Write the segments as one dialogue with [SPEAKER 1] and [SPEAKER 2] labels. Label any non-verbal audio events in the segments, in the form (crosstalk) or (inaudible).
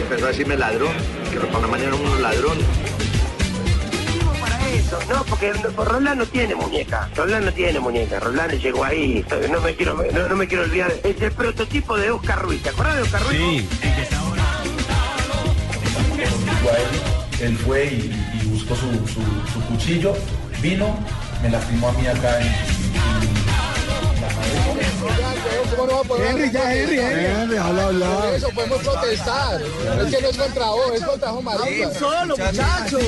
[SPEAKER 1] Empezó a decirme ladrón, que por la mañana un ladrón.
[SPEAKER 2] para eso, No, porque Roland no tiene muñeca. Roland no tiene muñeca. Roland llegó ahí. No me quiero, no, no me quiero olvidar. Es el prototipo de Oscar Ruiz. ¿Te acuerdas de Oscar Ruiz?
[SPEAKER 3] Sí,
[SPEAKER 4] Él fue y, y buscó su, su, su cuchillo, vino, me lastimó a mí acá en, en la cabeza.
[SPEAKER 5] Henry, ya Henry, Henry.
[SPEAKER 6] déjalo
[SPEAKER 5] Por
[SPEAKER 6] hablar.
[SPEAKER 5] eso podemos protestar. Es que no es contra vos, es contra Jomarita.
[SPEAKER 6] solo, muchacho.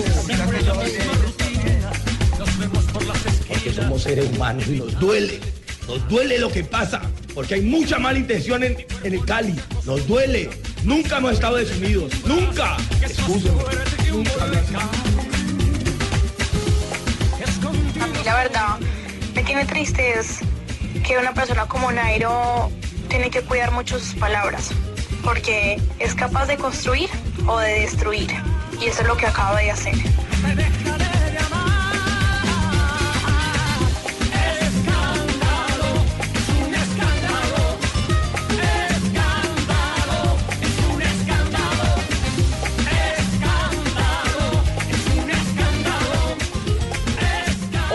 [SPEAKER 7] porque somos seres humanos y nos duele. Nos duele lo que pasa, porque hay mucha mala intención en, en el Cali. Nos duele. Nunca hemos estado desunidos. Nunca. Excúsenme. Nunca me han-
[SPEAKER 8] A mí la verdad me tiene triste es que una persona como Nairo tiene que cuidar mucho sus palabras porque es capaz de construir o de destruir y eso es lo que acaba de hacer.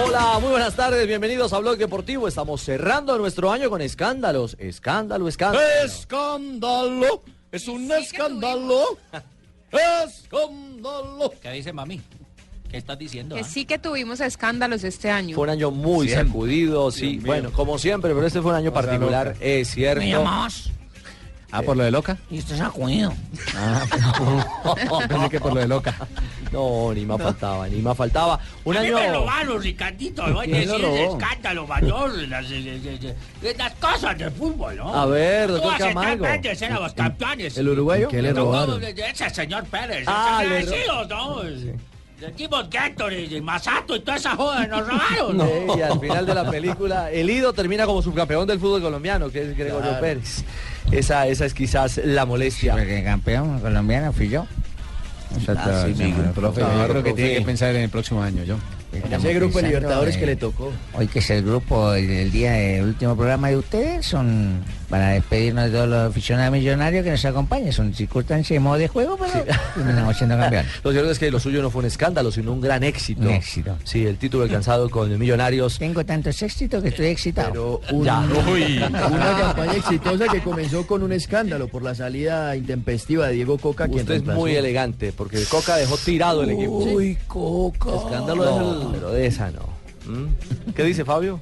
[SPEAKER 9] Hola, muy buenas tardes, bienvenidos a Blog Deportivo. Estamos cerrando nuestro año con escándalos. Escándalo, escándalo.
[SPEAKER 10] Escándalo, es un escándalo. Escándalo. ¿Qué dice mami? ¿Qué estás diciendo?
[SPEAKER 11] Que
[SPEAKER 10] ah?
[SPEAKER 11] sí que tuvimos escándalos este año.
[SPEAKER 9] Fue un año muy
[SPEAKER 10] Siempre.
[SPEAKER 9] sacudido, sí. Bueno, como siempre, pero este fue un año particular, es cierto.
[SPEAKER 10] ¿Me llamabas?
[SPEAKER 9] Ah, por lo de loca.
[SPEAKER 10] Y usted sacudido.
[SPEAKER 9] Ah, (laughs) Pensé que por lo de loca. No, ni más faltaba, ni más faltaba. Un
[SPEAKER 12] A mí me
[SPEAKER 9] año.
[SPEAKER 12] robaron, Ricardito. Voy a
[SPEAKER 9] ¿Quién lo
[SPEAKER 12] decir
[SPEAKER 9] robó?
[SPEAKER 12] el escándalo mayor de las, de- de- de- de las cosas del fútbol, ¿no?
[SPEAKER 9] A ver, doctor
[SPEAKER 12] Todas están
[SPEAKER 9] Camargo.
[SPEAKER 12] grandes, eran los campeones.
[SPEAKER 9] el uruguayo? ¿Qué le
[SPEAKER 12] Tocó
[SPEAKER 9] robaron?
[SPEAKER 12] de- de Ese señor Pérez.
[SPEAKER 9] Ah,
[SPEAKER 12] esos
[SPEAKER 9] le
[SPEAKER 12] agradecidos, ¿no? De Timon Gator y de Masato y toda esa joda nos (laughs) robaron.
[SPEAKER 9] (laughs) Sí, ¿eh? Y al final de la película, el Ido termina como subcampeón del fútbol colombiano, que es Gregorio
[SPEAKER 13] Claro.
[SPEAKER 9] Pérez. Esa, esa es quizás la molestia.
[SPEAKER 13] Porque campeón colombiano fui yo.
[SPEAKER 9] Ah, sí, mi
[SPEAKER 13] señor
[SPEAKER 9] profe.
[SPEAKER 13] Yo
[SPEAKER 9] Claro,
[SPEAKER 13] creo que
[SPEAKER 9] profe.
[SPEAKER 13] tiene que pensar en el próximo año, yo.
[SPEAKER 9] Ese grupo de Libertadores que le
[SPEAKER 13] tocó. eh, Hoy que es el grupo el- el día del último programa de ustedes, son para despedirnos de todos los aficionados millonarios que nos acompañan. Son circunstancias y modo de juego, pero (laughs) terminamos siendo campeón.
[SPEAKER 9] Lo cierto es que lo suyo no fue un escándalo, sino un gran éxito.
[SPEAKER 13] Un
[SPEAKER 9] éxito. Sí, el título alcanzado con Millonarios.
[SPEAKER 13] Tengo tantos éxitos que estoy excitado.
[SPEAKER 9] (laughs) Ya.
[SPEAKER 14] Una campaña exitosa que comenzó con un escándalo por la salida intempestiva de Diego Coca. quien
[SPEAKER 9] Usted es
[SPEAKER 14] reemplazó.
[SPEAKER 9] muy elegante, porque Coca dejó tirado el equipo.
[SPEAKER 14] Uy,
[SPEAKER 9] Coca. Escándalo es el- pero de esa no. ¿Mm? ¿Qué dice Fabio?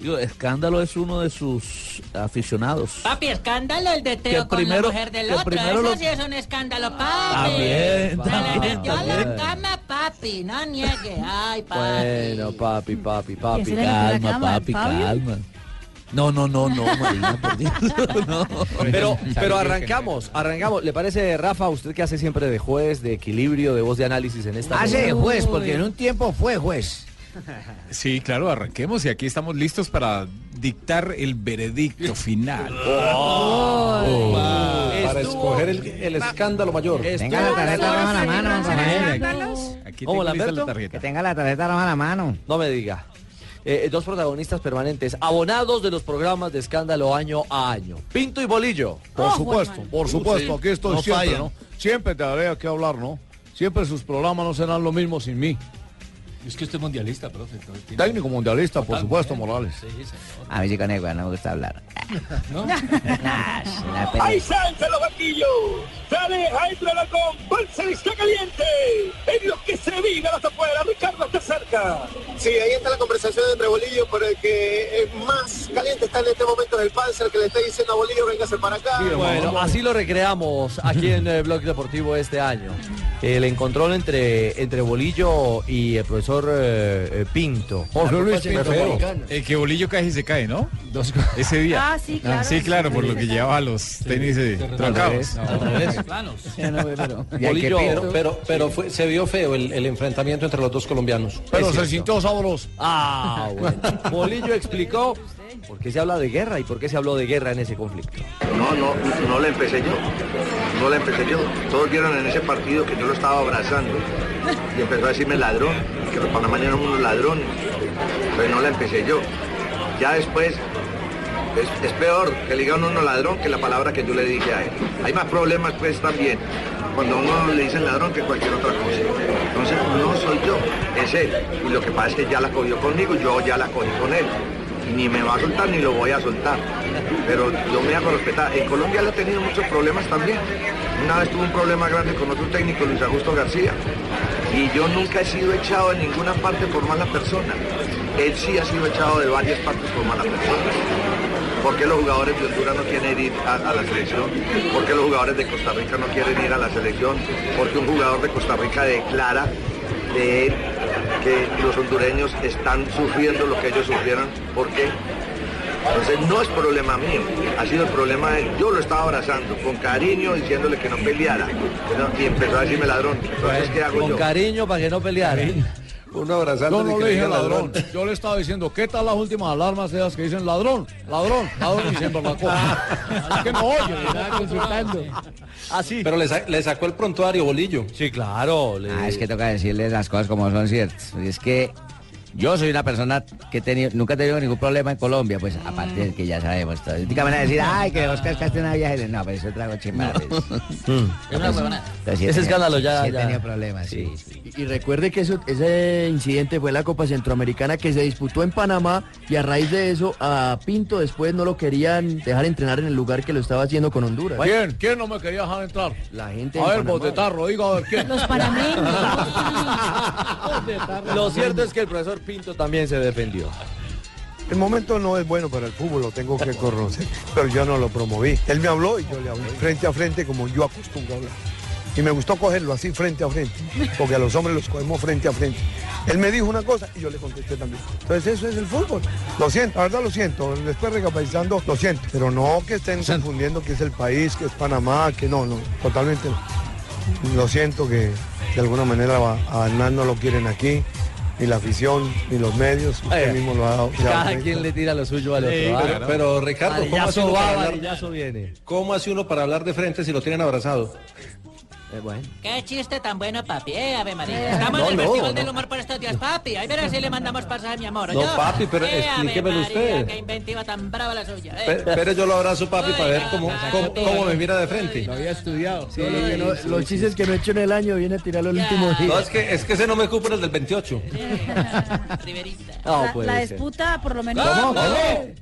[SPEAKER 15] Digo, escándalo es uno de sus aficionados.
[SPEAKER 16] Papi, escándalo el de
[SPEAKER 15] Que
[SPEAKER 16] Teo con
[SPEAKER 15] primero-
[SPEAKER 16] la mujer del
[SPEAKER 15] que
[SPEAKER 16] otro.
[SPEAKER 15] primero
[SPEAKER 16] Eso
[SPEAKER 15] lo-
[SPEAKER 16] sí es un escándalo, papi.
[SPEAKER 17] Ah,
[SPEAKER 9] También,
[SPEAKER 16] Se
[SPEAKER 9] también,
[SPEAKER 16] le metió a la
[SPEAKER 9] también.
[SPEAKER 16] cama, papi. No niegue. Ay, papi.
[SPEAKER 17] Pues-
[SPEAKER 9] Bueno, papi, papi, papi.
[SPEAKER 16] se le metió la
[SPEAKER 15] Calma,
[SPEAKER 16] cama al
[SPEAKER 15] papi,
[SPEAKER 16] Fabio?
[SPEAKER 15] calma. No, no,
[SPEAKER 16] (laughs)
[SPEAKER 15] no, no, Marina, por Dios,
[SPEAKER 9] (laughs)
[SPEAKER 15] no.
[SPEAKER 9] Pero, pero arrancamos, arrancamos. ¿Le parece, Rafa, usted que hace siempre de juez, de equilibrio, de voz de análisis en esta...
[SPEAKER 13] Hace de juez,
[SPEAKER 9] Uy.
[SPEAKER 13] porque en (laughs) un tiempo fue juez.
[SPEAKER 18] Sí, claro, arranquemos y aquí estamos listos para dictar el veredicto final.
[SPEAKER 17] Para escoger el, el escándalo mayor.
[SPEAKER 13] Tenga la tarjeta roja a la
[SPEAKER 19] Ah,
[SPEAKER 13] mano, don Rafael.
[SPEAKER 9] Aquí
[SPEAKER 13] tengo lista la
[SPEAKER 9] tarjeta.
[SPEAKER 13] Que tenga la tarjeta roja a la mano.
[SPEAKER 9] No me diga. Eh, eh, dos protagonistas permanentes, abonados de los programas de escándalo año a año. Pinto y Bolillo.
[SPEAKER 17] Por supuesto, por supuesto, aquí estoy
[SPEAKER 9] No
[SPEAKER 17] siempre,
[SPEAKER 9] falla.
[SPEAKER 17] ¿no? Siempre te daré a qué hablar, ¿no? Siempre sus programas no serán lo mismo sin mí.
[SPEAKER 12] Es que usted es mundialista, profe. entonces tiene-
[SPEAKER 17] Técnico mundialista, por supuesto, Morales.
[SPEAKER 12] Sí, señor.
[SPEAKER 13] A mí sí con igual, no me gusta (laughs) hablar.
[SPEAKER 12] ¿No?
[SPEAKER 13] La pena.
[SPEAKER 19] ¡Hay salsa en los banquillos! ¡Sale Jairo Alarcón! ¡Bolsa está caliente! ¡En los que se vive las afueras! ¡Ricardo está cerca!
[SPEAKER 20] Sí, ahí está la conversación entre Bolillo, pero el que eh, más caliente está en este momento es el Panzer, que le está diciendo a Bolillo, véngase para acá.
[SPEAKER 9] Bueno, así lo recreamos aquí en el Blog Deportivo este año. El encontrón entre, entre Bolillo y el profesor eh, eh, Pinto.
[SPEAKER 18] Jorge Luis Pinto, el Eh, que bolillo casi se cae, ¿no? Ese día.
[SPEAKER 9] Ah, sí, claro.
[SPEAKER 18] Sí, claro, por lo que llevaba los tenis eh, trancados.
[SPEAKER 17] Y al que
[SPEAKER 18] Bolillo,
[SPEAKER 17] Pinto-
[SPEAKER 18] pero-
[SPEAKER 17] pero-
[SPEAKER 9] pero fue- se vio feo el, el enfrentamiento entre los dos colombianos.
[SPEAKER 17] Pero
[SPEAKER 9] Es
[SPEAKER 17] se
[SPEAKER 9] cierto.
[SPEAKER 17] sintió sabroso.
[SPEAKER 9] Ah,
[SPEAKER 17] (laughs)
[SPEAKER 9] bueno. Bolillo explicó por qué se habla de guerra y por qué se habló de guerra en ese conflicto.
[SPEAKER 1] No, no, no la empecé yo. No la empecé yo. Todos vieron en ese partido que yo lo estaba abrazando. Y empezó a decirme ladrón, que los panamá eran unos ladrones. Pero no la empecé yo. Ya después Es, es peor que le diga a uno no ladrón que la palabra que yo le dije a él. Hay más problemas pues también cuando a uno le dicen ladrón que cualquier otra cosa. Entonces no soy yo, es él. Y lo que pasa es que ya la cogió conmigo, yo ya la cogí con él. Y ni me va a soltar ni lo voy a soltar. Pero yo me hago respetar. En Colombia le he tenido muchos problemas también. Una vez tuve un problema grande con otro técnico, Luis Augusto García. Y yo nunca he sido echado en ninguna parte por mala persona. Él sí ha sido echado de varias partes por mala persona. ¿Por qué los jugadores de Honduras no quieren ir a, a la selección? ¿Por qué los jugadores de Costa Rica no quieren ir a la selección? Porque un jugador de Costa Rica declara de él que los hondureños están sufriendo lo que ellos sufrieron. ¿Por qué? Entonces no es problema mío, ha sido el problema de él. Yo lo estaba abrazando con cariño, diciéndole que no peleara. ¿no? Y empezó a decirme ladrón. Entonces, ¿qué hago
[SPEAKER 9] Con
[SPEAKER 1] yo?
[SPEAKER 9] cariño para que no pelearan.
[SPEAKER 1] Un abrazante.
[SPEAKER 20] Yo no le dije ladrón. Yo le estaba diciendo, ¿qué tal las últimas alarmas esas que dicen ladrón, ladrón, ladrón y siempre la cosa? Es que no oye, me estaba consultando.
[SPEAKER 9] Así.
[SPEAKER 17] Pero le, sa- le sacó el prontuario, bolillo.
[SPEAKER 9] Sí, claro.
[SPEAKER 13] Ah, es que toca decirles las cosas como son ciertas. Y es que yo soy una persona que he tenido- nunca he tenido ningún problema en Colombia, pues aparte
[SPEAKER 19] Mm.
[SPEAKER 13] del que ya sabemos todo. Nunca van a decir, "Ah". ay, que Oscar Castena viaje. No, pero eso trago chimba.
[SPEAKER 19] (laughs) Mm.
[SPEAKER 14] Ese escándalo ya-
[SPEAKER 13] Sí, he
[SPEAKER 14] ya.
[SPEAKER 13] tenido problemas, sí.
[SPEAKER 14] Y recuerde que eso- ese incidente fue la Copa Centroamericana que se disputó en Panamá y a raíz de eso a Pinto después no lo querían dejar entrenar en el lugar que lo estaba haciendo con Honduras.
[SPEAKER 20] ¿Quién? ¿Quién no me quería dejar entrar?
[SPEAKER 14] La gente.
[SPEAKER 20] A
[SPEAKER 14] de
[SPEAKER 20] ver,
[SPEAKER 14] Panamá.
[SPEAKER 20] botetarro, diga a ver quién.
[SPEAKER 14] Los
[SPEAKER 20] (laughs)
[SPEAKER 9] Lo cierto es que el profesor Pinto también se defendió.
[SPEAKER 21] El momento no es bueno para el fútbol, lo tengo que conocer, (laughs) pero yo no lo promoví. Él me habló y yo le hablé, frente a frente como yo acostumbro a hablar. Y me gustó cogerlo así frente a frente, porque a los hombres los cogemos frente a frente. Él me dijo una cosa y yo le contesté también. Entonces eso es el fútbol. Lo siento, la verdad lo siento. Después recapacitando, lo siento. Pero no que estén confundiendo que es el país, que es Panamá, que no, no, totalmente no. Lo siento que de alguna manera a, a Hernán no lo quieren aquí, ni la afición, ni los medios. Usted
[SPEAKER 9] Eh,
[SPEAKER 21] mismo lo ha dado. ya lo
[SPEAKER 9] Cada
[SPEAKER 21] dijo.
[SPEAKER 9] quien le tira lo suyo al otro.
[SPEAKER 17] Sí,
[SPEAKER 9] ah,
[SPEAKER 17] pero, pero, Ricardo, ¿cómo hace,
[SPEAKER 9] Varillazo
[SPEAKER 17] uno
[SPEAKER 9] va,
[SPEAKER 17] para hablar,
[SPEAKER 9] varillazo viene.
[SPEAKER 17] cómo hace uno para hablar de frente si lo tienen abrazado?
[SPEAKER 16] Qué chiste tan bueno, papi. Eh, Ave María. Estamos
[SPEAKER 17] No,
[SPEAKER 16] en el
[SPEAKER 17] no,
[SPEAKER 16] Festival
[SPEAKER 17] no.
[SPEAKER 16] del Humor por estos días, papi. Ahí verás si le mandamos pasaje, mi amor.
[SPEAKER 17] No,
[SPEAKER 16] ¿oyó?
[SPEAKER 17] papi, pero
[SPEAKER 16] Eh, Ave
[SPEAKER 17] explíquemelo
[SPEAKER 16] María,
[SPEAKER 17] usted.
[SPEAKER 16] Qué inventiva tan brava la suya. eh.
[SPEAKER 17] Pe- Pero yo lo abrazo, papi, para ver cómo, cómo, cómo me mira de frente. Lo
[SPEAKER 14] había estudiado.
[SPEAKER 17] Sí,
[SPEAKER 14] Lo que no-
[SPEAKER 17] sí,
[SPEAKER 14] los
[SPEAKER 17] sí.
[SPEAKER 14] chistes que no he hecho en el año viene a tirarlo el último día.
[SPEAKER 17] No, es que, es que ese no me ocupa el del 28.
[SPEAKER 22] la, la disputa, por lo menos.
[SPEAKER 17] ¿Cómo? ¿Cómo?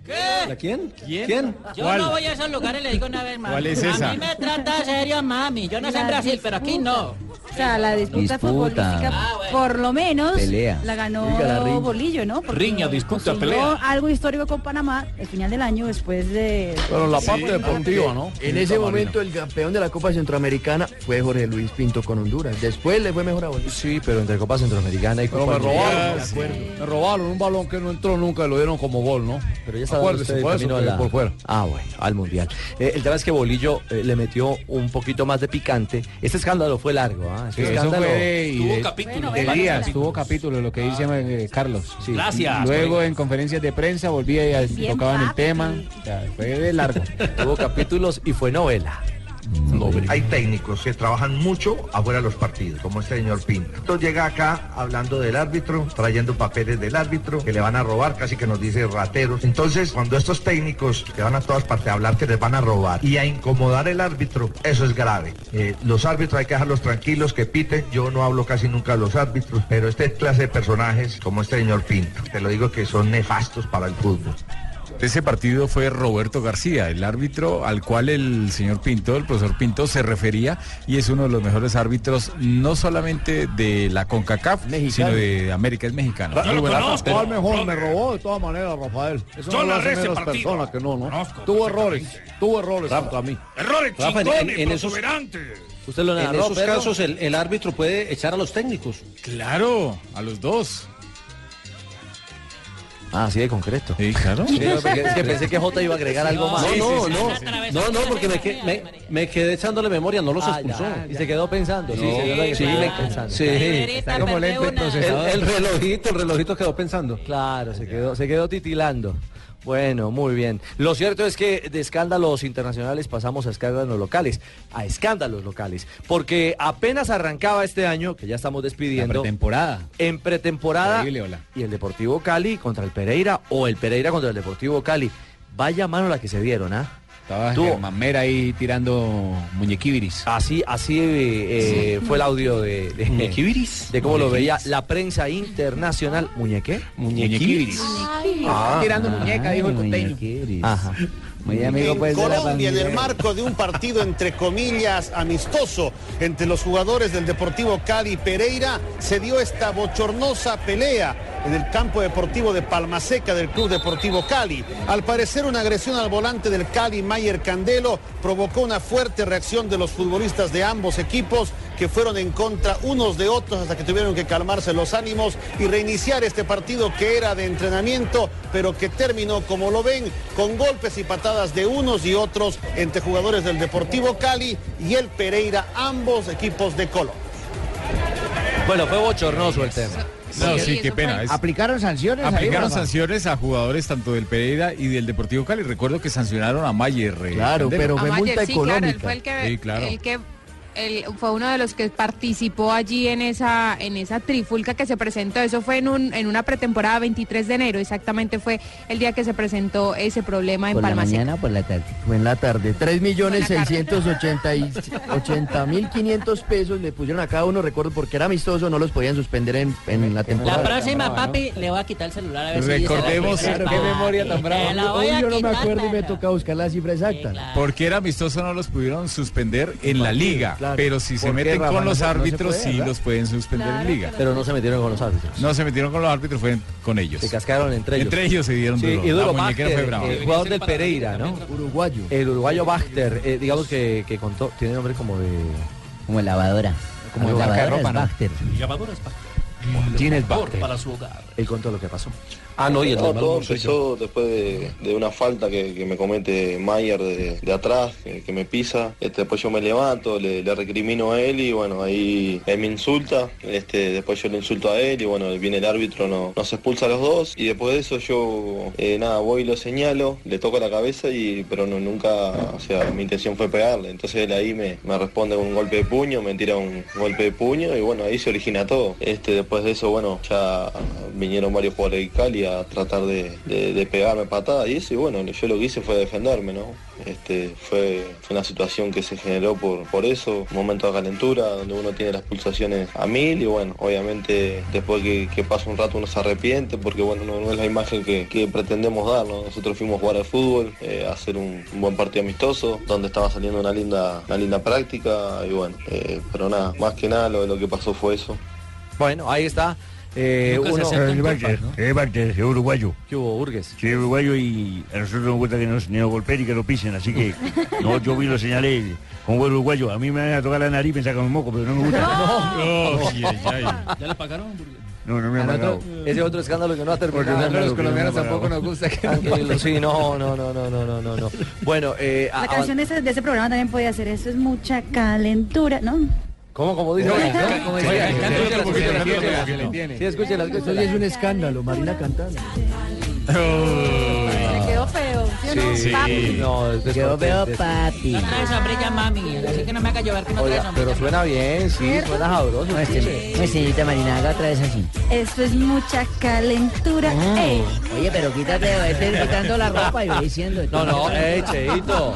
[SPEAKER 16] ¿Qué?
[SPEAKER 17] ¿La quién? ¿Quién?
[SPEAKER 16] Yo no voy a esos lugares, le digo una vez más.
[SPEAKER 17] ¿Cuál es
[SPEAKER 16] A
[SPEAKER 17] esa?
[SPEAKER 16] mí me trata serio, mami. Yo no sé en
[SPEAKER 22] La
[SPEAKER 16] Brasil, pero aquí no.
[SPEAKER 22] O sea, la disputa,
[SPEAKER 16] Disputa. Ah,
[SPEAKER 22] futbolística, por lo menos,
[SPEAKER 16] Pelea.
[SPEAKER 22] la ganó
[SPEAKER 16] Oiga, la riña.
[SPEAKER 22] Bolillo, ¿no? Porque
[SPEAKER 16] Ah, Riña, disputa,
[SPEAKER 22] consiguió
[SPEAKER 16] pelea.
[SPEAKER 22] algo histórico con Panamá, el final del año, después de...
[SPEAKER 14] Pero
[SPEAKER 22] Sí.
[SPEAKER 14] En ese momento el campeón de la Copa Centroamericana fue Jorge Luis Pinto con Honduras. Después le fue mejor a Bolivia.
[SPEAKER 9] Sí, pero entre Copa Centroamericana y
[SPEAKER 20] Pero
[SPEAKER 9] Copa
[SPEAKER 20] me robaron,
[SPEAKER 9] Libertadores.
[SPEAKER 20] me acuerdo. Me robaron un balón que no entró nunca y lo dieron como gol, ¿no?
[SPEAKER 9] Pero ya estaba
[SPEAKER 20] Acuérdese, pues,
[SPEAKER 9] usted
[SPEAKER 20] por eso
[SPEAKER 9] camino a
[SPEAKER 20] que
[SPEAKER 9] la-
[SPEAKER 20] por fuera.
[SPEAKER 9] Ah, bueno, al Mundial. Eh, el tema es que Bolillo eh, le metió un poquito más de picante. Este escándalo fue largo, ¿ah? Este
[SPEAKER 23] Sí, eso
[SPEAKER 9] escándalo...
[SPEAKER 23] fue de, y de- de
[SPEAKER 9] varios
[SPEAKER 23] días,
[SPEAKER 9] capítulos.
[SPEAKER 23] tuvo capítulo, lo que dice eh, Carlos.
[SPEAKER 9] Sí. Gracias,
[SPEAKER 23] Luego
[SPEAKER 9] colega.
[SPEAKER 23] en conferencias de prensa volvía y a-
[SPEAKER 9] Bien
[SPEAKER 23] tocaban el
[SPEAKER 9] papi.
[SPEAKER 23] tema. O sea, fue de
[SPEAKER 9] (laughs)
[SPEAKER 23] largo.
[SPEAKER 9] Tuvo capítulos y fue novela.
[SPEAKER 1] Hay técnicos que trabajan mucho afuera de los partidos, como este señor Pinto. Entonces llega acá hablando del árbitro, trayendo papeles del árbitro, que le van a robar, casi que nos dice rateros. Entonces, cuando estos técnicos que van a todas partes a hablar que les van a robar y a incomodar el árbitro, eso es grave. Eh, los árbitros hay que dejarlos tranquilos, que piten. Yo no hablo casi nunca de los árbitros, pero este clase de personajes, como este señor Pinto, te lo digo que son nefastos para el fútbol.
[SPEAKER 18] Ese partido fue Roberto García, el árbitro al cual el señor Pinto, el profesor Pinto, se refería y es uno de los mejores árbitros no solamente de la CONCACAF, sino de América, es mexicano.
[SPEAKER 20] Yo
[SPEAKER 18] Muy
[SPEAKER 20] lo
[SPEAKER 18] buen
[SPEAKER 20] conozco.
[SPEAKER 18] árbitro.
[SPEAKER 20] ¿Cuál mejor? Me robó de todas maneras, Rafael. Eso
[SPEAKER 17] Yo
[SPEAKER 20] no lo
[SPEAKER 17] narré
[SPEAKER 20] hace
[SPEAKER 17] ese partido.
[SPEAKER 20] menos
[SPEAKER 17] pues,
[SPEAKER 20] persona que no, ¿no? tuvo errores, tuvo errores contra mí.
[SPEAKER 17] Errores Rafa, en- chingones, en- en esos-
[SPEAKER 9] Usted
[SPEAKER 17] en esos casos el, el árbitro puede echar a los técnicos.
[SPEAKER 18] Claro, a los dos.
[SPEAKER 9] Ah, sí, de concreto.
[SPEAKER 18] Sí, claro.
[SPEAKER 9] Sí, porque es que pensé que Jota iba a agregar algo más.
[SPEAKER 17] No, no, no. No, no, porque me, que- me- me quedé echándole memoria, no los
[SPEAKER 9] Ah,
[SPEAKER 17] expulsó.
[SPEAKER 9] ya, Y se quedó pensando.
[SPEAKER 17] Sí,
[SPEAKER 9] sí,
[SPEAKER 17] sí,
[SPEAKER 9] señora, que
[SPEAKER 17] sí,
[SPEAKER 9] estaba
[SPEAKER 17] me-
[SPEAKER 9] pensando.
[SPEAKER 17] sí. Está como lente de procesador. El- el relojito,
[SPEAKER 9] el relojito quedó pensando. Claro, se quedó, se quedó titilando. Bueno, muy bien. Lo cierto es que de escándalos internacionales pasamos a escándalos locales, a escándalos locales, porque apenas arrancaba este año, que ya estamos despidiendo.
[SPEAKER 23] pretemporada.
[SPEAKER 9] En pretemporada.
[SPEAKER 23] Increíble, hola.
[SPEAKER 9] Y el Deportivo Cali contra el Pereira o el Pereira contra el Deportivo Cali. Vaya mano la que se dieron, ¿ah? Estaba Mamera ahí tirando muñequibiris. Así, así eh, eh,
[SPEAKER 24] Sí.
[SPEAKER 9] fue el audio de, de
[SPEAKER 24] ¿Muñequibiris?
[SPEAKER 9] De cómo lo veía
[SPEAKER 24] Muñequibiris.
[SPEAKER 9] la prensa internacional. ¿Muñequé?
[SPEAKER 24] Muñequibiris.
[SPEAKER 9] Ah.
[SPEAKER 24] Tirando
[SPEAKER 9] muñeca, dijo el costeño. Ajá.
[SPEAKER 25] Muy amigo,
[SPEAKER 26] En
[SPEAKER 25] pues, de la
[SPEAKER 26] Colombia, en
[SPEAKER 25] bandera.
[SPEAKER 26] el marco de un partido entre comillas amistoso entre los jugadores del Deportivo Cali y Pereira, se dio esta bochornosa pelea en el campo deportivo de Palmaseca del Club Deportivo Cali. Al parecer una agresión al volante del Cali, Mayer Candelo, provocó una fuerte reacción de los futbolistas de ambos equipos que fueron en contra unos de otros hasta que tuvieron que calmarse los ánimos y reiniciar este partido que era de entrenamiento, pero que terminó, como lo ven, con golpes y patadas de unos y otros entre jugadores del Deportivo Cali y el Pereira, ambos equipos de Colo.
[SPEAKER 9] Bueno, fue bochornoso el tema.
[SPEAKER 18] No, sí, qué pena. es-
[SPEAKER 25] ¿Aplicaron sanciones? ahí,
[SPEAKER 18] Aplicaron
[SPEAKER 25] Rafa?
[SPEAKER 18] sanciones a jugadores tanto del Pereira y del Deportivo Cali. Recuerdo que sancionaron a Mayer. eh, Candelo.
[SPEAKER 14] Claro, pero fue
[SPEAKER 27] Amayer, sí, claro, él fue el que,
[SPEAKER 18] Sí, claro.
[SPEAKER 27] el que él fue uno de los que participó allí en esa en esa trifulca que se presentó. Eso fue en un en una pretemporada 23 de enero, exactamente fue el día que se presentó ese problema en
[SPEAKER 14] ¿Por la
[SPEAKER 27] Palma Seca.
[SPEAKER 14] mañana o por la tarde? Fue en la tarde. 3 millones
[SPEAKER 27] Fue en la
[SPEAKER 14] 680 y- (laughs) 80 mil 500 pesos le pusieron a cada uno, recuerdo, porque era amistoso, no los podían suspender en, en la temporada.
[SPEAKER 16] La próxima, papi, le voy a quitar el celular a ver si...
[SPEAKER 18] Recordemos-
[SPEAKER 16] dice la
[SPEAKER 18] Claro,
[SPEAKER 16] verdad.
[SPEAKER 18] qué memoria tan brava.
[SPEAKER 16] Te la voy
[SPEAKER 14] Hoy
[SPEAKER 16] a
[SPEAKER 14] yo no me
[SPEAKER 16] quitar.
[SPEAKER 14] acuerdo y me toca buscar la cifra exacta.
[SPEAKER 18] Porque era amistoso, no los pudieron suspender en la liga.
[SPEAKER 14] claro.
[SPEAKER 18] Pero si se
[SPEAKER 14] ¿Por qué,
[SPEAKER 18] meten
[SPEAKER 14] Rafa?
[SPEAKER 18] con
[SPEAKER 14] No
[SPEAKER 18] los
[SPEAKER 14] se- no se
[SPEAKER 18] árbitros,
[SPEAKER 14] puede,
[SPEAKER 18] sí
[SPEAKER 14] ¿verdad?
[SPEAKER 18] los pueden suspender
[SPEAKER 9] Claro
[SPEAKER 18] en liga.
[SPEAKER 9] Pero no se metieron con los árbitros.
[SPEAKER 18] No se metieron con los árbitros, fue con ellos.
[SPEAKER 9] Se cascaron entre ellos.
[SPEAKER 18] Entre ellos se dieron
[SPEAKER 9] Sí,
[SPEAKER 18] duro.
[SPEAKER 9] y duro
[SPEAKER 18] La muñequera
[SPEAKER 9] Bachter,
[SPEAKER 18] fue brava.
[SPEAKER 9] El jugador del Pereira, ¿no?
[SPEAKER 14] Uruguayo.
[SPEAKER 9] El uruguayo Bachter, eh, digamos que, que contó, tiene nombre como de...
[SPEAKER 25] Como lavadora.
[SPEAKER 9] Como
[SPEAKER 25] Algo
[SPEAKER 9] lavadora
[SPEAKER 25] lavadora
[SPEAKER 9] de ropa,
[SPEAKER 25] es
[SPEAKER 9] ¿no?
[SPEAKER 25] Baxter.
[SPEAKER 20] Llamadoras
[SPEAKER 9] Tienes
[SPEAKER 20] para su hogar.
[SPEAKER 9] Él contó lo que pasó. Ah, no, y el
[SPEAKER 28] No,
[SPEAKER 9] normal
[SPEAKER 28] todo
[SPEAKER 9] no soy
[SPEAKER 28] empezó después de, de una falta que, que me comete Mayer de, de atrás, que, que me pisa. Este, después yo me levanto, le, le recrimino a él y bueno, ahí él me insulta. Este, después yo le insulto a él y bueno, viene el árbitro, no, nos expulsa a los dos. Y después de eso yo, eh, nada, voy y lo señalo, le toco la cabeza y pero no, nunca, o sea, mi intención fue pegarle. Entonces él ahí me, me responde con un golpe de puño, me tira un golpe de puño y bueno, ahí se origina todo. Este, después de eso, bueno, ya vinieron varios jugadores de Cali a tratar de, de- de pegarme patada y eso, y bueno, yo lo que hice fue defenderme, ¿no? Este, fue, fue una situación que se generó por, por eso, un momento de calentura, donde uno tiene las pulsaciones a mil y bueno, obviamente después que, que pasa un rato uno se arrepiente porque bueno, no, no es la imagen que, que pretendemos dar, ¿no? Nosotros fuimos a jugar al fútbol, eh, a hacer un, un buen partido amistoso, donde estaba saliendo una linda, una linda práctica y bueno, eh, pero nada, más que nada lo, lo que pasó fue eso.
[SPEAKER 9] Bueno, ahí está. Eh,
[SPEAKER 19] Nunca se
[SPEAKER 9] uno...
[SPEAKER 19] acepta un Barter, Es Barter, es uruguayo.
[SPEAKER 9] ¿Qué hubo, Urgues?
[SPEAKER 19] Sí, es uruguayo y a nosotros nos gusta que nos, ni nos golpeen y que nos pisen, así que no, yo vi lo señalé con buen uruguayo. A mí me van a tocar la nariz y me sacan un moco, pero no me gusta.
[SPEAKER 9] (laughs) No.
[SPEAKER 18] Oh,
[SPEAKER 19] No,
[SPEAKER 20] ¿Ya le pagaron?
[SPEAKER 19] no, no me han
[SPEAKER 9] Al
[SPEAKER 19] pagado.
[SPEAKER 9] otro- ese otro escándalo que no ha terminado.
[SPEAKER 19] Porque los colombianos
[SPEAKER 9] tampoco nos gusta que Sí, no, no, no, no, no, no, no, no. Bueno, eh,
[SPEAKER 16] Ah,
[SPEAKER 9] a-
[SPEAKER 22] La canción de ese, de ese programa también podía ser eso, es mucha calentura, ¿no?
[SPEAKER 9] ¿Cómo, cómo dice? ¿Cómo dice?
[SPEAKER 14] Oiga,
[SPEAKER 9] Escúchela,
[SPEAKER 14] cántale otro poquito,
[SPEAKER 9] escúchela,
[SPEAKER 14] cántale otro
[SPEAKER 9] escúchela.
[SPEAKER 14] poquito.
[SPEAKER 9] Sí, escúchela,
[SPEAKER 14] Eso
[SPEAKER 9] escúchela.
[SPEAKER 14] ya es un escándalo, Marina cantando.
[SPEAKER 22] Se quedó feo. ¿sí o no?
[SPEAKER 9] Sí,
[SPEAKER 22] Papi.
[SPEAKER 9] no, es
[SPEAKER 25] Yo veo
[SPEAKER 9] descontento.
[SPEAKER 25] papi.
[SPEAKER 16] No traes sombrilla, mami, así que no me haga llover que no traes
[SPEAKER 9] Oiga, pero
[SPEAKER 16] sombrilla.
[SPEAKER 9] suena bien, sí, suena sabroso.
[SPEAKER 25] No, este- no, este señorita Marina, haga otra vez así.
[SPEAKER 22] Esto
[SPEAKER 9] Pues
[SPEAKER 22] es mucha calentura.
[SPEAKER 19] Ah.
[SPEAKER 22] ey.
[SPEAKER 25] Oye, pero quítate, vete quitando la ropa y ve diciendo.
[SPEAKER 9] No, no, eh, Cheito.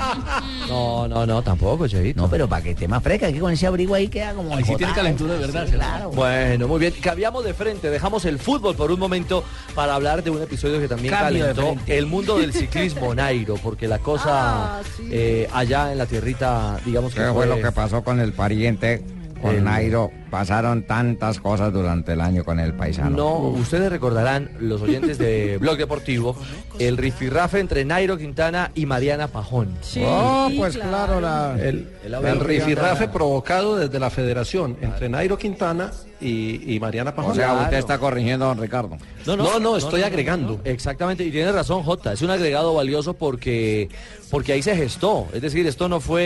[SPEAKER 9] No, no, no, tampoco, Cheito. No,
[SPEAKER 25] pero para que esté más fresca, que con ese abrigo ahí queda como.
[SPEAKER 9] Ahí sí tiene
[SPEAKER 25] enjotado.
[SPEAKER 9] calentura de verdad,
[SPEAKER 25] Sí, claro.
[SPEAKER 9] Bueno, muy bien. Cambiamos de frente, dejamos el fútbol por un momento para hablar de un episodio que también
[SPEAKER 25] Cambio de
[SPEAKER 9] calentó
[SPEAKER 25] frente. Ah,
[SPEAKER 9] el
[SPEAKER 25] (laughs)
[SPEAKER 9] mundo del ciclismo, Nairo, porque la cosa eh, allá en la tierrita, digamos que
[SPEAKER 8] ¿Qué fue lo que pasó con el pariente, con
[SPEAKER 9] El-
[SPEAKER 8] Nairo? Pasaron tantas cosas durante el año con el paisano.
[SPEAKER 9] No, ustedes recordarán, los oyentes de Blog Deportivo, el rifirrafe entre Nairo Quintana y Mariana Pajón.
[SPEAKER 17] Oh, pues claro, la- el,
[SPEAKER 9] El
[SPEAKER 17] el,
[SPEAKER 9] audio que
[SPEAKER 17] rifirrafe
[SPEAKER 9] anda-
[SPEAKER 17] provocado desde la federación entre Nairo Quintana y, y Mariana Pajón.
[SPEAKER 8] O sea, usted está corrigiendo a don Ricardo.
[SPEAKER 9] No, no,
[SPEAKER 17] No, no, estoy agregando.
[SPEAKER 9] Exactamente, y tiene razón Jota, es un agregado valioso porque, porque ahí se gestó, es decir, esto no fue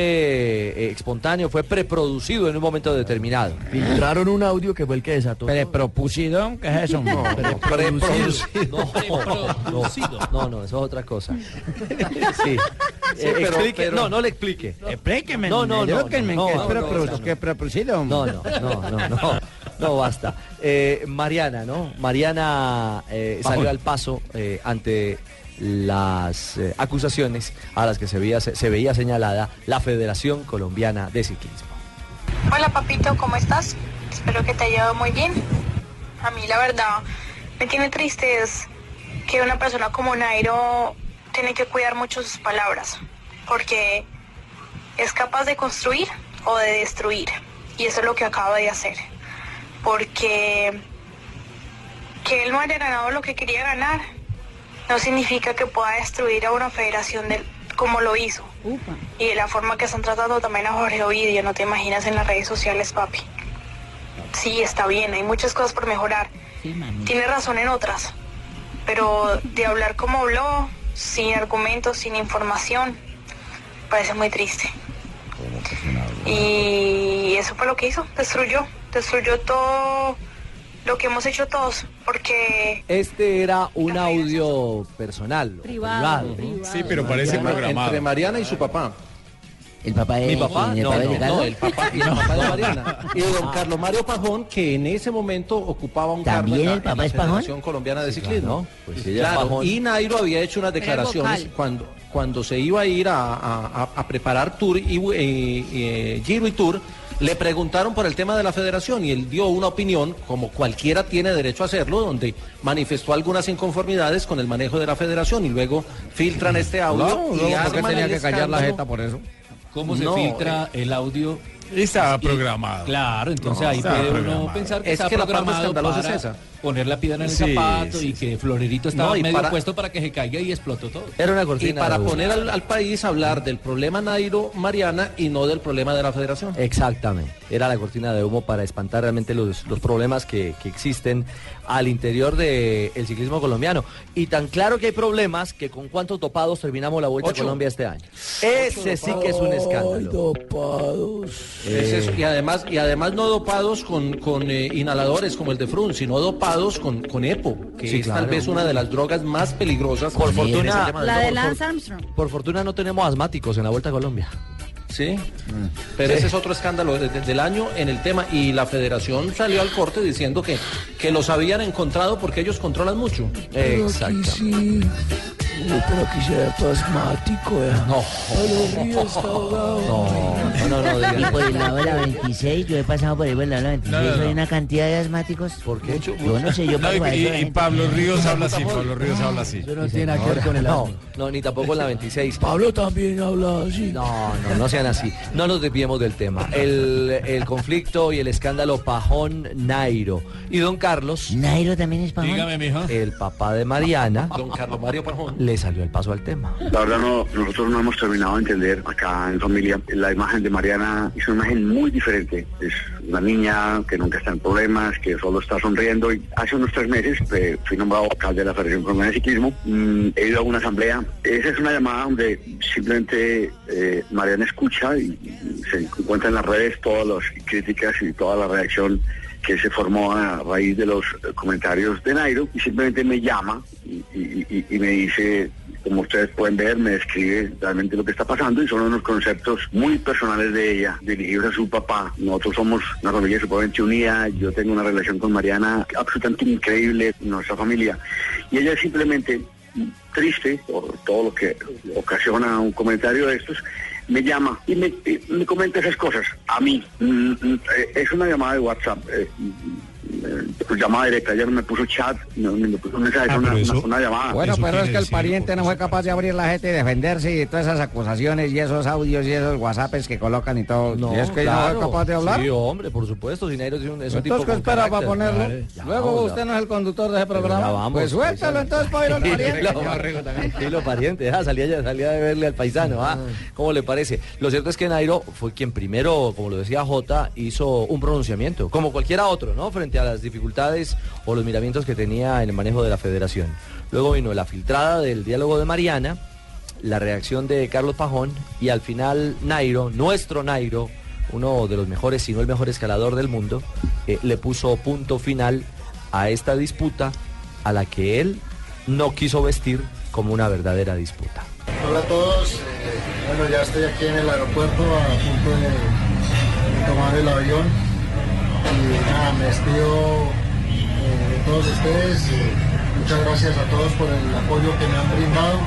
[SPEAKER 9] eh, espontáneo, fue preproducido en un momento determinado.
[SPEAKER 14] Filtraron un audio que fue el que desató. Prepropusidón, ¿qué es eso? No,
[SPEAKER 9] (laughs) Preproducido. No, no, no, eso es otra cosa. Sí.
[SPEAKER 8] Sí,
[SPEAKER 9] Eh,
[SPEAKER 8] pero-
[SPEAKER 9] explique-
[SPEAKER 8] pero-
[SPEAKER 9] No, no le explique.
[SPEAKER 8] Explíqueme,
[SPEAKER 9] No, no, no.
[SPEAKER 8] edúquenme,
[SPEAKER 9] no,
[SPEAKER 8] que es
[SPEAKER 9] no,
[SPEAKER 8] prepro-
[SPEAKER 9] no,
[SPEAKER 8] que es
[SPEAKER 9] no, no, no, no, no, no, no, basta. Eh, Mariana, ¿no? Mariana eh,
[SPEAKER 8] Pajón.
[SPEAKER 9] salió al paso eh, ante las eh, acusaciones a las que se veía, se veía señalada la Federación Colombiana de Ciclismo.
[SPEAKER 8] Hola papito, ¿cómo estás? Espero que te haya ido muy bien. A mí la verdad me tiene triste es que una persona como Nairo tiene que cuidar mucho sus palabras porque es capaz de construir o de destruir y eso es lo que acaba de hacer porque que él no haya ganado lo que quería ganar no significa que pueda destruir a una federación del- como lo hizo y de la forma que están tratando también a Jorge Ovidio, no te imaginas en las redes sociales, papi. Sí, está bien, hay muchas cosas por mejorar. Tiene razón en otras, pero de hablar como habló, sin argumentos, sin información, parece muy triste. Y eso fue lo que hizo, destruyó, destruyó todo lo que hemos hecho todos, porque
[SPEAKER 9] Este era un audio personal, privado.
[SPEAKER 18] Sí, pero parece
[SPEAKER 9] Mariana-
[SPEAKER 18] programado.
[SPEAKER 9] entre
[SPEAKER 17] Mariana y su papá.
[SPEAKER 5] El papá
[SPEAKER 17] Mi papá,
[SPEAKER 5] el
[SPEAKER 17] no,
[SPEAKER 5] papá de Ah.
[SPEAKER 17] no,
[SPEAKER 5] Ricardo.
[SPEAKER 17] no, el
[SPEAKER 5] (laughs)
[SPEAKER 17] papá, el papá de Mariana. Y don Carlos Mario Pajón, que en ese momento ocupaba un cargo en
[SPEAKER 5] ¿También
[SPEAKER 17] la,
[SPEAKER 5] el papá
[SPEAKER 17] en la
[SPEAKER 5] es Pajón?
[SPEAKER 17] Federación Colombiana de Ciclismo.
[SPEAKER 9] Pues ella es
[SPEAKER 17] Claro,
[SPEAKER 9] Pajón.
[SPEAKER 17] y Nairo había hecho unas
[SPEAKER 9] Era el
[SPEAKER 17] declaraciones
[SPEAKER 9] vocal.
[SPEAKER 17] cuando, cuando se iba a ir a, a- a- a preparar Tour y eh, eh, Giro y Tour. Le preguntaron por el tema de la federación y él dio una opinión, como cualquiera tiene derecho a hacerlo, donde manifestó algunas inconformidades con el manejo de la federación y luego filtran este audio.
[SPEAKER 13] No,
[SPEAKER 17] y
[SPEAKER 13] no, ¿por qué
[SPEAKER 17] arman
[SPEAKER 13] tenía
[SPEAKER 17] el
[SPEAKER 13] que callar la
[SPEAKER 17] escándalo.
[SPEAKER 13] jeta por eso?
[SPEAKER 17] ¿Cómo se filtra
[SPEAKER 20] el audio?
[SPEAKER 13] Estaba
[SPEAKER 20] Y-
[SPEAKER 13] programado.
[SPEAKER 20] Claro, entonces
[SPEAKER 13] No,
[SPEAKER 20] ahí
[SPEAKER 13] estaba
[SPEAKER 20] puede uno
[SPEAKER 13] programado.
[SPEAKER 20] pensar que
[SPEAKER 17] Es
[SPEAKER 20] está
[SPEAKER 17] que la parte
[SPEAKER 20] programado
[SPEAKER 17] escandalosa
[SPEAKER 20] para
[SPEAKER 17] es esa.
[SPEAKER 20] poner la piedra en el
[SPEAKER 17] Sí,
[SPEAKER 20] zapato
[SPEAKER 17] sí,
[SPEAKER 20] y que Florerito estaba
[SPEAKER 17] No, y
[SPEAKER 20] medio
[SPEAKER 17] para-
[SPEAKER 20] puesto para que se caiga y explotó todo.
[SPEAKER 17] Y para poner al, al país a hablar del problema Nairo Mariana y no del problema de la federación.
[SPEAKER 9] Exactamente. Era la cortina de humo para espantar realmente los, los problemas que, que existen al interior del ciclismo colombiano. Y tan claro que hay problemas que con cuántos topados terminamos la Vuelta
[SPEAKER 17] Ocho.
[SPEAKER 9] a Colombia este año. Ese sí que es un escándalo. Eh.
[SPEAKER 17] Es eso. Y además, y además no dopados con, con eh, inhaladores como el de Frun, sino dopados con, con EPO, que
[SPEAKER 9] Sí,
[SPEAKER 17] es
[SPEAKER 9] claro.
[SPEAKER 17] tal vez una de las drogas más peligrosas. Por
[SPEAKER 9] fortuna-
[SPEAKER 22] La de Lance Armstrong.
[SPEAKER 9] Por fortuna no tenemos asmáticos en la Vuelta a Colombia.
[SPEAKER 17] Sí,
[SPEAKER 9] Mm.
[SPEAKER 17] pero ese es otro escándalo de- de- del año en el tema. Y la federación salió al corte diciendo que, que los habían encontrado porque ellos controlan mucho.
[SPEAKER 9] Exacto.
[SPEAKER 17] Yo creo que ya es asmático,
[SPEAKER 9] eh.
[SPEAKER 17] No.
[SPEAKER 9] No, no, no, diga.
[SPEAKER 19] Y por el lado de la 26, yo he pasado por ahí por el lado de la 26, No, no, hay no. una cantidad de asmáticos.
[SPEAKER 9] ¿Por qué?
[SPEAKER 19] Yo no sé, yo
[SPEAKER 13] No, y-
[SPEAKER 19] pago a
[SPEAKER 13] y,
[SPEAKER 19] eso,
[SPEAKER 13] y
[SPEAKER 19] gente.
[SPEAKER 13] Pablo Ríos habla así, Pablo Ríos habla así.
[SPEAKER 9] no tiene
[SPEAKER 13] nada que ver con el
[SPEAKER 9] No,
[SPEAKER 13] audio.
[SPEAKER 9] no, ni tampoco en la 26. Pablo también habla así. No, no, no sean así. No nos desviemos del tema. El, el conflicto y el escándalo Pajón Nairo. Y don Carlos. Nairo también es Pajón. Dígame, mijo. El papá de Mariana.
[SPEAKER 17] Don Carlos Mario Pajón.
[SPEAKER 9] Le salió el paso al tema.
[SPEAKER 29] La verdad no, nosotros no hemos terminado de entender acá en familia. La imagen de Mariana es una imagen muy diferente. Es una niña que nunca está en problemas, que solo está sonriendo. Y hace unos tres meses eh, fui nombrado alcalde de la Federación Colombiana de Ciclismo. Mm, he ido a una asamblea. Esa es una llamada donde simplemente eh, Mariana escucha y y se encuentra en las redes todas las críticas y toda la reacción que se formó a raíz de los eh, comentarios de Nairo y simplemente me llama y, y- y- y me dice, como ustedes pueden ver, me describe realmente lo que está pasando y son unos conceptos muy personales de ella, dirigidos a su papá. Nosotros somos una familia supremamente unida, yo tengo una relación con Mariana absolutamente increíble, nuestra familia. Y ella simplemente, triste por todo lo que ocasiona un comentario de estos, me llama y me, y me comenta esas cosas. A mí, Mm, mm, eh, es una llamada de WhatsApp, eh, mm, eh, pues llamada directa, ya no me puso chat, no, ni me puso un mensaje,
[SPEAKER 13] Ah,
[SPEAKER 29] es una,
[SPEAKER 13] pero eso-
[SPEAKER 29] una- una llamada.
[SPEAKER 13] Bueno, pero es que el
[SPEAKER 29] pariente
[SPEAKER 13] no fue capaz de abrir la jeta y defenderse y todas esas acusaciones y esos audios y esos whatsapps que colocan y todo.
[SPEAKER 9] No,
[SPEAKER 13] y es que no
[SPEAKER 9] claro.
[SPEAKER 13] fue capaz de hablar.
[SPEAKER 9] Sí, hombre, por supuesto. Si Nairo es un, es un tipo
[SPEAKER 13] Entonces, ¿qué
[SPEAKER 9] con
[SPEAKER 13] espera para
[SPEAKER 9] carácter.
[SPEAKER 13] ponerlo?
[SPEAKER 9] Claro. Ya,
[SPEAKER 13] Luego
[SPEAKER 9] vamos,
[SPEAKER 13] usted
[SPEAKER 9] ya.
[SPEAKER 13] no es el conductor de ese
[SPEAKER 9] Pero ya
[SPEAKER 13] programa.
[SPEAKER 9] vamos,
[SPEAKER 13] pues suéltalo entonces para ir
[SPEAKER 9] (laughs)
[SPEAKER 13] al pariente.
[SPEAKER 9] Sí, lo pariente, ah, salía, ya- salía de verle al paisano, ah, ¿cómo le parece? Lo cierto es que Nairo fue quien primero, como lo decía Jota, hizo un pronunciamiento, como cualquiera otro, ¿no? Frente a las dificultades o los miramientos que tenía en el manejo de la federación. Luego vino la filtrada del diálogo de Mariana, la reacción de Carlos Pajón y al final Nairo, nuestro Nairo, uno de los mejores, si no el mejor escalador del mundo, eh, le puso punto final a esta disputa a la que él no quiso vestir como una verdadera disputa.
[SPEAKER 27] Hola a todos, eh, bueno ya estoy aquí en el aeropuerto a punto de, de tomar el avión y nada, me despido eh, de todos ustedes, eh, Muchas gracias a todos por el apoyo que me han brindado,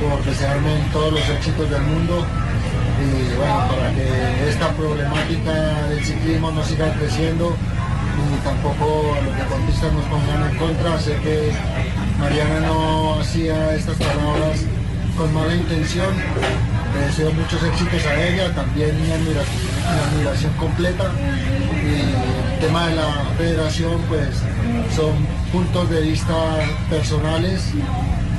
[SPEAKER 27] por desearme todos los éxitos del mundo. Y bueno, para que esta problemática del ciclismo no siga creciendo y tampoco a los deportistas nos pongan en contra. Sé que Mariana no hacía estas palabras con mala intención. Le deseo muchos éxitos a ella, también mi admiración, mi admiración completa. Y el tema de la federación, pues son puntos de vista personales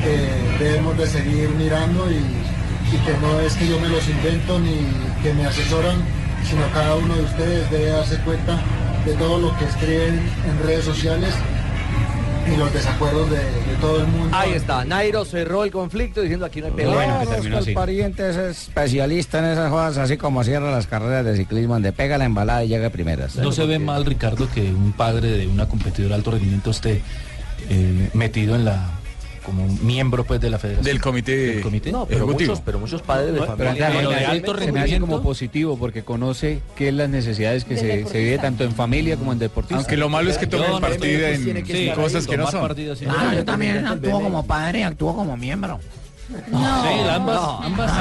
[SPEAKER 27] que debemos de seguir mirando y, y que no es que yo me los invento ni que me asesoran, sino cada uno de ustedes debe darse cuenta de todo lo que escriben en redes sociales y los desacuerdos de, de todo el mundo.
[SPEAKER 9] Ahí está, Nairo cerró el conflicto diciendo aquí no hay pelea.
[SPEAKER 13] Bueno, el pariente es especialista en esas cosas, así como cierra las carreras de ciclismo, donde pega la embalada y llega primeras.
[SPEAKER 30] No se ve mal, Ricardo, que un padre de una competidora de alto rendimiento esté eh, metido en la como un miembro pues de la federación
[SPEAKER 18] Del comité
[SPEAKER 30] Del comité
[SPEAKER 17] No, pero
[SPEAKER 30] ejecutivo.
[SPEAKER 17] muchos, pero muchos
[SPEAKER 9] Ah,
[SPEAKER 17] padres de
[SPEAKER 30] No, pero
[SPEAKER 17] familia.
[SPEAKER 30] de-
[SPEAKER 17] Pero
[SPEAKER 30] de
[SPEAKER 17] de
[SPEAKER 30] alto rendimiento.
[SPEAKER 17] alto re-
[SPEAKER 31] Se me hace como positivo porque conoce qué es las necesidades que
[SPEAKER 30] Del
[SPEAKER 31] se, se
[SPEAKER 30] deportista.
[SPEAKER 31] vive tanto en familia como en deportistas.
[SPEAKER 18] Aunque lo malo es que tomen partida
[SPEAKER 13] pues
[SPEAKER 11] pues,
[SPEAKER 18] en- en cosas que no son.
[SPEAKER 19] Ah, yo también actúo como padre y actúo como miembro.
[SPEAKER 17] Sí, ambas, ambas.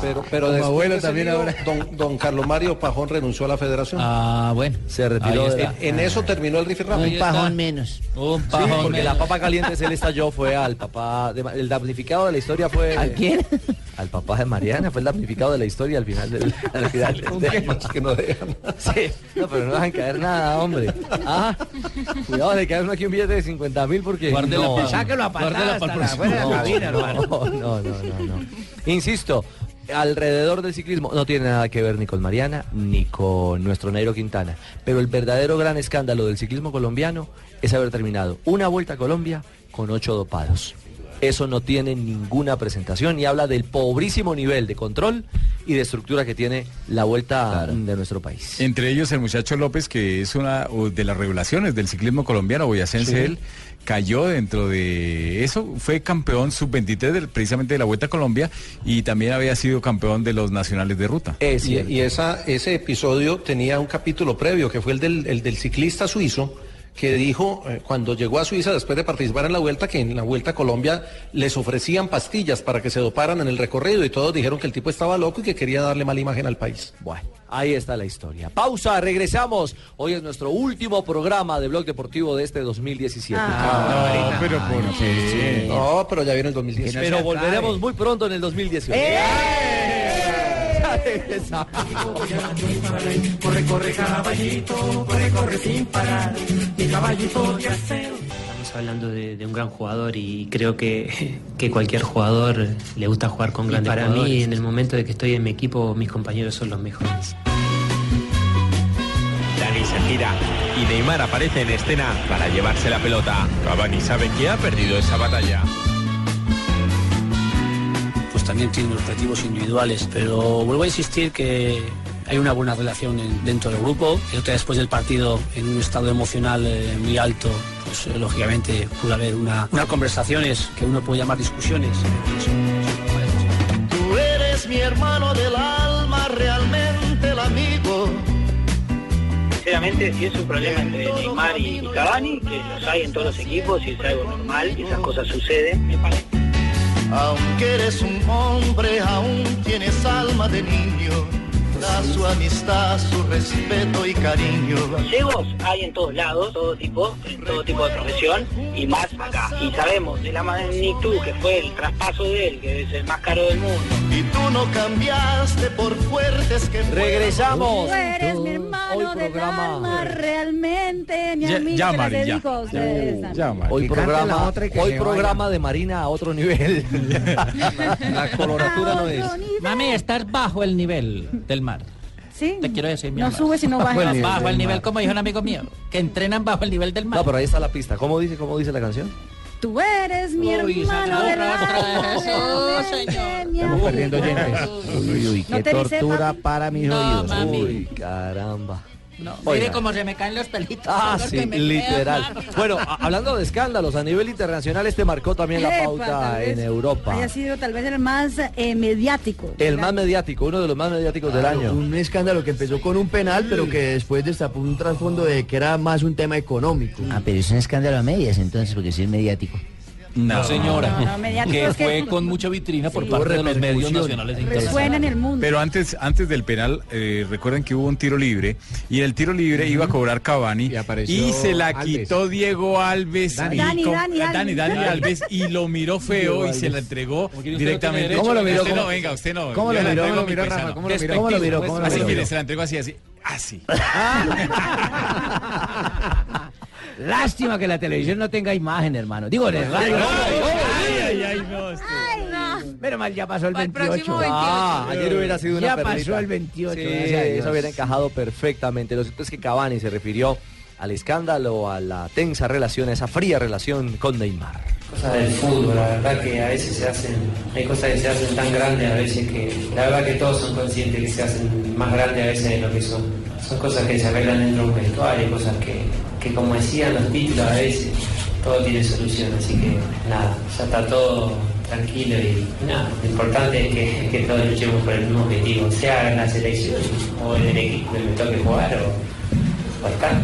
[SPEAKER 17] Pero, pero
[SPEAKER 19] Como
[SPEAKER 17] después
[SPEAKER 19] abuelo
[SPEAKER 17] de ese
[SPEAKER 19] también
[SPEAKER 17] lío,
[SPEAKER 19] ahora.
[SPEAKER 17] Don, don Carlos Mario Pajón renunció a la federación.
[SPEAKER 30] Ah, bueno.
[SPEAKER 17] Se
[SPEAKER 30] Ahí
[SPEAKER 17] retiró. de
[SPEAKER 30] está.
[SPEAKER 17] la- en, en eso terminó el rifirrafe.
[SPEAKER 19] Un
[SPEAKER 17] Ahí está.
[SPEAKER 19] pajón menos.
[SPEAKER 30] Un
[SPEAKER 17] Sí, porque la papa caliente se le estalló fue al papá, de, Ma- el damnificado de la historia fue... ¿A quién? Al papá de Mariana, fue el damnificado de la historia al final
[SPEAKER 19] (laughs)
[SPEAKER 17] del... Al final del tema, que no dejan. Sí, no, pero no dejan caer nada, hombre. Ah, cuidado, le cae uno aquí un billete de 50 mil porque...
[SPEAKER 19] Guárdela
[SPEAKER 17] no,
[SPEAKER 19] pa- Sáquelo a patadas
[SPEAKER 17] guárdela pa el
[SPEAKER 19] hasta afuera de la
[SPEAKER 17] próximo.
[SPEAKER 19] cabina, hermano.
[SPEAKER 17] no, no, no, no, no. Insisto, alrededor del ciclismo no tiene nada que ver ni con Mariana ni con nuestro Nairo Quintana. Pero el verdadero gran escándalo del ciclismo colombiano es haber terminado una vuelta a Colombia con ocho dopados. Eso no tiene ninguna presentación y habla del pobrísimo nivel de control y de estructura que tiene la vuelta de nuestro país.
[SPEAKER 18] Entre ellos el muchacho López, que es una uh, de las revelaciones del ciclismo colombiano, boyacense
[SPEAKER 17] Sí.
[SPEAKER 18] él, cayó dentro de eso, fue campeón sub-23 del- precisamente de la Vuelta a Colombia y también había sido campeón de los nacionales de ruta.
[SPEAKER 20] Eh,
[SPEAKER 17] y, y esa, ese episodio tenía un capítulo previo, que fue el del, el del ciclista suizo, que dijo, eh, cuando llegó a Suiza después de participar en la Vuelta, que en la Vuelta a Colombia les ofrecían pastillas para que se doparan en el recorrido y todos dijeron que el tipo estaba loco y que quería darle mala imagen al país.
[SPEAKER 9] Bueno, ahí está la historia. Pausa, regresamos. Hoy es nuestro último programa de Blog Deportivo de este 2017.
[SPEAKER 18] no, pero ¿por qué?
[SPEAKER 17] No, pero ya viene el 2018.
[SPEAKER 9] Pero volveremos muy pronto en el 2018. Ya regresamos.
[SPEAKER 5] Corre, corre caballito, corre, corre sin parar. Mi caballito de acero.
[SPEAKER 32] Estamos hablando de, de un gran jugador y creo que, (laughs) que cualquier jugador le gusta jugar con Y grandes para mí, jugadores. en el momento de que estoy en mi equipo, mis compañeros son los mejores.
[SPEAKER 23] Dani se gira y Neymar aparece en escena para llevarse la pelota. Cavani sabe que ha perdido esa batalla.
[SPEAKER 20] pues también tiene objetivos individuales. Pero vuelvo a insistir que hay una buena relación en- dentro del grupo. El otro día después del partido, en un estado emocional eh, muy alto, pues eh, lógicamente pudo haber una- unas conversaciones que uno puede llamar discusiones.
[SPEAKER 5] Tú eres mi hermano del alma, realmente el amigo.
[SPEAKER 33] Sinceramente, si es un problema entre Neymar y y Cavani, que los hay en todos los equipos y es algo normal, y esas cosas suceden.
[SPEAKER 13] Ah,
[SPEAKER 5] Aunque eres un hombre, aún tienes alma de niño. Da su amistad, su respeto y cariño.
[SPEAKER 33] Ciegos hay en todos lados, todo tipo, en todo tipo de profesión y más acá. Y sabemos de la magnitud que fue el traspaso de él, que es el más caro del mundo.
[SPEAKER 5] Y tú no cambiaste por fuertes que fueron.
[SPEAKER 9] Regresamos.
[SPEAKER 22] Tú eres mi hermano de alma, realmente, mi
[SPEAKER 9] Ya-
[SPEAKER 22] amigo.
[SPEAKER 9] ya,
[SPEAKER 22] que las
[SPEAKER 9] Mari, ya.
[SPEAKER 22] dedico a ustedes.
[SPEAKER 9] Hoy
[SPEAKER 22] Que cante la
[SPEAKER 9] programa,
[SPEAKER 22] otra y que
[SPEAKER 9] hoy
[SPEAKER 22] se
[SPEAKER 9] programa de Marina a otro nivel. la coloratura no es.
[SPEAKER 16] Mami, estás bajo el nivel del mar.
[SPEAKER 22] Sí.
[SPEAKER 16] Te quiero decir, mi
[SPEAKER 22] No
[SPEAKER 16] amor.
[SPEAKER 22] sube, sino baja.
[SPEAKER 16] Bajo el
[SPEAKER 22] Bajo el
[SPEAKER 16] nivel,
[SPEAKER 22] nivel del mar.
[SPEAKER 16] como dijo un amigo mío, que entrenan bajo el nivel del mar.
[SPEAKER 9] No, pero ahí está la pista. ¿Cómo dice, cómo dice la canción?
[SPEAKER 22] Tú eres mi
[SPEAKER 16] Uy,
[SPEAKER 22] hermano
[SPEAKER 16] esa
[SPEAKER 22] del
[SPEAKER 16] otra,
[SPEAKER 22] alma,
[SPEAKER 16] eso,
[SPEAKER 22] realmente, mi
[SPEAKER 13] Estamos
[SPEAKER 22] amigo.
[SPEAKER 13] perdiendo oyentes. Uy, uy, uy,
[SPEAKER 22] No
[SPEAKER 13] qué
[SPEAKER 22] te dice,
[SPEAKER 13] tortura
[SPEAKER 22] papi.
[SPEAKER 13] para mis
[SPEAKER 22] No,
[SPEAKER 13] oídos.
[SPEAKER 22] mami.
[SPEAKER 13] Uy, caramba.
[SPEAKER 9] Oiga.
[SPEAKER 16] Mire cómo se me caen los pelitos.
[SPEAKER 9] Ah,
[SPEAKER 16] son los
[SPEAKER 9] sí,
[SPEAKER 16] que me
[SPEAKER 9] literal.
[SPEAKER 16] crean, mami.
[SPEAKER 9] Bueno, a- hablando de escándalos, a nivel internacional este marcó también la
[SPEAKER 22] Epa,
[SPEAKER 9] pauta
[SPEAKER 22] tal vez
[SPEAKER 9] en Europa.
[SPEAKER 22] Haya sido tal vez el más eh, mediático.
[SPEAKER 9] El más mediático, uno de los más mediáticos
[SPEAKER 14] Claro,
[SPEAKER 9] del año.
[SPEAKER 14] Un escándalo que empezó con un penal, pero que después destapó un trasfondo de que era más un tema económico.
[SPEAKER 11] Ah, pero es un escándalo a medias entonces, porque si es mediático.
[SPEAKER 20] No, señora.
[SPEAKER 22] no, mediático
[SPEAKER 20] que
[SPEAKER 22] es que-
[SPEAKER 20] fue con mucha vitrina por
[SPEAKER 22] Sí.
[SPEAKER 20] parte de los medios
[SPEAKER 22] Repercusión.
[SPEAKER 20] nacionales e
[SPEAKER 22] Resuena
[SPEAKER 20] internacionales.
[SPEAKER 22] en el mundo.
[SPEAKER 18] Pero antes, antes del penal, eh, recuerden que hubo un tiro libre y el tiro libre iba a cobrar Cavani y, se la
[SPEAKER 20] Alves.
[SPEAKER 18] quitó Diego Alves.
[SPEAKER 20] Dani.
[SPEAKER 18] y
[SPEAKER 20] Dani,
[SPEAKER 18] co-
[SPEAKER 20] Dani,
[SPEAKER 18] Eh, Dani,
[SPEAKER 20] Dani.
[SPEAKER 18] Dani Alves y lo (laughs) miró
[SPEAKER 20] Diego
[SPEAKER 18] feo y
[SPEAKER 20] Alves.
[SPEAKER 18] se la entregó
[SPEAKER 20] Porque usted no tiene
[SPEAKER 18] directamente.
[SPEAKER 20] derecho. ¿Cómo lo miró?
[SPEAKER 18] Usted no,
[SPEAKER 20] ¿Cómo-
[SPEAKER 18] venga, usted no.
[SPEAKER 20] cómo lo
[SPEAKER 18] Yo la
[SPEAKER 20] miró?
[SPEAKER 18] entrego
[SPEAKER 20] ¿Cómo lo
[SPEAKER 18] a mi
[SPEAKER 20] miró,
[SPEAKER 18] paisano.
[SPEAKER 20] Rafa? ¿Cómo lo miró? ¿Cómo lo miró? ¿Cómo lo
[SPEAKER 18] Así,
[SPEAKER 20] miró?
[SPEAKER 18] mire, se la entregó así, Ah, así. (laughs) Así.
[SPEAKER 11] Lástima que la televisión no tenga imagen, hermano. Digo, en el radio.
[SPEAKER 22] Ay, no.
[SPEAKER 11] Pero mal ya pasó el
[SPEAKER 22] Para el
[SPEAKER 11] 28.
[SPEAKER 22] próximo
[SPEAKER 9] Ah, ayer hubiera sido una
[SPEAKER 11] Ya
[SPEAKER 9] perlita.
[SPEAKER 11] pasó el 28.
[SPEAKER 9] Sí,
[SPEAKER 11] gracias a Dios.
[SPEAKER 9] eso hubiera encajado perfectamente. Lo cierto es que Cavani se refirió al escándalo, a la tensa relación, a esa fría relación con Neymar.
[SPEAKER 32] cosas del fútbol, la verdad que a veces se hacen, hay cosas que se hacen tan grandes a veces que la verdad que todos son conscientes que se hacen más grandes a veces de lo que son. Son cosas que se arreglan dentro de un vestuario, cosas que, que como decían los títulos a veces, todo tiene solución, así que nada, ya está todo tranquilo y nada, lo importante es que, que todos luchemos por el mismo objetivo, sea en la selección o en el equipo que me toque jugar o, o estar.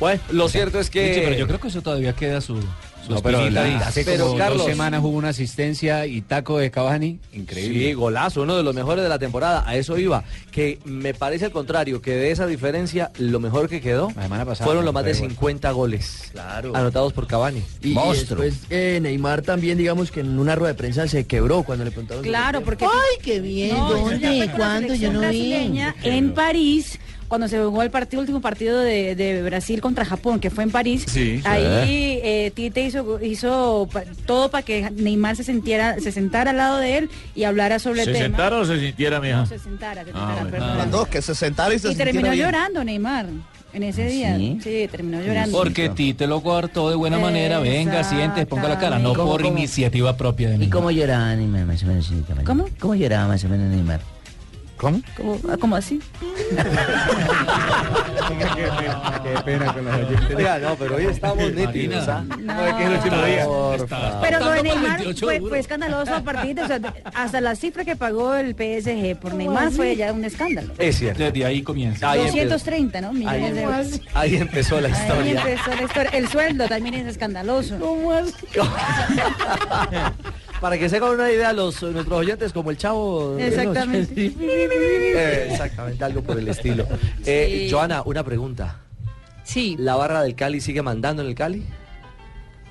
[SPEAKER 9] Bueno, lo cierto es que...
[SPEAKER 20] Richie, pero yo creo que eso todavía queda su, su
[SPEAKER 23] No, pero
[SPEAKER 20] espinita
[SPEAKER 23] la-
[SPEAKER 20] ahí.
[SPEAKER 23] hace
[SPEAKER 9] Pero,
[SPEAKER 23] como
[SPEAKER 9] Carlos-
[SPEAKER 23] dos semanas hubo una asistencia y taco de Cavani. Increíble.
[SPEAKER 9] Sí, golazo, uno de los mejores de la temporada. A eso iba. Que me parece al contrario, que de esa diferencia, lo mejor que quedó
[SPEAKER 14] pasada,
[SPEAKER 9] fueron
[SPEAKER 14] cuando
[SPEAKER 9] los más de
[SPEAKER 14] fue igual.
[SPEAKER 9] 50 goles
[SPEAKER 14] Claro.
[SPEAKER 9] anotados por Cavani.
[SPEAKER 14] Y, y después eh, Neymar también, digamos que en una rueda de prensa se quebró cuando le preguntaron.
[SPEAKER 22] Claro, porque...
[SPEAKER 34] Ay, qué bien. ¿Dónde? ¿Cuándo?
[SPEAKER 22] cuando
[SPEAKER 34] Yo no vi.
[SPEAKER 22] En París, cuando se jugó el partido, último partido de, de Brasil contra Japón, que fue en París,
[SPEAKER 15] Sí.
[SPEAKER 22] ahí eh, Tite hizo, hizo pa- todo para que Neymar se sintiera, se sentara al lado de él y hablara sobre
[SPEAKER 15] ¿Se
[SPEAKER 22] el tema.
[SPEAKER 15] sentara o se sintiera, mija?
[SPEAKER 22] Se sentara, se
[SPEAKER 15] Ah,
[SPEAKER 22] sentara,
[SPEAKER 15] bueno.
[SPEAKER 22] perdón.
[SPEAKER 15] Las dos,
[SPEAKER 13] que se sentara
[SPEAKER 22] Y terminó llorando Neymar en
[SPEAKER 15] ¿Ah,
[SPEAKER 22] ese día. Sí, terminó llorando.
[SPEAKER 20] Porque Tite lo guardó de buena manera. Venga, siente, ponga la cara. No
[SPEAKER 11] ¿Cómo,
[SPEAKER 20] por
[SPEAKER 11] cómo?
[SPEAKER 20] iniciativa propia de
[SPEAKER 11] ¿Y
[SPEAKER 20] mí.
[SPEAKER 11] cómo lloraba Neymar más o menos? señorita María?
[SPEAKER 22] ¿Cómo?
[SPEAKER 11] ¿Cómo lloraba más o menos Neymar?
[SPEAKER 13] ¿Cómo?
[SPEAKER 22] ¿Cómo, ah, cómo así?
[SPEAKER 9] Qué pena con los oyentes. no, pero hoy estamos nítidos. ¿ah? Hoy que es el último día.
[SPEAKER 22] Pero lo de Neymar fue, fue
[SPEAKER 17] (laughs)
[SPEAKER 22] escandaloso a partir de... o sea, de- hasta la cifra que pagó el PSG por Neymar fue ya un escándalo.
[SPEAKER 9] Es cierto.
[SPEAKER 20] Desde ahí comienza.
[SPEAKER 9] Ahí empezó,
[SPEAKER 22] 230, ¿no?
[SPEAKER 9] pues. ahí
[SPEAKER 22] Millones de euros.
[SPEAKER 9] empezó- ahí empezó la
[SPEAKER 22] Ahí
[SPEAKER 9] historia.
[SPEAKER 22] empezó la historia. El sueldo también es escandaloso.
[SPEAKER 9] Para que se hagan una idea, los, nuestros oyentes como el chavo.
[SPEAKER 22] Exactamente.
[SPEAKER 11] (laughs)
[SPEAKER 9] Eh, exactamente, algo por el estilo. Eh,
[SPEAKER 11] Sí.
[SPEAKER 9] Joana, una pregunta.
[SPEAKER 11] Sí,
[SPEAKER 9] ¿La barra del Cali sigue mandando en el Cali?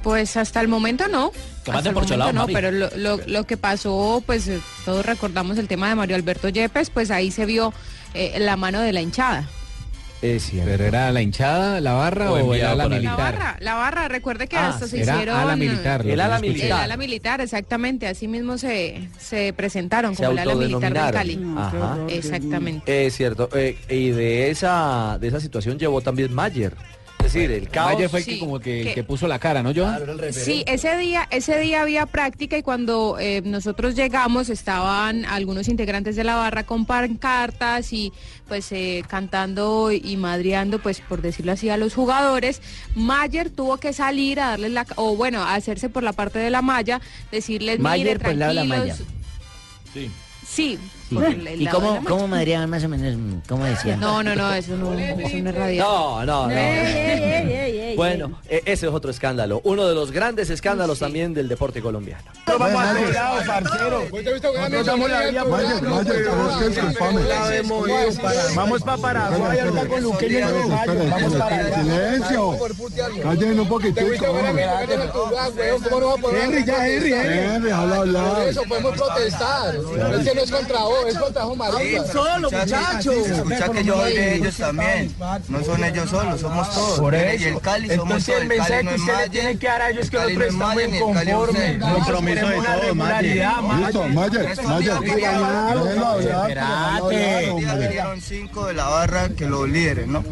[SPEAKER 11] pues hasta el momento no.
[SPEAKER 9] Que
[SPEAKER 11] Hasta
[SPEAKER 9] manden
[SPEAKER 11] el
[SPEAKER 9] por cholao,
[SPEAKER 11] momento No,
[SPEAKER 9] mami.
[SPEAKER 11] pero lo, lo- lo que pasó, pues eh, todos recordamos el tema de Mario Alberto Yepes, pues ahí se vio eh, la mano de la hinchada.
[SPEAKER 23] Pero era la hinchada, la barra
[SPEAKER 11] O
[SPEAKER 23] o, el
[SPEAKER 11] enviado
[SPEAKER 23] ala
[SPEAKER 11] por ahí.
[SPEAKER 23] militar.
[SPEAKER 11] La barra, la barra, recuerde que
[SPEAKER 23] Ah,
[SPEAKER 11] hasta se
[SPEAKER 23] era
[SPEAKER 11] hicieron...
[SPEAKER 23] ala militar, lo
[SPEAKER 11] El
[SPEAKER 23] que
[SPEAKER 11] ala
[SPEAKER 23] yo escuché.
[SPEAKER 11] militar. exactamente, así mismo se, se presentaron
[SPEAKER 9] Se
[SPEAKER 11] como el ala militar del Cali.
[SPEAKER 9] autodenominaron. Ajá.
[SPEAKER 11] Exactamente.
[SPEAKER 9] Es cierto. eh, y de esa, de esa situación llevó también Mayer. Es decir, el caos.
[SPEAKER 11] Mayer fue el que Sí, como que- que- que
[SPEAKER 9] puso la cara, ¿no, Joan?
[SPEAKER 11] Sí, ese día, ese día había práctica y cuando eh, nosotros llegamos estaban algunos integrantes de la barra con pancartas y pues eh, cantando y madreando, pues por decirlo así, a los jugadores. Mayer tuvo que salir a darles la, ca- o bueno, a hacerse por la parte de la malla, decirles, mire, Mayer por el lado de la tranquilos.
[SPEAKER 15] Sí.
[SPEAKER 11] Sí. Sí. por el lado lado de de la la malla. malla. madreaban más o menos? ¿Cómo decían? No, no, no, eso no, eso no es radial.
[SPEAKER 9] No, no, no.
[SPEAKER 11] ey,
[SPEAKER 9] Bueno, eh, ese es otro escándalo. Uno de los grandes escándalos también del deporte colombiano.
[SPEAKER 32] vamos a tu lado, parcero. Nosotros damos la vida por Vaya, lado, vaya, pero vos que la disculpame. hemos ido para- Vamos para Paraguay, ahorita con Luqueño y Espera, Uruguayo, espera, vamos espera. para allá. Silencio. Cállense un poquitico. hombre. Henry, ya, Henry, Henry, habla, habla.
[SPEAKER 5] Por eso podemos protestar. Es que no es contra vos, es contra Jomarito.
[SPEAKER 32] Solo, muchachos.
[SPEAKER 5] Escucha que yo soy de ellos también. No son ellos solos, somos todos.
[SPEAKER 32] Por
[SPEAKER 5] Mire,
[SPEAKER 32] eso.
[SPEAKER 5] Y el Cali somos
[SPEAKER 32] Entonces
[SPEAKER 5] todos.
[SPEAKER 32] el
[SPEAKER 5] El
[SPEAKER 32] mensaje
[SPEAKER 5] Cali
[SPEAKER 32] que
[SPEAKER 5] no es
[SPEAKER 32] usted le
[SPEAKER 5] Mayer,
[SPEAKER 32] tiene que dar a ellos es que
[SPEAKER 5] el Cali no
[SPEAKER 32] nosotros estamos
[SPEAKER 5] es Mayer, ni el Cali es
[SPEAKER 32] inconformes.
[SPEAKER 5] usted.
[SPEAKER 32] Compromiso de todos, Listo, Mayer, Mayer. Déjenlo hablar, pero déjenlo hablar, hombre.
[SPEAKER 5] Dieron cinco de la barra que los líderes, ¿no?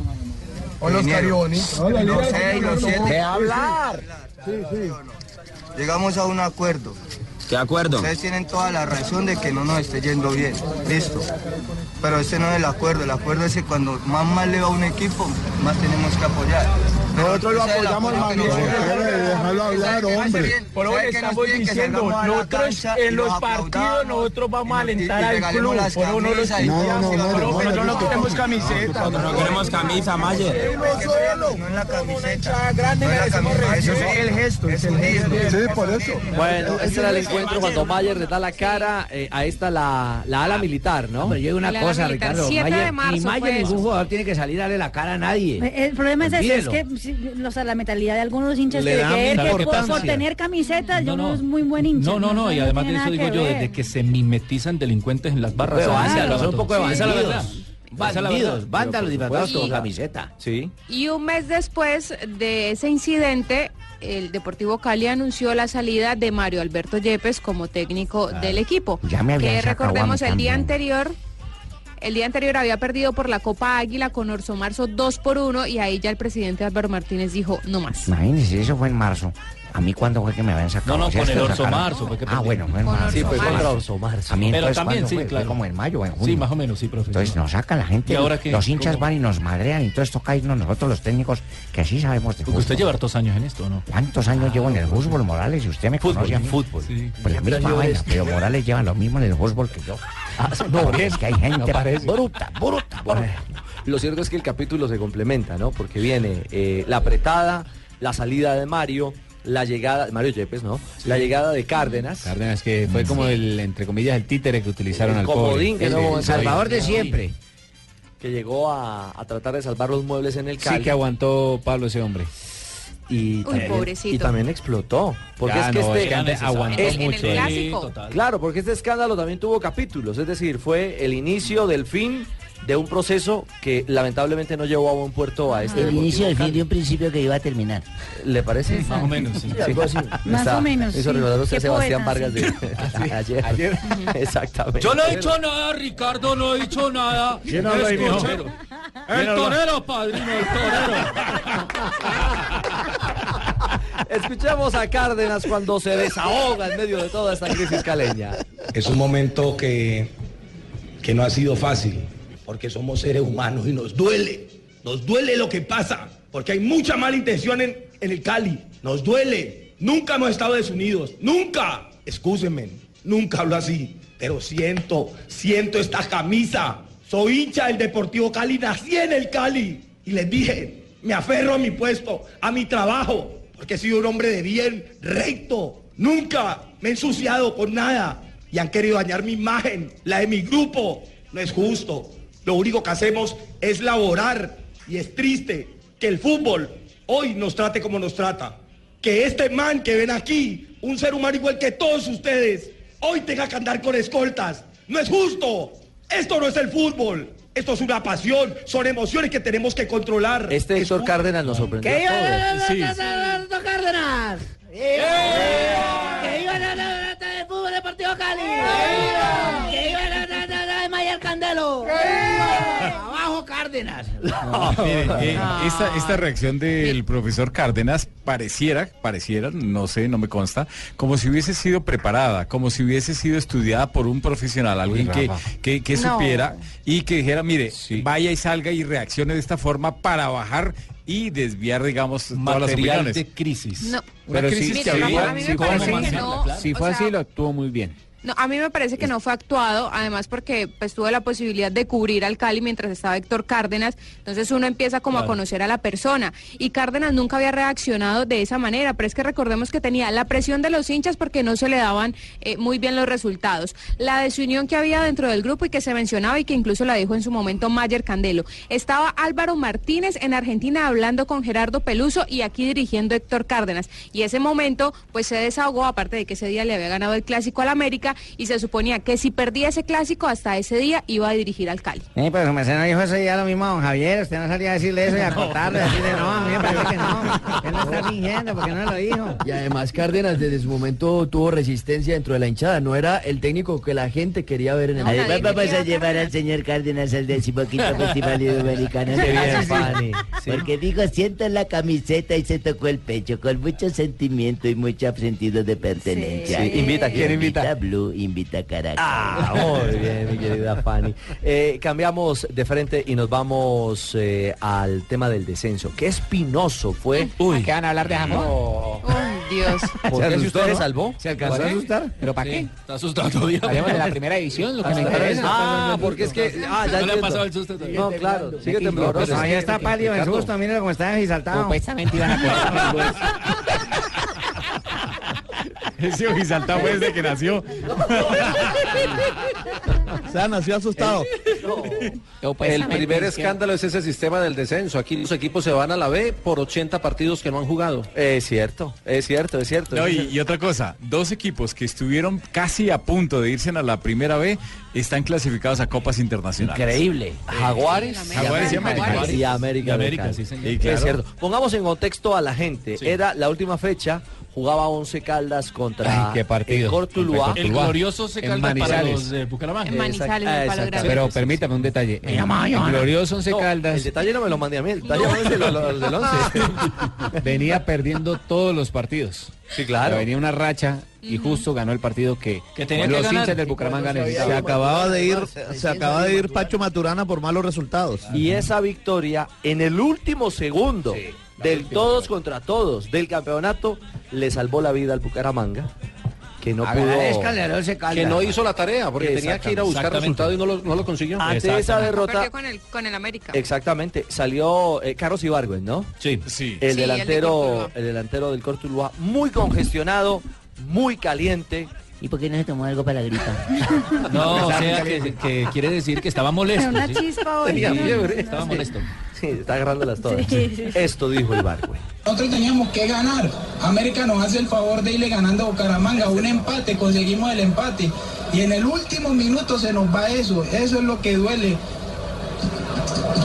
[SPEAKER 32] O los
[SPEAKER 5] Vinieron.
[SPEAKER 32] caribonis.
[SPEAKER 5] Los seis, los siete.
[SPEAKER 32] Ve a hablar.
[SPEAKER 5] Llegamos a un acuerdo.
[SPEAKER 1] De acuerdo. Ustedes tienen toda la razón de que no nos esté yendo bien. Listo. Pero ese no es el acuerdo. El acuerdo es que cuando más mal le va a un equipo, más tenemos que apoyar.
[SPEAKER 19] Nosotros lo apoyamos, Manuel. Déjalo hablar, hombre.
[SPEAKER 1] Por
[SPEAKER 19] lo
[SPEAKER 1] hoy estamos diciendo, nosotros en los partidos nosotros vamos a alentar al club. Por hoy no los
[SPEAKER 19] Nosotros no queremos
[SPEAKER 1] camiseta.
[SPEAKER 19] No queremos
[SPEAKER 1] camisa,
[SPEAKER 19] Mayer.
[SPEAKER 1] No en la camiseta. grande Eso es el gesto, es el gesto.
[SPEAKER 19] por eso.
[SPEAKER 9] Bueno, este era el encuentro cuando Mayer le da la cara eh, a esta la, la ala militar, ¿no? Pero yo digo
[SPEAKER 8] una La ala cosa, militar, Ricardo, 7 de Mayer- ni marzo pues. Mayer fue ni eso. ningún
[SPEAKER 9] jugador tiene que salir a darle la cara a
[SPEAKER 22] Eh,
[SPEAKER 9] nadie.
[SPEAKER 22] El problema es, ese, es
[SPEAKER 9] Olvídelo.
[SPEAKER 22] que si- los- a la mentalidad de algunos hinchas
[SPEAKER 17] Le
[SPEAKER 22] de
[SPEAKER 17] dan
[SPEAKER 22] creer que por,
[SPEAKER 17] importancia.
[SPEAKER 22] por tener camisetas yo
[SPEAKER 17] No,
[SPEAKER 22] no,
[SPEAKER 17] no.
[SPEAKER 22] es muy buen hincha.
[SPEAKER 17] No, no, no, y además de
[SPEAKER 22] tiene
[SPEAKER 17] eso digo
[SPEAKER 22] nada
[SPEAKER 17] yo,
[SPEAKER 22] que ver.
[SPEAKER 17] desde que se mimetizan delincuentes en las
[SPEAKER 18] Pues
[SPEAKER 17] barras.
[SPEAKER 9] Claro,
[SPEAKER 17] se alaban
[SPEAKER 9] son un
[SPEAKER 17] todos.
[SPEAKER 9] poco de
[SPEAKER 17] Esa es la
[SPEAKER 9] bandidos.
[SPEAKER 17] verdad. Esa
[SPEAKER 9] Bandidos,
[SPEAKER 17] es la verdad.
[SPEAKER 9] vándalos
[SPEAKER 17] Pero por
[SPEAKER 9] disfrazados
[SPEAKER 17] supuesto,
[SPEAKER 9] con
[SPEAKER 17] o sea,
[SPEAKER 9] camiseta.
[SPEAKER 17] Sí.
[SPEAKER 11] Y un mes después de ese incidente, el Deportivo Cali anunció la salida de Mario Alberto Yepes como técnico del equipo.
[SPEAKER 8] Ya me habían
[SPEAKER 11] que
[SPEAKER 8] sacado a mí
[SPEAKER 11] recordemos el día
[SPEAKER 8] también.
[SPEAKER 11] anterior. El día anterior había perdido por la Copa Águila con Orso Marzo 2 por 1 y ahí ya el presidente Álvaro Martínez dijo no más.
[SPEAKER 13] Imagínense, eso fue en marzo. ¿A mí cuándo fue que me habían sacado?
[SPEAKER 17] No, no,
[SPEAKER 13] O sea,
[SPEAKER 17] con
[SPEAKER 13] es que
[SPEAKER 17] el
[SPEAKER 13] lo
[SPEAKER 17] Orso
[SPEAKER 13] sacaron-
[SPEAKER 17] Marzo fue que
[SPEAKER 13] Ah,
[SPEAKER 17] perdimos.
[SPEAKER 13] bueno, fue en
[SPEAKER 17] Con
[SPEAKER 13] marzo.
[SPEAKER 17] Orso Sí, fue
[SPEAKER 13] Ah,
[SPEAKER 17] contra
[SPEAKER 13] sí.
[SPEAKER 17] Orso Marzo.
[SPEAKER 13] A mí
[SPEAKER 17] Pero
[SPEAKER 13] entonces,
[SPEAKER 17] también,
[SPEAKER 13] ¿cuándo
[SPEAKER 17] sí,
[SPEAKER 13] fue? Fue
[SPEAKER 17] claro.
[SPEAKER 13] como en mayo o en junio.
[SPEAKER 17] Sí, más o menos, sí, profe.
[SPEAKER 13] Entonces nos sacan la gente.
[SPEAKER 17] ¿Y ahora qué?
[SPEAKER 13] Los hinchas
[SPEAKER 17] ¿Cómo?
[SPEAKER 13] van y nos madrean, entonces toca irnos nosotros los técnicos que sí sabemos de
[SPEAKER 17] Porque
[SPEAKER 13] fútbol.
[SPEAKER 17] usted lleva hartos años en esto, ¿no?
[SPEAKER 13] ¿Cuántos años llevo en el fútbol, Morales? Y usted me conoce a mí.
[SPEAKER 17] fútbol.
[SPEAKER 13] Pues la misma vaina,
[SPEAKER 17] este.
[SPEAKER 13] pero Morales lleva lo mismo en el fútbol que yo.
[SPEAKER 17] Ah,
[SPEAKER 13] no, es que hay gente bruta, bruta, bruta.
[SPEAKER 9] Lo cierto es que el capítulo se complementa, ¿no? Porque viene eh, la apretada, la salida de Mario, la llegada de Mario Yepes, ¿no? La llegada de Cárdenas.
[SPEAKER 23] Cárdenas, que
[SPEAKER 13] Mm.
[SPEAKER 23] fue como el, entre comillas, el títere que utilizaron
[SPEAKER 9] El
[SPEAKER 23] al
[SPEAKER 9] comodín
[SPEAKER 23] pobre.
[SPEAKER 9] que no-
[SPEAKER 23] El-
[SPEAKER 9] el
[SPEAKER 23] el-
[SPEAKER 9] salvador de siempre. Que llegó a, a tratar de salvar los muebles en el Cali.
[SPEAKER 23] Sí que aguantó Pablo ese hombre.
[SPEAKER 9] Y
[SPEAKER 11] pobrecito.
[SPEAKER 9] y también explotó. Porque
[SPEAKER 23] Ya,
[SPEAKER 9] es que
[SPEAKER 23] no,
[SPEAKER 9] este
[SPEAKER 23] es que antes
[SPEAKER 9] este-
[SPEAKER 23] aguantó
[SPEAKER 9] es-
[SPEAKER 23] En el mucho. clásico. Sí, total.
[SPEAKER 9] ¿eh? Claro, porque este escándalo también tuvo capítulos, es decir, fue el inicio del fin de un proceso que lamentablemente no llevó a buen puerto a este
[SPEAKER 5] El
[SPEAKER 9] Deportivo
[SPEAKER 5] inicio del
[SPEAKER 9] Cali.
[SPEAKER 5] fin de un principio que iba a terminar.
[SPEAKER 9] ¿Le parece? Más o menos, sí. algo así.
[SPEAKER 5] Más
[SPEAKER 9] Está-
[SPEAKER 5] o menos,
[SPEAKER 9] Hizo
[SPEAKER 5] sí.
[SPEAKER 9] recordar usted
[SPEAKER 5] Qué
[SPEAKER 9] Sebastián
[SPEAKER 5] poeta,
[SPEAKER 9] Vargas de
[SPEAKER 5] (laughs)
[SPEAKER 9] (laughs) ayer. Exactamente.
[SPEAKER 20] Yo no he dicho nada, Ricardo, no he dicho nada.
[SPEAKER 9] ¿Quién habla ahí, mijo?
[SPEAKER 20] Escuchero.
[SPEAKER 9] ¿Quién
[SPEAKER 20] El
[SPEAKER 9] habla?
[SPEAKER 20] torero, padrino, el torero.
[SPEAKER 9] Escuchamos a Cárdenas cuando se desahoga en medio de toda esta crisis caleña.
[SPEAKER 7] Es un momento que, que no ha sido fácil, porque somos seres humanos y nos duele, nos duele lo que pasa, porque hay mucha mala intención en, en el Cali, nos duele, nunca hemos estado desunidos, nunca, excúsenme, nunca hablo así, pero siento, siento esta camisa, soy hincha del Deportivo Cali, nací en el Cali y les dije, me aferro a mi puesto, a mi trabajo, porque he sido un hombre de bien, recto, nunca me he ensuciado con nada y han querido dañar mi imagen, la de mi grupo. No es justo. Lo único que hacemos es laborar y es triste que el fútbol hoy nos trate como nos trata. Que este man que ven aquí, un ser humano igual que todos ustedes, hoy tenga que andar con escoltas. No es justo. Esto no es el fútbol. Esto es una pasión. Son emociones que tenemos que controlar.
[SPEAKER 9] Este Héctor Cárdenas nos sorprendió.
[SPEAKER 7] Que
[SPEAKER 9] a
[SPEAKER 7] yo-
[SPEAKER 9] todos.
[SPEAKER 7] Sí, sí.
[SPEAKER 5] Alberto Cárdenas.
[SPEAKER 1] ¡Eh!
[SPEAKER 5] ¡Que iba la nata del fútbol deportivo
[SPEAKER 1] ¡Eh!
[SPEAKER 5] Cali! ¡Que iba la nata de Mayer Candelo! ¡Abajo Cárdenas!
[SPEAKER 19] (laughs)
[SPEAKER 18] No, mire, eh, esta, esta reacción del profesor Cárdenas pareciera, pareciera, no sé, no me consta, como si hubiese sido preparada, como si hubiese sido estudiada por un profesional, alguien que,
[SPEAKER 35] Rafa.
[SPEAKER 18] que, que
[SPEAKER 35] No.
[SPEAKER 18] supiera y que dijera, mire, vaya y salga y reaccione de esta forma para bajar y desviar, digamos, todas las
[SPEAKER 17] Material
[SPEAKER 18] opiniones.
[SPEAKER 17] de crisis.
[SPEAKER 11] No.
[SPEAKER 18] Pero
[SPEAKER 11] Una
[SPEAKER 18] sí,
[SPEAKER 11] crisis
[SPEAKER 18] sí,
[SPEAKER 11] que
[SPEAKER 18] sí,
[SPEAKER 11] no, a mí
[SPEAKER 18] sí,
[SPEAKER 11] me
[SPEAKER 18] ¿cómo
[SPEAKER 11] parece
[SPEAKER 18] más?
[SPEAKER 11] que no,
[SPEAKER 23] Si fue
[SPEAKER 11] o sea,
[SPEAKER 23] así, lo actuó muy bien.
[SPEAKER 11] No, a mí me parece que no fue actuado, además porque pues tuve la posibilidad de cubrir al Cali mientras estaba Héctor Cárdenas, entonces uno empieza como a
[SPEAKER 36] Claro.
[SPEAKER 11] conocer a la persona y Cárdenas nunca había reaccionado de esa manera, pero es que recordemos que tenía la presión de los hinchas porque no se le daban eh, muy bien los resultados, la desunión que había dentro del grupo y que se mencionaba y que incluso la dijo en su momento Mayer Candelo. Estaba Álvaro Martínez en Argentina hablando con Gerardo Peluso y aquí dirigiendo Héctor Cárdenas y ese momento pues se desahogó, aparte de que ese día le había ganado el clásico al América América y se suponía que si perdía ese clásico hasta ese día iba a dirigir al Cali.
[SPEAKER 13] Sí, pero su merced no dijo ese día lo mismo a don Javier. Usted no salía a decirle eso y a contarle, a decirle no, a mí me parece que no. Él no está fingiendo porque no lo dijo.
[SPEAKER 14] Y además Cárdenas desde su momento tuvo resistencia dentro de la hinchada, no era el técnico que la gente quería ver en el
[SPEAKER 13] Además, vamos a llevar al señor Cárdenas al decimoquinto Festival Iberoamericano de
[SPEAKER 14] Qué bien,
[SPEAKER 13] Jazz,
[SPEAKER 14] Fanny, sí.
[SPEAKER 13] Porque dijo, siento la camiseta y se tocó el pecho con mucho sentimiento y mucho sentido de pertenencia.
[SPEAKER 9] Sí. Sí, invita, ¿quién
[SPEAKER 13] Invita a Blue, invita a Caracas.
[SPEAKER 9] Ah, muy bien, mi querida
[SPEAKER 13] (laughs)
[SPEAKER 9] Fanny. Eh, cambiamos de frente y nos vamos eh, al tema del descenso. Qué espinoso fue. Uy. ¿Qué van
[SPEAKER 23] Ah.
[SPEAKER 9] a hablar de Japón?
[SPEAKER 23] (laughs)
[SPEAKER 11] Dios.
[SPEAKER 9] ¿Por qué? Si usted se salvó.
[SPEAKER 8] ¿Se alcanzó a
[SPEAKER 9] ¿Sí?
[SPEAKER 8] asustar? ¿Pero para
[SPEAKER 9] Sí,
[SPEAKER 8] qué?
[SPEAKER 9] está asustado todavía.
[SPEAKER 8] Hablemos de la primera división, lo que me
[SPEAKER 9] Hasta
[SPEAKER 8] interesa.
[SPEAKER 9] Ah, porque es que. Ah, ya
[SPEAKER 8] No le ha
[SPEAKER 9] entiendo.
[SPEAKER 8] pasado el susto todavía.
[SPEAKER 9] No, claro. Sigue
[SPEAKER 13] No,
[SPEAKER 9] tembloroso.
[SPEAKER 13] ya está pálido el
[SPEAKER 9] Ricardo.
[SPEAKER 13] susto, mira cómo está desaltado.
[SPEAKER 14] Supuestamente iban a
[SPEAKER 18] (laughs) Ese ojisaltado fue desde que nació.
[SPEAKER 1] (laughs)
[SPEAKER 30] O sea, nació asustado.
[SPEAKER 9] pues,
[SPEAKER 17] El
[SPEAKER 30] Supuestamente,
[SPEAKER 17] primer
[SPEAKER 30] ¿qué?
[SPEAKER 17] escándalo es ese sistema del descenso. Aquí los equipos se van a la B por 80 partidos que no han jugado.
[SPEAKER 9] Es cierto, es cierto, es cierto.
[SPEAKER 17] No,
[SPEAKER 18] No, y, y otra cosa, dos equipos que estuvieron casi a punto de irse a la primera B están clasificados a copas internacionales. Eh,
[SPEAKER 9] Increíble. Jaguares,
[SPEAKER 18] Jaguares y América.
[SPEAKER 9] Y América.
[SPEAKER 18] Y
[SPEAKER 9] de
[SPEAKER 18] América,
[SPEAKER 9] Cali.
[SPEAKER 18] sí, señor.
[SPEAKER 9] Y
[SPEAKER 18] claro.
[SPEAKER 9] Es cierto. Pongamos en contexto a la gente. Era la última fecha, jugaba 11 Caldas contra
[SPEAKER 23] Ay, qué partido.
[SPEAKER 9] el Cortuluá.
[SPEAKER 23] El glorioso Once
[SPEAKER 9] En
[SPEAKER 23] Caldas para
[SPEAKER 9] Manizales.
[SPEAKER 23] los de Bucaramanga. En Manizales, en
[SPEAKER 9] Exact-
[SPEAKER 23] Palo
[SPEAKER 9] exactamente.
[SPEAKER 23] Grande. Pero permítame un detalle.
[SPEAKER 9] Me llama
[SPEAKER 23] El
[SPEAKER 9] Johanna.
[SPEAKER 23] glorioso Once
[SPEAKER 9] No,
[SPEAKER 23] Caldas.
[SPEAKER 9] El detalle no me lo mandé a mí, el detalle fue el de lo- lo- del 11.
[SPEAKER 23] (laughs) venía perdiendo todos los partidos.
[SPEAKER 9] Sí, claro.
[SPEAKER 23] Venía una racha y justo ganó el partido que,
[SPEAKER 30] Que tenía
[SPEAKER 23] los
[SPEAKER 30] que ganar.
[SPEAKER 23] hinchas del Bucaramanga necesitaban.
[SPEAKER 30] Se acababa de ir, se acaba de ir Pacho Maturana por malos resultados.
[SPEAKER 9] Y esa victoria en el último segundo del todos contra todos del campeonato le salvó la vida al Bucaramanga que no pudo
[SPEAKER 17] Agradezcanle al Once Caldas. Que no hizo la tarea, porque tenía que ir a buscar
[SPEAKER 9] Exactamente.
[SPEAKER 17] resultado y no lo, no lo consiguió.
[SPEAKER 9] Ante esa derrota
[SPEAKER 11] Perdió
[SPEAKER 9] Eh,
[SPEAKER 11] con el, con el América.
[SPEAKER 9] exactamente salió eh, Carlos Ibargüen, ¿no?
[SPEAKER 17] Sí,
[SPEAKER 9] El
[SPEAKER 11] Sí, el de
[SPEAKER 9] delantero
[SPEAKER 11] Cortuluá.
[SPEAKER 9] el delantero del Cortuluá muy congestionado, muy caliente.
[SPEAKER 13] ¿Y por qué no se tomó algo para la gripa?
[SPEAKER 20] No, o sea, que, que quiere decir que estaba molesto.
[SPEAKER 22] Una
[SPEAKER 20] ¿sí?
[SPEAKER 22] chispa hoy.
[SPEAKER 20] Tenía
[SPEAKER 22] ¿no?
[SPEAKER 20] fiebre. Estaba molesto.
[SPEAKER 9] Sí, está agarrándolas todas.
[SPEAKER 22] Sí, sí, sí.
[SPEAKER 9] Esto dijo Ibargüen.
[SPEAKER 25] Nosotros teníamos que ganar. América nos hace el favor de irle ganando a Bucaramanga. Un empate, conseguimos el empate. Y en el último minuto se nos va eso. Eso es lo que duele.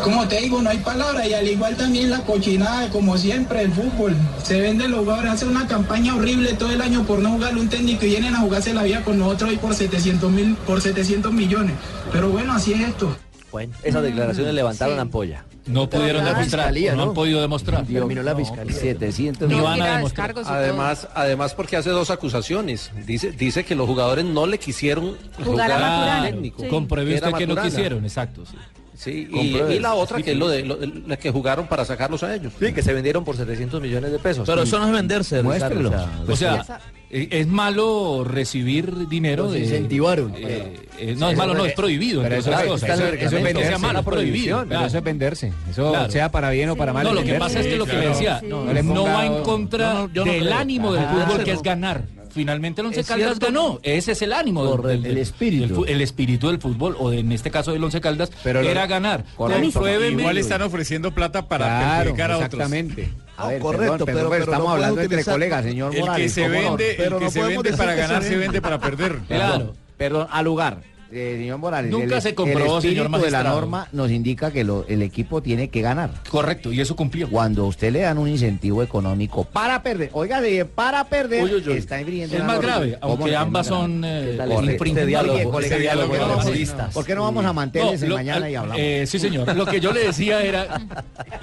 [SPEAKER 25] Como te digo, no hay palabra. Y al igual también la cochinada, como siempre, el fútbol. Se venden los jugadores, hacen una campaña horrible todo el año por no jugarle un técnico y vienen a jugarse la vida con nosotros y por 700, mil, por 700 millones. Pero bueno, así es esto.
[SPEAKER 9] Bueno, esas
[SPEAKER 17] Mm,
[SPEAKER 9] declaraciones levantaron ampolla.
[SPEAKER 20] No pudieron
[SPEAKER 9] La
[SPEAKER 20] demostrar.
[SPEAKER 9] fiscalía,
[SPEAKER 20] No
[SPEAKER 9] ¿no?
[SPEAKER 20] han podido demostrar.
[SPEAKER 9] Terminó la fiscalía. 700
[SPEAKER 20] Ni
[SPEAKER 9] millones. Ah,
[SPEAKER 20] van a demostrar.
[SPEAKER 17] Además, además porque hace dos acusaciones. Dice, dice que los jugadores no le quisieron
[SPEAKER 20] Jugar
[SPEAKER 17] jugar
[SPEAKER 20] a
[SPEAKER 17] al
[SPEAKER 20] Maturana.
[SPEAKER 17] técnico.
[SPEAKER 20] Sí. Compruebe
[SPEAKER 17] era
[SPEAKER 20] usted que no
[SPEAKER 17] Maturana.
[SPEAKER 20] quisieron, exacto. sí.
[SPEAKER 17] Sí, y,
[SPEAKER 20] Compruebe.
[SPEAKER 17] y la otra que es lo de lo- la que jugaron para sacarlos a ellos.
[SPEAKER 9] Sí, que se vendieron por 700 millones de pesos.
[SPEAKER 17] Pero eso no es
[SPEAKER 9] venderse,
[SPEAKER 17] muéstrelo.
[SPEAKER 20] O sea, eh, es malo recibir dinero
[SPEAKER 9] Los
[SPEAKER 20] de.
[SPEAKER 9] incentivaron.
[SPEAKER 20] Eh, eh, no, es malo, no, es prohibido.
[SPEAKER 23] Pero
[SPEAKER 20] entre
[SPEAKER 23] eso,
[SPEAKER 20] otras
[SPEAKER 23] es-
[SPEAKER 20] cosas.
[SPEAKER 23] eso-
[SPEAKER 20] Eso-
[SPEAKER 23] eso
[SPEAKER 20] eso
[SPEAKER 23] es
[SPEAKER 20] no es que
[SPEAKER 23] venderse.
[SPEAKER 20] sea malo,
[SPEAKER 23] Pero
[SPEAKER 20] prohibido. claro.
[SPEAKER 23] eso es venderse. Eso
[SPEAKER 20] Claro.
[SPEAKER 23] sea para bien o para mal.
[SPEAKER 20] No,
[SPEAKER 23] es
[SPEAKER 20] lo que
[SPEAKER 23] venderse.
[SPEAKER 20] pasa es que lo que me decía, no,
[SPEAKER 23] le ponga-
[SPEAKER 20] va en contra
[SPEAKER 23] No, no, yo no
[SPEAKER 20] del
[SPEAKER 23] creo.
[SPEAKER 20] ánimo del
[SPEAKER 23] Ah,
[SPEAKER 20] fútbol,
[SPEAKER 23] no.
[SPEAKER 20] que es ganar. Finalmente el Once
[SPEAKER 23] Es
[SPEAKER 20] Caldas
[SPEAKER 23] cierto.
[SPEAKER 20] ganó. Ese es el ánimo. del- del, el espíritu. el espíritu del fútbol, o de- en este caso del Once Caldas,
[SPEAKER 18] Pero lo-
[SPEAKER 20] era ganar.
[SPEAKER 18] Correcto.
[SPEAKER 20] Compruébeme-
[SPEAKER 18] Igual están ofreciendo plata para
[SPEAKER 20] Claro,
[SPEAKER 18] perjudicar a otros.
[SPEAKER 20] exactamente.
[SPEAKER 23] A ver, correcto, pero,
[SPEAKER 20] pues
[SPEAKER 23] estamos hablando entre colegas, señor
[SPEAKER 18] El que
[SPEAKER 23] Morales,
[SPEAKER 18] se
[SPEAKER 23] ¿cómo no?
[SPEAKER 18] vende, el
[SPEAKER 23] Pero
[SPEAKER 18] que
[SPEAKER 23] no
[SPEAKER 18] se
[SPEAKER 23] podemos
[SPEAKER 18] vende
[SPEAKER 23] decir
[SPEAKER 18] para
[SPEAKER 23] que se
[SPEAKER 18] ganar se
[SPEAKER 23] vende.
[SPEAKER 18] vende para perder.
[SPEAKER 23] Perdón, perdón, al lugar. Eh, señor Morales,
[SPEAKER 20] Nunca
[SPEAKER 23] el-
[SPEAKER 20] se comprobó,
[SPEAKER 23] el
[SPEAKER 20] señor
[SPEAKER 23] espíritu de la
[SPEAKER 20] magistrado.
[SPEAKER 23] norma
[SPEAKER 13] nos indica que lo- el equipo tiene que ganar.
[SPEAKER 20] Correcto, y eso cumplió.
[SPEAKER 13] Cuando a usted le dan un incentivo económico para perder, oiga, bien, para perder,
[SPEAKER 20] Uy, uy, uy.
[SPEAKER 13] está infringiendo
[SPEAKER 20] Es
[SPEAKER 13] la
[SPEAKER 20] más
[SPEAKER 13] norma.
[SPEAKER 20] grave,
[SPEAKER 13] ¿Cómo no?
[SPEAKER 20] aunque
[SPEAKER 13] Es
[SPEAKER 20] ambas
[SPEAKER 13] más grave.
[SPEAKER 20] son eh,
[SPEAKER 13] ¿Qué tal ese-
[SPEAKER 20] infringimiento.
[SPEAKER 13] este diálogo,
[SPEAKER 20] Oye,
[SPEAKER 13] este diálogo
[SPEAKER 20] ¿por qué no
[SPEAKER 13] de
[SPEAKER 20] vamos a-
[SPEAKER 13] periodistas? ¿Por qué no vamos a mantenerles
[SPEAKER 20] No, lo-
[SPEAKER 13] mañana y
[SPEAKER 20] al-
[SPEAKER 13] hablamos?
[SPEAKER 20] eh, sí, señor. Lo que yo le
[SPEAKER 13] (laughs)
[SPEAKER 20] decía era,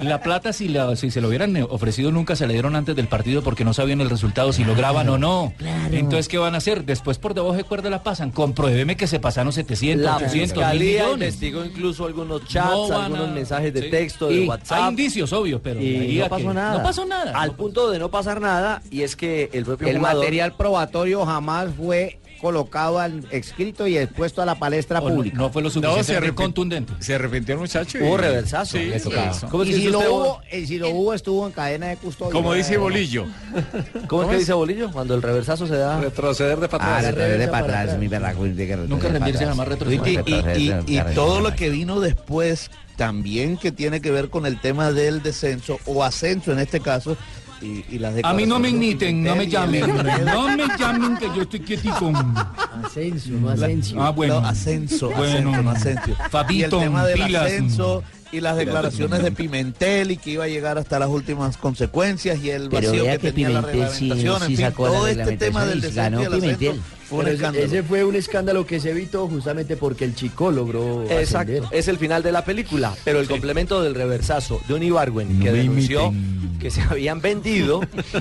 [SPEAKER 20] la plata si, la- si se lo hubieran eh, ofrecido nunca se le dieron antes del partido porque no sabían el resultado, si lo graban o no. Entonces, ¿qué van a hacer? Después por debajo de cuerda la pasan. Compruébeme que se pasaron 700,
[SPEAKER 9] La
[SPEAKER 20] 800, mil
[SPEAKER 9] fiscalía
[SPEAKER 20] millones.
[SPEAKER 9] investigó incluso algunos
[SPEAKER 20] No
[SPEAKER 9] chats,
[SPEAKER 20] van
[SPEAKER 9] algunos
[SPEAKER 20] a-
[SPEAKER 9] mensajes de
[SPEAKER 20] sí.
[SPEAKER 9] texto, de
[SPEAKER 20] Y Hay
[SPEAKER 9] WhatsApp.
[SPEAKER 20] indicios, obvio, pero de ahí
[SPEAKER 9] Y
[SPEAKER 20] a
[SPEAKER 9] no
[SPEAKER 20] que-
[SPEAKER 9] pasó nada.
[SPEAKER 20] No pasó nada.
[SPEAKER 9] Al punto de no pasar nada, y es que el propio
[SPEAKER 13] El
[SPEAKER 9] jugador-
[SPEAKER 13] material probatorio jamás fue colocado al escrito y expuesto a la palestra
[SPEAKER 20] O no-
[SPEAKER 13] pública.
[SPEAKER 20] no fue lo suficientemente contundente.
[SPEAKER 18] Se arrepintió el muchacho. y-
[SPEAKER 13] Hubo reversazo.
[SPEAKER 18] Sí,
[SPEAKER 13] Le
[SPEAKER 18] sí,
[SPEAKER 13] tocaba.
[SPEAKER 18] eso.
[SPEAKER 13] y si lo, hubo, y si lo hubo, estuvo en cadena de custodia.
[SPEAKER 18] Como dice Bolillo.
[SPEAKER 9] ¿Cómo es que dice Bolillo? Cuando el reversazo se da.
[SPEAKER 17] Retroceder de
[SPEAKER 13] Ah, retroceder de para atrás, mi verdad.
[SPEAKER 9] Nunca rendirse jamás retroceder.
[SPEAKER 30] eh, Y, y- y- y todo lo que vino después, también que tiene que ver con el tema del descenso o ascenso en este caso,
[SPEAKER 9] y, y las
[SPEAKER 19] A mí no me
[SPEAKER 9] declaraciones de
[SPEAKER 19] imiten, no me
[SPEAKER 9] Quintel y
[SPEAKER 19] llamen.
[SPEAKER 9] el-
[SPEAKER 19] No me
[SPEAKER 30] (laughs)
[SPEAKER 19] llamen que yo estoy quietico. Ascenso, no
[SPEAKER 9] Asensio.
[SPEAKER 19] Ah, bueno.
[SPEAKER 9] No, Asensio,
[SPEAKER 19] Bueno.
[SPEAKER 9] Asensio, Asensio. y el
[SPEAKER 19] Fabito,
[SPEAKER 9] tema del
[SPEAKER 19] pilas.
[SPEAKER 9] ascenso y las declaraciones de Pimentel y que iba a llegar hasta las últimas consecuencias y el
[SPEAKER 13] Pero
[SPEAKER 9] vacío
[SPEAKER 13] vea
[SPEAKER 9] que,
[SPEAKER 13] que
[SPEAKER 9] tenía la
[SPEAKER 13] Pimentel sí-
[SPEAKER 9] reglamentación,
[SPEAKER 13] sí
[SPEAKER 9] en fin,
[SPEAKER 13] sacó la
[SPEAKER 9] todo este tema del
[SPEAKER 13] reglamentación y
[SPEAKER 9] descenso
[SPEAKER 13] ganó
[SPEAKER 9] y el ascenso
[SPEAKER 13] Pimentel.
[SPEAKER 9] fue un
[SPEAKER 14] Pero
[SPEAKER 9] escándalo.
[SPEAKER 14] Ese fue un escándalo que se evitó justamente porque el chico logró
[SPEAKER 9] Exacto,
[SPEAKER 14] ascender.
[SPEAKER 9] es el final de la película, pero el complemento del reversazo de Unibarwen que
[SPEAKER 14] No
[SPEAKER 9] denunció que se habían vendido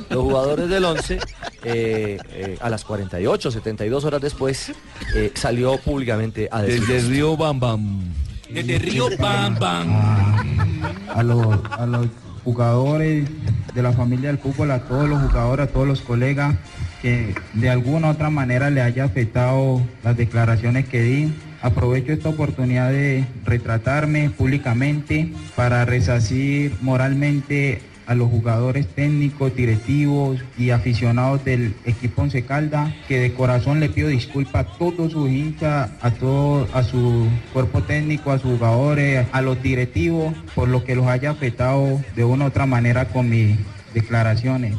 [SPEAKER 9] los jugadores del 11 eh, eh, a las 48, 72 horas después eh, salió públicamente a decir
[SPEAKER 19] Desde
[SPEAKER 9] Río Bam Bam.
[SPEAKER 19] Desde Río Bam Bam.
[SPEAKER 25] a los, a los jugadores de la familia del fútbol, a todos los jugadores, a todos los colegas, que de alguna u otra manera le haya afectado las declaraciones que di. Aprovecho esta oportunidad de retratarme públicamente para resacir moralmente a los jugadores técnicos, directivos y aficionados del equipo Once Calda, que de corazón le pido disculpas a todos sus hinchas, a todo, a su cuerpo técnico, a sus jugadores, a los directivos, por lo que los haya afectado de una u otra manera con mis declaraciones.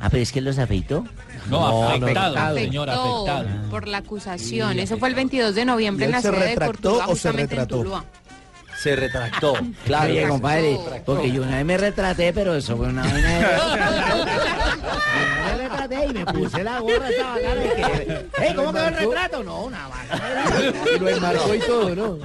[SPEAKER 13] Ah, pero es que los afeitó.
[SPEAKER 19] No,
[SPEAKER 13] No, no,
[SPEAKER 19] afectado,
[SPEAKER 13] afectado.
[SPEAKER 19] señor, afectado.
[SPEAKER 11] por la acusación. Eso fue el 22 de noviembre en la sede de Cortuluá, justamente en Tuluá.
[SPEAKER 9] Se retractó.
[SPEAKER 5] Claro,
[SPEAKER 9] Claro,
[SPEAKER 5] Oye,
[SPEAKER 9] retractó.
[SPEAKER 5] compadre, porque yo una vez me retraté, pero eso fue una vaina de... Me retraté y me puse la gorra esa bacana de que... Ey, ¿cómo quedó el retrato? No, una vaina.
[SPEAKER 14] Lo enmarcó y todo, ¿no?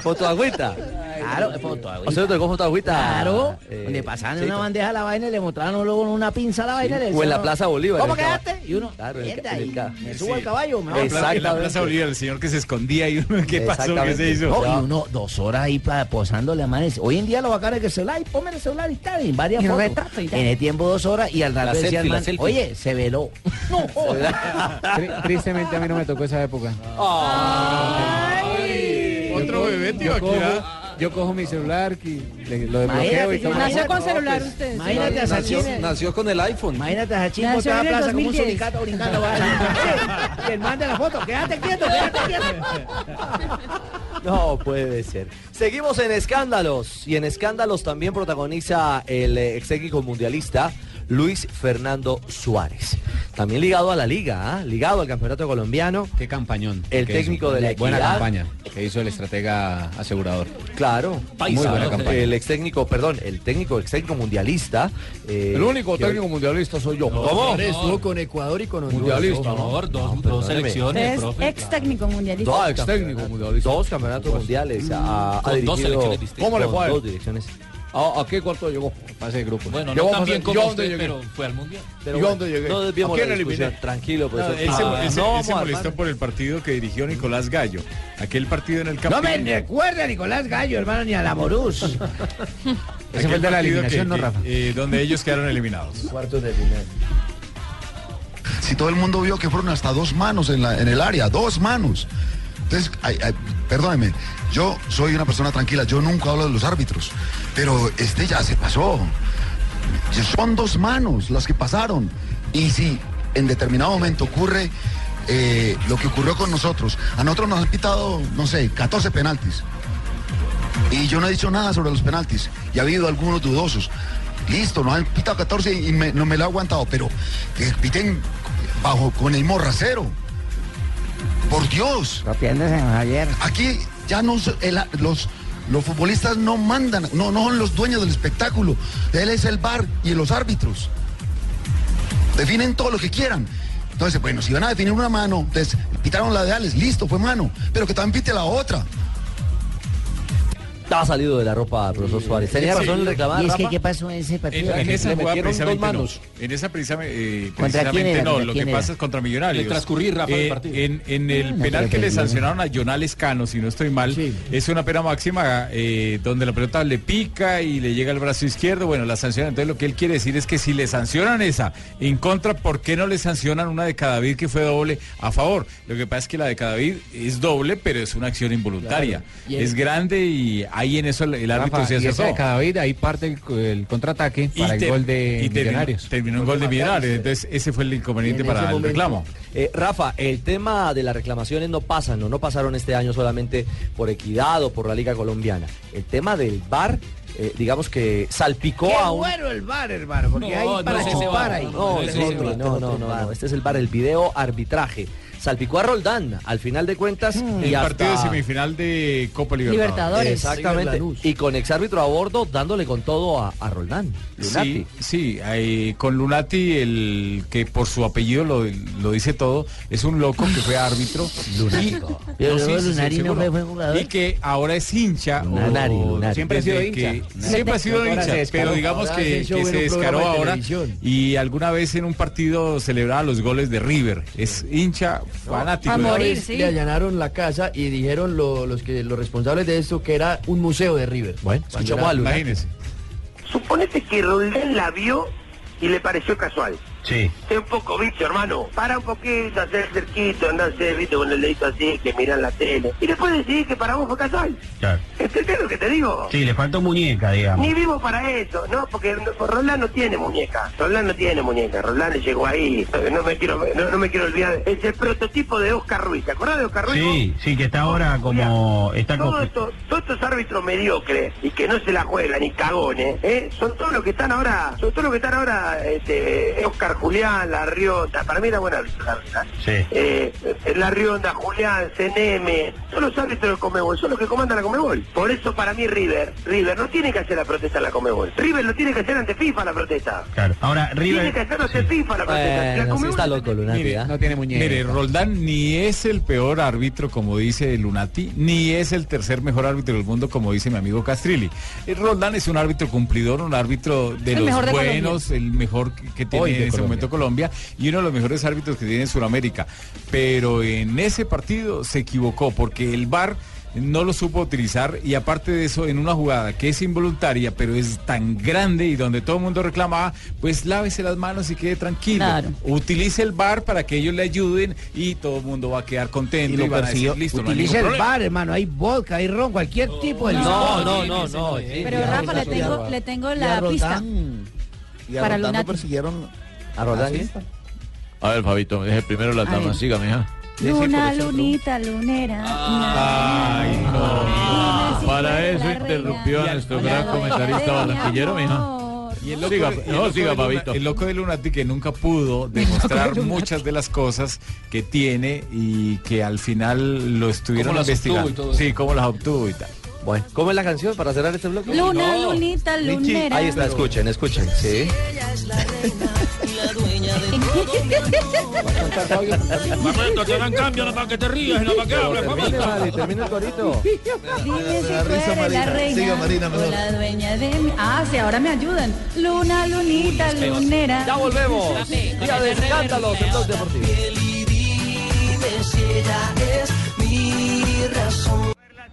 [SPEAKER 9] Fotoagüita. Claro, fotoagüita. O sea, tocó fotoagüita.
[SPEAKER 5] Claro,
[SPEAKER 9] Eh,
[SPEAKER 5] le pasaban
[SPEAKER 9] sí,
[SPEAKER 5] en una bandeja la vaina y le mostraron luego con una pinza la vaina y le
[SPEAKER 9] O en la
[SPEAKER 5] decían,
[SPEAKER 9] Plaza Bolívar.
[SPEAKER 5] ¿Cómo
[SPEAKER 9] en el cab-
[SPEAKER 5] quedaste? Y uno,
[SPEAKER 9] Claro, en el
[SPEAKER 5] mierda,
[SPEAKER 9] ca- en el
[SPEAKER 5] y
[SPEAKER 9] ca-
[SPEAKER 5] me subo al caballo, me voy.
[SPEAKER 18] En la Plaza Bolívar, el señor que se escondía y uno, (laughs) ¿qué pasó? ¿Qué se
[SPEAKER 13] Exactamente.
[SPEAKER 18] hizo?
[SPEAKER 13] No, y uno, dos horas ahí pa- posándole a manes. Hoy en día lo bacano es que el celular, y ponme el celular y tal, y varias
[SPEAKER 5] Y el
[SPEAKER 13] fotos.
[SPEAKER 5] retrato y tal.
[SPEAKER 13] en el tiempo dos horas y al rato
[SPEAKER 5] La
[SPEAKER 13] decía
[SPEAKER 5] selfie,
[SPEAKER 13] el
[SPEAKER 5] la
[SPEAKER 13] man,
[SPEAKER 5] selfie.
[SPEAKER 13] oye, se veló.
[SPEAKER 5] No,
[SPEAKER 23] Tri- tristemente a mí no me tocó esa época.
[SPEAKER 18] Otro bebé, tío,
[SPEAKER 23] Yo
[SPEAKER 18] aquí,
[SPEAKER 23] cojo,
[SPEAKER 18] ¿ah?
[SPEAKER 23] yo cojo mi celular, que le- lo desbloqueo y
[SPEAKER 5] Imagínate,
[SPEAKER 23] todo. No,
[SPEAKER 5] imagínate, no, pues,
[SPEAKER 23] sí.
[SPEAKER 5] Imagínate a
[SPEAKER 9] nació,
[SPEAKER 5] Sachin.
[SPEAKER 9] nació con el iPhone.
[SPEAKER 5] Imagínate a Sachin por
[SPEAKER 9] Nació
[SPEAKER 5] toda
[SPEAKER 9] en el
[SPEAKER 5] la plaza como un
[SPEAKER 9] 2010.
[SPEAKER 5] suricato brincando. va. Y el man de la foto, quédate quieto, quédate quieto.
[SPEAKER 9] (laughs) No puede ser. Seguimos en escándalos. Y en escándalos también protagoniza el eh, ex técnico mundialista Luis Fernando Suárez. También ligado a la liga, ¿ah? ligado al campeonato colombiano.
[SPEAKER 23] Qué campañón.
[SPEAKER 9] El
[SPEAKER 23] que
[SPEAKER 9] técnico
[SPEAKER 23] hizo.
[SPEAKER 9] de la
[SPEAKER 23] Buena
[SPEAKER 9] Equidad.
[SPEAKER 23] campaña que hizo el estratega asegurador.
[SPEAKER 9] Claro,
[SPEAKER 23] Paisa, Muy buena ¿no? campaña.
[SPEAKER 9] El ex técnico, perdón, el técnico, ex técnico mundialista. eh,
[SPEAKER 23] El único
[SPEAKER 9] que-
[SPEAKER 23] técnico mundialista soy yo.
[SPEAKER 9] ¿Cómo?
[SPEAKER 14] Estuvo con Ecuador y con Honduras.
[SPEAKER 9] Mundialista,
[SPEAKER 14] Ojo,
[SPEAKER 9] ¿no?
[SPEAKER 19] Dos,
[SPEAKER 9] perdóneme.
[SPEAKER 19] dos selecciones, profe.
[SPEAKER 22] ex técnico mundialista.
[SPEAKER 9] Dos campeonatos, Dos campeonatos mundiales. Ha, ha
[SPEAKER 19] Con dos
[SPEAKER 9] dirigido-
[SPEAKER 19] selecciones distintas.
[SPEAKER 9] ¿Cómo le
[SPEAKER 19] Con
[SPEAKER 9] fue? a él?
[SPEAKER 19] dos
[SPEAKER 9] ¿A, a qué cuarto llegó? Pase de grupo.
[SPEAKER 19] Bueno, no
[SPEAKER 9] Llegó
[SPEAKER 19] tan
[SPEAKER 9] a
[SPEAKER 19] bien
[SPEAKER 9] fase-
[SPEAKER 19] como
[SPEAKER 9] ¿Yo
[SPEAKER 19] usted,
[SPEAKER 9] dónde
[SPEAKER 19] pero
[SPEAKER 9] llegué?
[SPEAKER 19] fue al mundial.
[SPEAKER 9] Pero bueno, No desviamos la discusión. Tranquilo,
[SPEAKER 18] No,
[SPEAKER 9] profesor.
[SPEAKER 18] él se,
[SPEAKER 9] Ah,
[SPEAKER 18] él se-
[SPEAKER 9] no,
[SPEAKER 18] él se
[SPEAKER 9] Juan,
[SPEAKER 18] molestó por el partido que dirigió Nicolás Gallo. Aquel partido en el
[SPEAKER 5] No me
[SPEAKER 18] Campín.
[SPEAKER 5] recuerda a Nicolás Gallo, hermano, ni a la Morús.
[SPEAKER 18] Aquel partido que- que, eh, donde ellos quedaron eliminados.
[SPEAKER 14] Cuartos de final.
[SPEAKER 37] Si todo el mundo vio que fueron hasta dos manos en, la- en el área, dos manos. Entonces, ay, ay, perdóneme, yo soy una persona tranquila, yo nunca hablo de los árbitros, pero este ya se pasó. Son dos manos las que pasaron. Y si en determinado momento ocurre eh, lo que ocurrió con nosotros, a nosotros nos han pitado, no sé, 14 penaltis. Y yo no he dicho nada sobre los penaltis. Y ha habido algunos dudosos. Listo, nos han pitado 14 y me- no me lo he aguantado, pero que piten bajo con el morracero. Por Dios. Aquí ya no se- el- los, los futbolistas no mandan, no, no son los dueños del espectáculo. Él es el bar y los árbitros. Definen todo lo que quieran. Entonces, bueno, si van a definir una mano, entonces pitaron la de Alex, listo, fue mano, pero que también pite la otra.
[SPEAKER 9] Estaba salido de la ropa, profesor Suárez. Tenía
[SPEAKER 18] Sí.
[SPEAKER 9] razón en reclamar.
[SPEAKER 18] Y es que,
[SPEAKER 9] Rafa?
[SPEAKER 18] ¿qué
[SPEAKER 13] pasó en ese
[SPEAKER 18] En,
[SPEAKER 13] partido?
[SPEAKER 18] en esa
[SPEAKER 9] Le
[SPEAKER 18] jugada
[SPEAKER 9] metieron dos
[SPEAKER 18] precisamente no.
[SPEAKER 9] manos.
[SPEAKER 18] En esa precisa- eh,
[SPEAKER 9] ¿Contra quién
[SPEAKER 18] precisamente
[SPEAKER 9] era?
[SPEAKER 18] no.
[SPEAKER 9] ¿Contra
[SPEAKER 18] Lo
[SPEAKER 9] quién
[SPEAKER 18] que
[SPEAKER 9] era?
[SPEAKER 18] pasa es contra Millonarios.
[SPEAKER 19] Le transcurrí, Rafa, el
[SPEAKER 18] Eh,
[SPEAKER 19] partido.
[SPEAKER 18] En, en el
[SPEAKER 19] no,
[SPEAKER 18] penal
[SPEAKER 19] pero
[SPEAKER 18] que le
[SPEAKER 19] perdió, ¿no?
[SPEAKER 18] sancionaron a Jonal Escano, si no estoy mal, es una pena máxima eh, donde la pelota le pica y le llega al brazo izquierdo. Bueno, la sancionan. Entonces lo que él quiere decir es que si le sancionan esa en contra, ¿por qué no le sancionan una de Cadavid que fue doble a favor? Lo que pasa es que la de Cadavid es doble, pero es una acción involuntaria.
[SPEAKER 14] Claro. Y
[SPEAKER 18] Es
[SPEAKER 14] el-
[SPEAKER 18] grande y ahí en eso el, el árbitro
[SPEAKER 23] Rafa,
[SPEAKER 18] se
[SPEAKER 23] y
[SPEAKER 18] hace
[SPEAKER 23] esa de Cadavid, ahí parte el, el contraataque para el gol de
[SPEAKER 18] y terminó-
[SPEAKER 23] Millonarios.
[SPEAKER 18] Terminó un gol de Millonarios. Entonces, ese fue el inconveniente para el reclamo.
[SPEAKER 9] Eh, Rafa, el tema de las reclamaciones no pasan, no, no pasaron este año solamente por Equidad o por la Liga Colombiana. El tema del VAR, eh, digamos que salpicó
[SPEAKER 27] Qué
[SPEAKER 9] a un...
[SPEAKER 27] bueno el bar, hermano, porque
[SPEAKER 9] No,
[SPEAKER 27] hay para
[SPEAKER 9] no,
[SPEAKER 27] chupar ahí.
[SPEAKER 9] No, no, no, no, no, no, no, este es el bar, el video arbitraje. Salpicó a Roldán, al final de cuentas. y
[SPEAKER 18] Mm. el partido de
[SPEAKER 9] hasta-
[SPEAKER 18] semifinal de Copa Libertadores.
[SPEAKER 9] Exactamente. Y con exárbitro a bordo dándole con todo a, a Roldán. Lunati.
[SPEAKER 18] Sí, sí eh, con Lunati, el que por su apellido lo, lo dice todo, es un loco que
[SPEAKER 29] (laughs)
[SPEAKER 18] fue árbitro.
[SPEAKER 29] Lunático.
[SPEAKER 18] Y-
[SPEAKER 29] Pero
[SPEAKER 18] No, sí,
[SPEAKER 29] luego
[SPEAKER 18] sí, sí,
[SPEAKER 29] Lunari no
[SPEAKER 18] seguro.
[SPEAKER 29] fue- fue jugador.
[SPEAKER 18] Y que ahora es hincha. o-
[SPEAKER 29] Lunari, Lunari.
[SPEAKER 18] Siempre ha sido
[SPEAKER 29] Desde
[SPEAKER 18] hincha.
[SPEAKER 29] que-
[SPEAKER 18] Siempre ha sido
[SPEAKER 29] Ahora
[SPEAKER 18] hincha,
[SPEAKER 29] se descaró.
[SPEAKER 18] pero digamos
[SPEAKER 29] Ahora
[SPEAKER 18] que,
[SPEAKER 29] hace show
[SPEAKER 18] que
[SPEAKER 29] en
[SPEAKER 18] se
[SPEAKER 29] un
[SPEAKER 18] descaró
[SPEAKER 29] programa de
[SPEAKER 18] ahora.
[SPEAKER 29] televisión.
[SPEAKER 18] Y alguna vez en un partido celebraba los goles de River. Es hincha fanático. de River.
[SPEAKER 14] Le allanaron la casa y dijeron lo- los, que, los responsables de esto que era un museo de River. Bueno,
[SPEAKER 18] escuchamos a Lunati. Imagínese.
[SPEAKER 2] Suponete que Roldán la vio y le pareció casual. Sí. Es un poco bicho, hermano. Para un poquito, hacer cerquito, andarse, viste, con el dedito así, que miran la tele. Y después decidís que para vos fue casual.
[SPEAKER 12] Claro.
[SPEAKER 2] ¿Entendés lo que te digo?
[SPEAKER 12] Sí, le faltó muñeca, digamos.
[SPEAKER 2] Ni vivo para eso, no, porque no- Roldán no tiene muñeca. Roldán no tiene muñeca. Roldán llegó ahí. No me quiero, no, no me quiero olvidar. Es el prototipo de Oscar Ruiz. ¿Te acordás de Oscar Ruiz?
[SPEAKER 12] Sí, sí, que está ahora como... Está
[SPEAKER 2] Todos
[SPEAKER 12] como
[SPEAKER 2] estos, todos estos árbitros mediocres y que no se la juegan ni cagones, ¿eh? son todos los que están ahora, son todos los que están ahora, este, Oscar Julián, La Rionda, para mí era buena árbitro, la verdad.
[SPEAKER 12] Sí.
[SPEAKER 2] Eh, La Rionda, Julián, CNM, son los árbitros de Comebol, son los que comandan la Comebol. Por eso para mí River, River no tiene que hacer la protesta en la Comebol. River lo tiene que hacer ante FIFA la protesta.
[SPEAKER 12] Claro. Ahora,
[SPEAKER 2] Tiene que
[SPEAKER 12] River...
[SPEAKER 2] hacerlo ante FIFA la
[SPEAKER 13] Eh,
[SPEAKER 2] protesta. La Comebol-
[SPEAKER 9] loco
[SPEAKER 12] Lunati,
[SPEAKER 18] Mire,
[SPEAKER 12] ¿ah?
[SPEAKER 23] no tiene muñeca.
[SPEAKER 18] Mire, Roldán ni es el peor árbitro, como dice Lunati, ni es el tercer mejor árbitro del mundo, como dice mi amigo Castrilli. Eh, Roldán es un árbitro cumplidor, un árbitro de
[SPEAKER 15] El
[SPEAKER 18] los
[SPEAKER 15] mejor de
[SPEAKER 18] buenos, el mejor que- que tiene
[SPEAKER 15] Hoy
[SPEAKER 18] en
[SPEAKER 15] de
[SPEAKER 18] ese
[SPEAKER 15] Colombia.
[SPEAKER 18] momento Colombia, y uno de los mejores árbitros que tiene en Sudamérica. Pero en ese partido se equivocó, porque el VAR no lo supo utilizar y aparte de eso en una jugada que es involuntaria pero es tan grande y donde todo el mundo reclama ah, pues lávese las manos y quede tranquilo
[SPEAKER 15] Claro.
[SPEAKER 18] utilice el bar para que ellos le ayuden y todo el mundo va a quedar contento
[SPEAKER 15] Y
[SPEAKER 18] y,
[SPEAKER 15] lo
[SPEAKER 18] van a decir,
[SPEAKER 15] persiguió.
[SPEAKER 18] listo no hay
[SPEAKER 15] Utilice
[SPEAKER 18] ningún
[SPEAKER 15] el
[SPEAKER 18] problema".
[SPEAKER 13] Bar, hermano, hay vodka, hay ron, cualquier tipo de
[SPEAKER 15] No,
[SPEAKER 13] licor.
[SPEAKER 15] no,
[SPEAKER 9] no, no,
[SPEAKER 15] Pero Rafa, le tengo, le tengo
[SPEAKER 28] Y a
[SPEAKER 15] la pista.
[SPEAKER 28] Roldán- y a
[SPEAKER 15] Para
[SPEAKER 28] Roldán lo
[SPEAKER 15] Lunati.
[SPEAKER 28] persiguieron.
[SPEAKER 9] ¿A Roldán
[SPEAKER 28] así.
[SPEAKER 24] A ver, Fabito, deje primero la
[SPEAKER 15] A
[SPEAKER 24] dama.
[SPEAKER 15] ver.
[SPEAKER 24] Siga, mija.
[SPEAKER 15] Luna, lunita, lunera.
[SPEAKER 9] Ah.
[SPEAKER 24] Ay, no. Para eso interrumpió a nuestro gran comentarista barranquillero, mija.
[SPEAKER 12] Y el
[SPEAKER 24] Siga,
[SPEAKER 12] y el
[SPEAKER 24] no, siga,
[SPEAKER 18] de Luna-
[SPEAKER 24] Fabito.
[SPEAKER 18] el loco de Lunati que
[SPEAKER 24] (laughs)
[SPEAKER 18] nunca pudo demostrar muchas de las cosas que tiene y que al final lo estuvieron
[SPEAKER 9] Cómo las
[SPEAKER 18] investigando.
[SPEAKER 9] obtuvo y todo
[SPEAKER 18] sí, cómo las obtuvo y tal.
[SPEAKER 9] Bueno, ¿cómo es la canción para cerrar este bloque?
[SPEAKER 15] Luna, lunita, lunera.
[SPEAKER 9] Ahí está, escuchen, escuchen. Sí.
[SPEAKER 24] Barreto, te dan cambio, no para que te rías, no para que hables, Fabito.
[SPEAKER 9] Termina el corito.
[SPEAKER 15] Dime si
[SPEAKER 24] La risa,
[SPEAKER 15] tú eres la
[SPEAKER 24] Marina.
[SPEAKER 15] reina
[SPEAKER 24] Siga, Marina,
[SPEAKER 15] o
[SPEAKER 24] mejor.
[SPEAKER 15] la dueña de mi... Ah, sí, ahora me ayudan. Luna, lunita, lunera.
[SPEAKER 9] Ya volvemos. Día de escándalos en Blog Deportivo.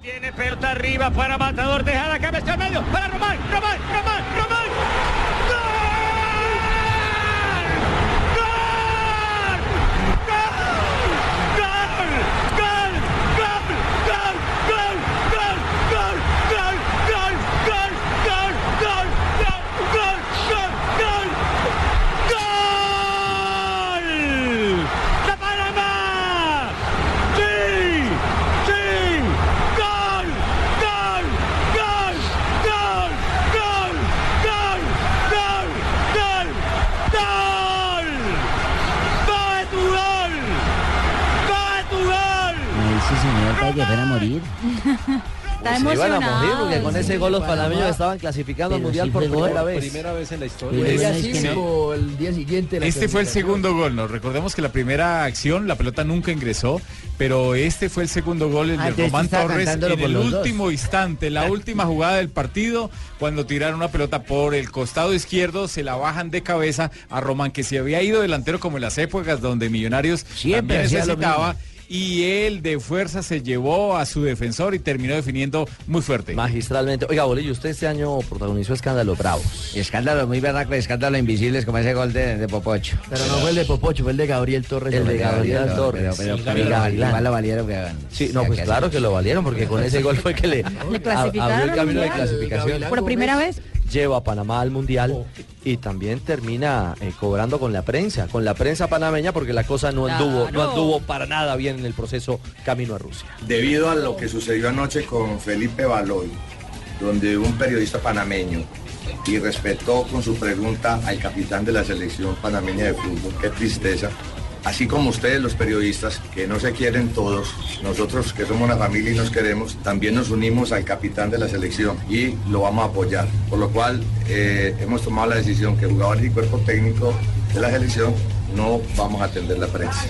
[SPEAKER 19] Tiene pelota arriba para Matador, deja la cabeza al medio, para Román, Román, Román, Román. ¡Gol! ¡De Panamá! ¡Sí! ¡Sí! ¡Gol! ¡Gol! ¡Gol! ¡Gol! ¡Gol! ¡Gol! ¡Gol! ¡Gol! ¡Gol! ¡Va tu gol! ¡Va tu gol!
[SPEAKER 28] Ese señor para que fuera a morir.
[SPEAKER 15] Está
[SPEAKER 9] Se iban a morir
[SPEAKER 15] emocionado.
[SPEAKER 9] porque con ese gol los panameños estaban clasificando al
[SPEAKER 14] Pero
[SPEAKER 9] mundial
[SPEAKER 14] sí
[SPEAKER 9] por
[SPEAKER 14] fue gol.
[SPEAKER 9] primera vez.
[SPEAKER 14] Primera
[SPEAKER 9] vez en la
[SPEAKER 14] El día 5, el día siguiente. la
[SPEAKER 18] Este fue el
[SPEAKER 14] clasificación.
[SPEAKER 18] segundo gol, ¿no? Recordemos que la primera acción, la pelota nunca ingresó, pero este fue el segundo gol el
[SPEAKER 14] Ah,
[SPEAKER 18] de
[SPEAKER 14] entonces
[SPEAKER 18] Román
[SPEAKER 14] estaba
[SPEAKER 18] Torres en
[SPEAKER 14] cantándolo por
[SPEAKER 18] el
[SPEAKER 14] los dos. Ah.
[SPEAKER 18] último instante, la última jugada del partido, cuando tiraron una pelota por el costado izquierdo, se la bajan de cabeza a Román, que se había ido delantero como en las épocas donde Millonarios
[SPEAKER 28] Siempre
[SPEAKER 18] también
[SPEAKER 28] hacía lo
[SPEAKER 18] necesitaba.
[SPEAKER 28] mismo.
[SPEAKER 18] y él de fuerza se llevó a su defensor y terminó definiendo muy fuerte.
[SPEAKER 9] Magistralmente. Oiga, Bolillo, usted este año protagonizó Escándalo Bravos.
[SPEAKER 38] Escándalo muy berraco, escándalo invisibles como ese gol de, de Popocho.
[SPEAKER 14] Pero no fue el de Popocho, fue el de Gabriel Torres.
[SPEAKER 9] El de Gabriel
[SPEAKER 38] no,
[SPEAKER 9] Torres.
[SPEAKER 38] Pero, pero,
[SPEAKER 9] El
[SPEAKER 38] pero
[SPEAKER 9] Gabriel
[SPEAKER 38] igual-
[SPEAKER 9] Gavilán.
[SPEAKER 38] igual lo valieron que hagan.
[SPEAKER 9] Sí, no, pues claro que lo valieron porque con ese gol fue que (laughs) le
[SPEAKER 22] Le
[SPEAKER 9] a- abrió
[SPEAKER 22] clasificaron
[SPEAKER 9] el camino de
[SPEAKER 22] ya.
[SPEAKER 9] clasificación.
[SPEAKER 22] Por primera vez.
[SPEAKER 9] Lleva a Panamá al Mundial y también termina eh, cobrando con la prensa, con la prensa panameña porque la cosa no anduvo, no
[SPEAKER 1] Claro.
[SPEAKER 9] anduvo para nada bien en el proceso camino a Rusia.
[SPEAKER 1] Debido a lo que sucedió anoche con Felipe Baloy, donde un periodista panameño y respetó con su pregunta al capitán de la selección panameña de fútbol, qué tristeza. Así como ustedes los periodistas, que no se quieren todos, nosotros que somos una familia y nos queremos, también nos unimos al capitán de la selección y lo vamos a apoyar. Por lo cual eh, hemos tomado la decisión que jugadores y cuerpo técnico de la selección no vamos a atender la prensa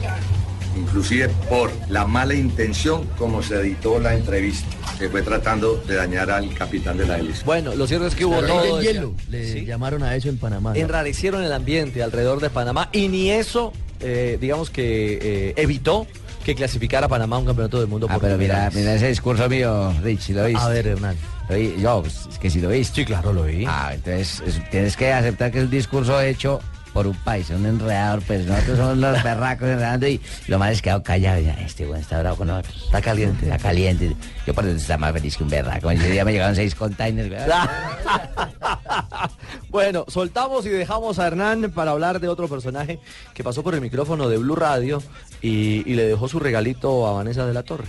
[SPEAKER 1] inclusive por la mala intención como se editó la entrevista, que fue tratando de dañar al capitán de la elección.
[SPEAKER 9] Bueno, lo cierto es que hubo
[SPEAKER 1] Pero
[SPEAKER 9] todo.
[SPEAKER 1] el
[SPEAKER 9] decía-
[SPEAKER 1] hielo,
[SPEAKER 14] Le
[SPEAKER 9] Sí.
[SPEAKER 14] llamaron a eso en Panamá. ¿no?
[SPEAKER 9] enrarecieron el ambiente alrededor de Panamá y ni eso, eh, digamos que eh, evitó que clasificara a Panamá a un campeonato del mundo.
[SPEAKER 38] Ah,
[SPEAKER 9] por
[SPEAKER 38] pero
[SPEAKER 9] primera
[SPEAKER 38] mira,
[SPEAKER 9] vez.
[SPEAKER 38] mira ese discurso mío, Rich, si lo viste.
[SPEAKER 9] A ver, Hernán.
[SPEAKER 38] Lo vi- yo, pues, es que si lo viste.
[SPEAKER 9] Sí, claro, lo vi.
[SPEAKER 38] Ah, entonces es- tienes que aceptar que es un discurso hecho por un país, un enredador, pues nosotros somos los berracos enredando y lo mal es que ha quedado callado. ya, Este bueno está bravo con nosotros. Está caliente. Está caliente. Yo por dentro estaba más feliz que un berraco. Ese día me llegaron seis containers.
[SPEAKER 9] (laughs)
[SPEAKER 38] güey.
[SPEAKER 9] Bueno, soltamos y dejamos a Hernán para hablar de otro personaje que pasó por el micrófono de Blue Radio y, y le dejó su regalito a Vanessa de la Torre.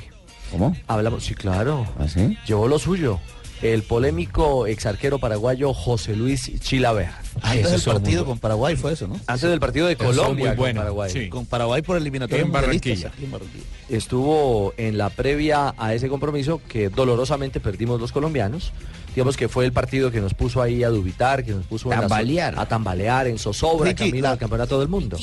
[SPEAKER 39] ¿Cómo?
[SPEAKER 9] Hablamos, sí, claro.
[SPEAKER 15] ¿Ah,
[SPEAKER 39] ¿Así?
[SPEAKER 9] Llevó lo suyo. El polémico exarquero paraguayo José Luis Chilaver.
[SPEAKER 15] Antes del partido con Paraguay fue eso, ¿no?
[SPEAKER 9] Antes del partido de
[SPEAKER 15] Eso es
[SPEAKER 9] Colombia
[SPEAKER 15] muy bueno,
[SPEAKER 9] con Paraguay.
[SPEAKER 15] sí. Con Paraguay por eliminatoria
[SPEAKER 9] En
[SPEAKER 15] mundialista,
[SPEAKER 9] Barranquilla.
[SPEAKER 15] aquí en Barranquilla.
[SPEAKER 9] estuvo en la previa a ese compromiso que dolorosamente perdimos los colombianos. Digamos que fue el partido que nos puso ahí a dubitar, que nos puso en la so-
[SPEAKER 15] Tambalear.
[SPEAKER 9] a tambalear, en zozobra,
[SPEAKER 15] Ricky,
[SPEAKER 9] camino al campeonato del mundo.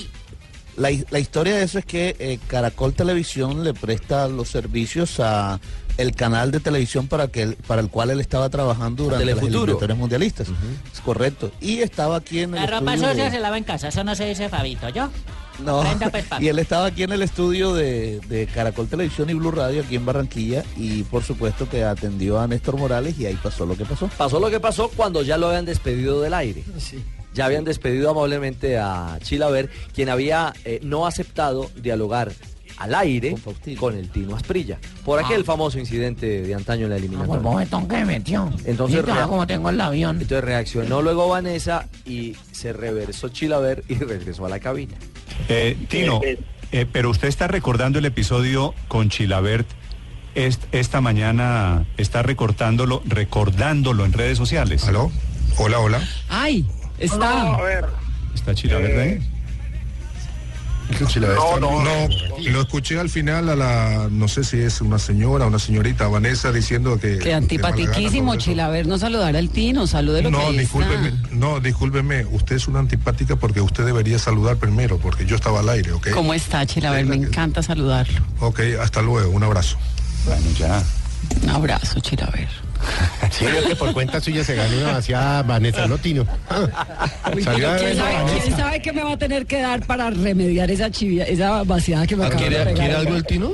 [SPEAKER 15] La, hi- la historia de eso es que eh, Caracol Televisión le presta los servicios a el canal de televisión para que él- para el cual él estaba trabajando durante las
[SPEAKER 9] Telefuturo.
[SPEAKER 15] eliminatorias mundialistas. Es correcto. Y estaba aquí en el
[SPEAKER 16] La ropa
[SPEAKER 15] estudio
[SPEAKER 16] sucia
[SPEAKER 15] de-
[SPEAKER 16] se lava en casa, eso no se dice Fabito, ¿yo?
[SPEAKER 15] No.
[SPEAKER 16] Prenda, pues, papi.
[SPEAKER 15] (laughs) Y él estaba aquí en el estudio de, de Caracol Televisión y Blue Radio aquí en Barranquilla y por supuesto que atendió a Néstor Morales y ahí pasó lo que pasó.
[SPEAKER 9] Pasó lo que pasó cuando ya lo habían despedido del aire. Ya habían despedido amablemente a Chilaver, quien había eh, no aceptado dialogar al aire con el Tino Asprilla. Por aquel famoso incidente de antaño en la eliminatoria.
[SPEAKER 13] que metió.
[SPEAKER 9] Entonces,
[SPEAKER 13] Mira,
[SPEAKER 9] rea-
[SPEAKER 13] como tengo el avión.
[SPEAKER 9] Entonces reaccionó luego Vanessa y se reversó Chilaver
[SPEAKER 14] (laughs)
[SPEAKER 9] y regresó a la cabina.
[SPEAKER 40] Eh, Tino, eh, pero usted está recordando el episodio con Chilabert est- esta mañana, está recortándolo, recordándolo en redes sociales. ¿Aló? Hola, hola.
[SPEAKER 13] ¡Ay! Está.
[SPEAKER 40] a ¿Está Chilabert ahí?
[SPEAKER 41] No, no, Lo escuché al final a la, no sé si es una señora, una señorita, Vanessa, diciendo que...
[SPEAKER 5] Que antipatiquísimo, Chilaver, no saludar al Tino, salude
[SPEAKER 41] que
[SPEAKER 5] lo
[SPEAKER 41] mala gana
[SPEAKER 5] que
[SPEAKER 41] por
[SPEAKER 5] ahí
[SPEAKER 41] eso. No,
[SPEAKER 5] está.
[SPEAKER 41] discúlpeme, no, discúlpeme, usted es una antipática porque usted debería saludar primero, porque yo estaba al aire, ¿ok?
[SPEAKER 5] ¿Cómo está,
[SPEAKER 9] Eh,
[SPEAKER 5] Chilaver? Me encanta saludarlo.
[SPEAKER 41] Ok, hasta luego, un abrazo. Bueno, ya.
[SPEAKER 5] Un abrazo, Chilaver.
[SPEAKER 26] Sí, veo que por cuenta suya se ganó una vaciada Vanessa
[SPEAKER 5] (laughs)
[SPEAKER 26] Lotino. Salió a
[SPEAKER 5] ¿Quién
[SPEAKER 26] ver a
[SPEAKER 5] sabe,
[SPEAKER 26] Vanessa.
[SPEAKER 5] quién sabe qué me va a tener que dar para remediar esa chivia, esa vaciada que me acaba de
[SPEAKER 26] ¿Quiere,
[SPEAKER 5] regalar?
[SPEAKER 26] quiere algo el
[SPEAKER 5] (laughs)
[SPEAKER 26] Tino?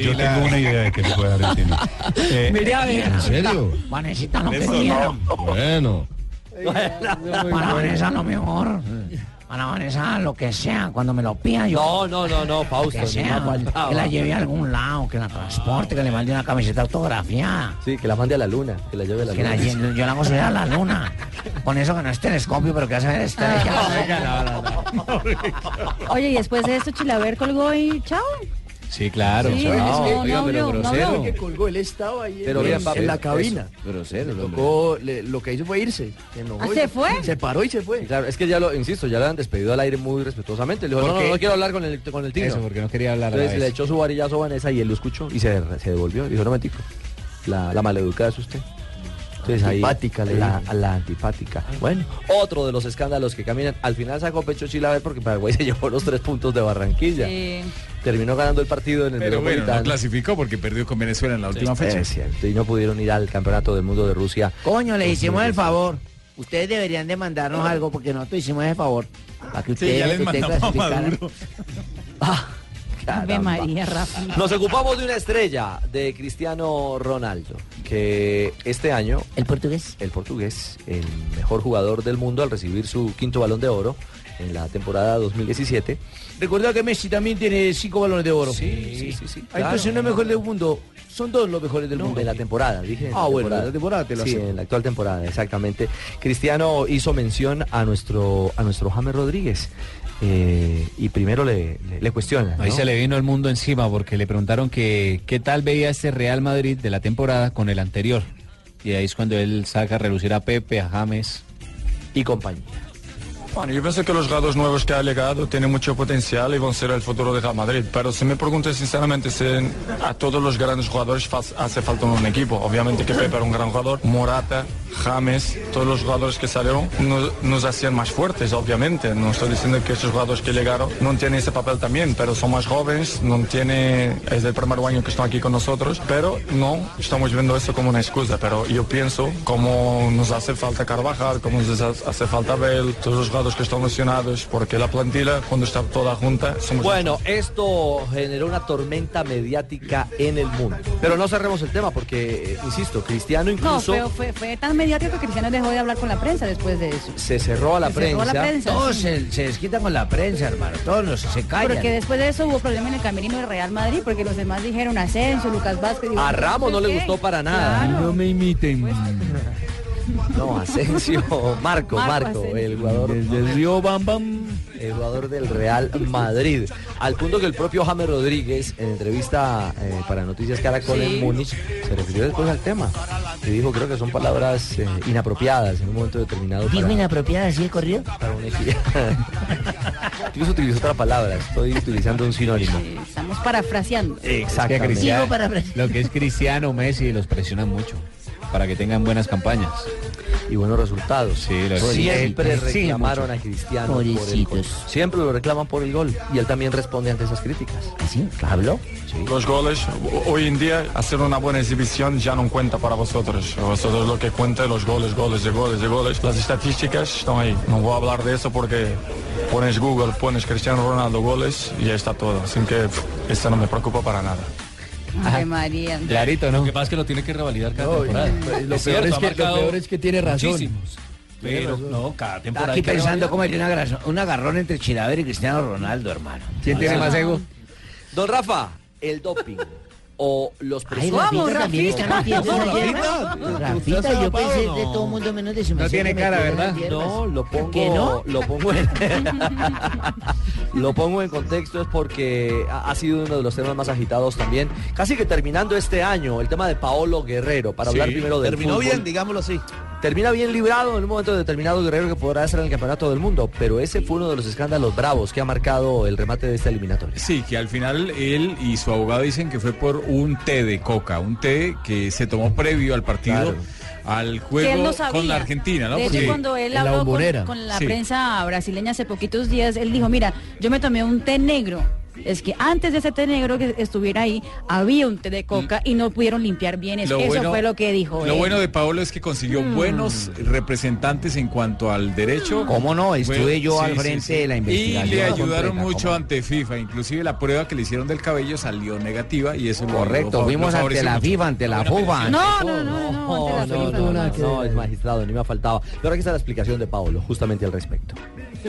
[SPEAKER 40] Yo tengo una idea de que le puede dar el Tino. Eh,
[SPEAKER 5] Mire, a ver.
[SPEAKER 26] ¿En serio?
[SPEAKER 13] Vanesita lo
[SPEAKER 26] Eso
[SPEAKER 13] perdieron.
[SPEAKER 26] Bueno.
[SPEAKER 13] Para Vanessa lo mejor. Para Vanessa lo que sea, cuando me lo pida yo.
[SPEAKER 9] No, no, no, no, Fausto,
[SPEAKER 13] Lo Que,
[SPEAKER 9] ni
[SPEAKER 13] sea,
[SPEAKER 9] más faltaba.
[SPEAKER 13] que la lleve a algún lado, que la transporte, que le mande una camiseta autografiada.
[SPEAKER 9] Sí, que la mande a la luna, que la lleve a la
[SPEAKER 13] Que
[SPEAKER 9] luna.
[SPEAKER 13] la lle- yo la hago subir a la luna. Con eso que no es telescopio, pero que hace
[SPEAKER 9] (laughs)
[SPEAKER 13] ver estrellas.
[SPEAKER 22] Oye, y después de esto, Chilaver colgó y chao.
[SPEAKER 30] Sí, claro.
[SPEAKER 22] Sí,
[SPEAKER 30] chao.
[SPEAKER 22] no, no
[SPEAKER 30] Oiga, pero
[SPEAKER 22] habló, no
[SPEAKER 30] grosero.
[SPEAKER 22] habló.
[SPEAKER 14] Que colgó, él estaba ahí
[SPEAKER 9] Pero
[SPEAKER 14] en,
[SPEAKER 9] vea,
[SPEAKER 14] en
[SPEAKER 9] papi,
[SPEAKER 14] la
[SPEAKER 9] eso,
[SPEAKER 14] cabina.
[SPEAKER 9] grosero,
[SPEAKER 14] Le tocó, le- lo que hizo fue irse. Se, enojó
[SPEAKER 9] Ah,
[SPEAKER 14] y
[SPEAKER 9] ¿se
[SPEAKER 22] fue?
[SPEAKER 14] Se paró y se fue.
[SPEAKER 9] Claro, es que ya lo, insisto, ya lo han despedido al aire muy respetuosamente. Le dijo,
[SPEAKER 14] ¿Por
[SPEAKER 9] no, no,
[SPEAKER 14] qué?
[SPEAKER 9] no quiero hablar con el, con el Tino.
[SPEAKER 14] Eso, porque no quería hablar a la
[SPEAKER 9] Entonces le
[SPEAKER 14] vez.
[SPEAKER 9] echó su varillazo a Vanessa y él lo escuchó y se, se devolvió. Dijo, no, mentico, la, la maleducada es usted. Entonces ahí-
[SPEAKER 14] Antipática, le
[SPEAKER 9] la,
[SPEAKER 14] dijo.
[SPEAKER 9] a la antipática. Bueno, otro de los escándalos que caminan. Al final sacó pecho Chilaver porque Paraguay (laughs) se llevó los tres puntos de Barranquilla. Terminó ganando el partido en el
[SPEAKER 18] Pero bueno, no
[SPEAKER 9] Metropolitano.
[SPEAKER 18] clasificó porque perdió con Venezuela en la última fecha.
[SPEAKER 9] Es cierto, y no pudieron ir al Campeonato del Mundo de Rusia.
[SPEAKER 13] Coño, le hicimos el favor. Ustedes deberían de mandarnos algo porque nosotros hicimos el favor. Para que ustedes,
[SPEAKER 9] ya les
[SPEAKER 13] ustedes
[SPEAKER 9] mandamos a
[SPEAKER 13] clasificaran.
[SPEAKER 22] Ave María, Rafa.
[SPEAKER 9] Nos ocupamos de una estrella de Cristiano Ronaldo, que este año...
[SPEAKER 13] ¿El portugués?
[SPEAKER 9] El portugués, el mejor jugador del mundo al recibir su quinto balón de oro en la temporada 2017.
[SPEAKER 11] Recordad que Messi también tiene cinco balones de oro.
[SPEAKER 9] Sí, sí, sí. sí, pues,
[SPEAKER 11] Ah, Entonces no es mejor del mundo. Son dos los mejores del
[SPEAKER 9] No,
[SPEAKER 11] mundo.
[SPEAKER 9] de la temporada, dije. en
[SPEAKER 11] Ah, bueno, de la temporada te lo
[SPEAKER 9] Sí,
[SPEAKER 11] acepto.
[SPEAKER 9] en la actual temporada, exactamente. Cristiano hizo mención a nuestro, a nuestro James Rodríguez. eh, y primero le, le, le cuestiona.
[SPEAKER 23] Ahí
[SPEAKER 9] ¿no?
[SPEAKER 23] se le vino el mundo encima porque le preguntaron que qué tal veía este Real Madrid de la temporada con el anterior. Y ahí es cuando él saca a relucir a Pepe, a James
[SPEAKER 9] y compañía.
[SPEAKER 30] Bueno, yo pienso que los jugadores nuevos que ha llegado tienen mucho potencial y van a ser el futuro de Real Madrid. Pero si me preguntas sinceramente si a todos los grandes jugadores faz- hace falta un equipo. Obviamente que Pepe era un gran jugador, Morata, James, todos los jugadores que salieron nos, nos hacían más fuertes, obviamente. No estoy diciendo que esos jugadores que llegaron no tienen ese papel también, pero son más jóvenes, no tiene es el primer año que están aquí con nosotros, pero no estamos viendo eso como una excusa. Pero yo pienso como nos hace falta Carvajal, como nos hace falta Bale, todos los jugadores que están lesionados, porque la plantilla cuando está toda junta somos
[SPEAKER 9] Bueno, esto generó una tormenta mediática en el mundo. Pero no cerremos el tema porque, eh, insisto, Cristiano
[SPEAKER 22] No,
[SPEAKER 9] incluso
[SPEAKER 22] pero fue, fue tan mediático que Cristiano dejó de hablar con la prensa después de eso.
[SPEAKER 9] se cerró a la
[SPEAKER 22] Se
[SPEAKER 9] prensa.
[SPEAKER 22] cerró la prensa.
[SPEAKER 8] Todos se, se desquitan con la prensa, hermano. Todos los- se callan.
[SPEAKER 22] Porque después de eso hubo problema en el camerino del Real Madrid porque los demás dijeron Asensio, Lucas Vázquez. digo,
[SPEAKER 9] A Ramos no le
[SPEAKER 22] ¿qué?
[SPEAKER 9] gustó para nada.
[SPEAKER 22] Claro.
[SPEAKER 9] No me imiten. No,
[SPEAKER 22] (laughs)
[SPEAKER 9] Asensio, Marco,
[SPEAKER 22] Marco
[SPEAKER 9] Marco,
[SPEAKER 22] Asensio.
[SPEAKER 9] el jugador del Río Bam Bam, el jugador del Real Madrid. Al punto que el propio James Rodríguez, en entrevista eh, para Noticias Caracol
[SPEAKER 29] Sí.
[SPEAKER 9] en Múnich, se refirió después al tema y dijo, creo que son palabras eh, inapropiadas en un momento determinado.
[SPEAKER 13] ¿Dijo
[SPEAKER 9] para-
[SPEAKER 13] inapropiada así de corrido?
[SPEAKER 9] para un equipo. (laughs) Incluso utilizó otra palabra, estoy utilizando un sinónimo.
[SPEAKER 22] Estamos parafraseando.
[SPEAKER 23] Es que a Cristiano-
[SPEAKER 22] Sigo parafraseando.
[SPEAKER 23] lo que es Cristiano, Messi, los presionan mucho para que tengan buenas campañas.
[SPEAKER 9] Y buenos resultados.
[SPEAKER 23] Sí, lo
[SPEAKER 9] Siempre
[SPEAKER 23] exigen mucho.
[SPEAKER 9] reclamaron a Cristiano por el gol. Siempre lo reclaman por el gol. Y él también responde ante esas críticas.
[SPEAKER 22] ¿Ah,
[SPEAKER 13] ¿Así? ¿Habló?
[SPEAKER 30] Los goles, ho- hoy en día, hacer una buena exhibición ya no cuenta para vosotros. Vosotros lo que cuenta es los goles, goles, de goles, de goles. Las estadísticas están ahí. No voy a hablar de eso porque pones Google, pones Cristiano Ronaldo goles y ya está todo. Así que pff, eso no me preocupa para nada.
[SPEAKER 22] Ay, María.
[SPEAKER 23] Clarito, ¿no?
[SPEAKER 20] Lo que pasa es que lo tiene que revalidar cada
[SPEAKER 14] No, y-
[SPEAKER 20] temporada.
[SPEAKER 14] pues, lo peor
[SPEAKER 20] cierto,
[SPEAKER 14] es
[SPEAKER 20] ha
[SPEAKER 14] que- lo
[SPEAKER 20] marcado
[SPEAKER 14] peor es que tiene razón.
[SPEAKER 20] Muchísimos. Pero, no, cada temporada.
[SPEAKER 8] Aquí
[SPEAKER 20] hay que
[SPEAKER 8] pensando
[SPEAKER 20] revalidar.
[SPEAKER 8] cómo sería una gra- un agarrón entre Chilaver y Cristiano Ronaldo, hermano.
[SPEAKER 9] ¿Quién tiene más ego? Don Rafa, el
[SPEAKER 13] (laughs)
[SPEAKER 9] doping o los
[SPEAKER 8] Ay,
[SPEAKER 9] presuntos...
[SPEAKER 8] Vamos, Rafita, también está
[SPEAKER 13] Rafita.
[SPEAKER 8] pidiendo
[SPEAKER 13] Rafita.
[SPEAKER 8] ayer.
[SPEAKER 13] Rafita, yo pensé de todo el mundo menos de su merced que me pidieron ayer,
[SPEAKER 9] No,
[SPEAKER 13] pues.
[SPEAKER 9] lo pongo,
[SPEAKER 13] ¿Qué no?
[SPEAKER 9] lo pongo en, (laughs) lo pongo en contexto es porque ha ha sido uno de los temas más agitados también. Casi que terminando este año, el tema de Paolo Guerrero, para hablar
[SPEAKER 7] Sí.
[SPEAKER 9] primero del
[SPEAKER 7] Terminó
[SPEAKER 9] fútbol.
[SPEAKER 7] bien, digámoslo así.
[SPEAKER 9] Termina bien librado en un momento determinado Guerrero que podrá ser en el campeonato del mundo, pero ese fue uno de los escándalos bravos que ha marcado el remate de esta eliminatoria.
[SPEAKER 18] Sí, que al final él y su abogado dicen que fue por un té de coca, un té que se tomó previo al partido, al
[SPEAKER 22] Que él
[SPEAKER 18] juego
[SPEAKER 22] no sabía.
[SPEAKER 18] con la Argentina, ¿no?
[SPEAKER 22] De hecho,
[SPEAKER 18] Porque-
[SPEAKER 22] cuando él habló con, con la
[SPEAKER 18] Sí.
[SPEAKER 22] prensa brasileña hace poquitos días, él dijo, mira, yo me tomé un té negro. Es que antes de ese té negro que estuviera ahí, había un té de coca y no pudieron limpiar bien. eso.
[SPEAKER 18] Mm. Lo
[SPEAKER 22] Eso
[SPEAKER 18] bueno-
[SPEAKER 22] fue lo que dijo
[SPEAKER 18] Lo
[SPEAKER 22] él. Mm.
[SPEAKER 18] bueno de Paolo es que consiguió buenos representantes en cuanto al derecho.
[SPEAKER 8] ¿Cómo no? Estuve
[SPEAKER 18] Bueno,
[SPEAKER 8] yo al frente de la investigación
[SPEAKER 18] Y le ayudaron
[SPEAKER 8] completa,
[SPEAKER 18] mucho ante FIFA. Inclusive la prueba que le hicieron del cabello salió negativa y eso lo-
[SPEAKER 8] Correcto,
[SPEAKER 18] lo- lo
[SPEAKER 8] fuimos ante
[SPEAKER 18] favoreció
[SPEAKER 8] la
[SPEAKER 18] mucho.
[SPEAKER 8] FIFA, ante la
[SPEAKER 22] No,
[SPEAKER 8] FUBA.
[SPEAKER 22] no, no, no, no, ante la
[SPEAKER 9] no,
[SPEAKER 22] FIFA.
[SPEAKER 9] no, no, no, es magistrado, ni me ha faltado. Pero aquí está la explicación de Paolo, justamente al respecto.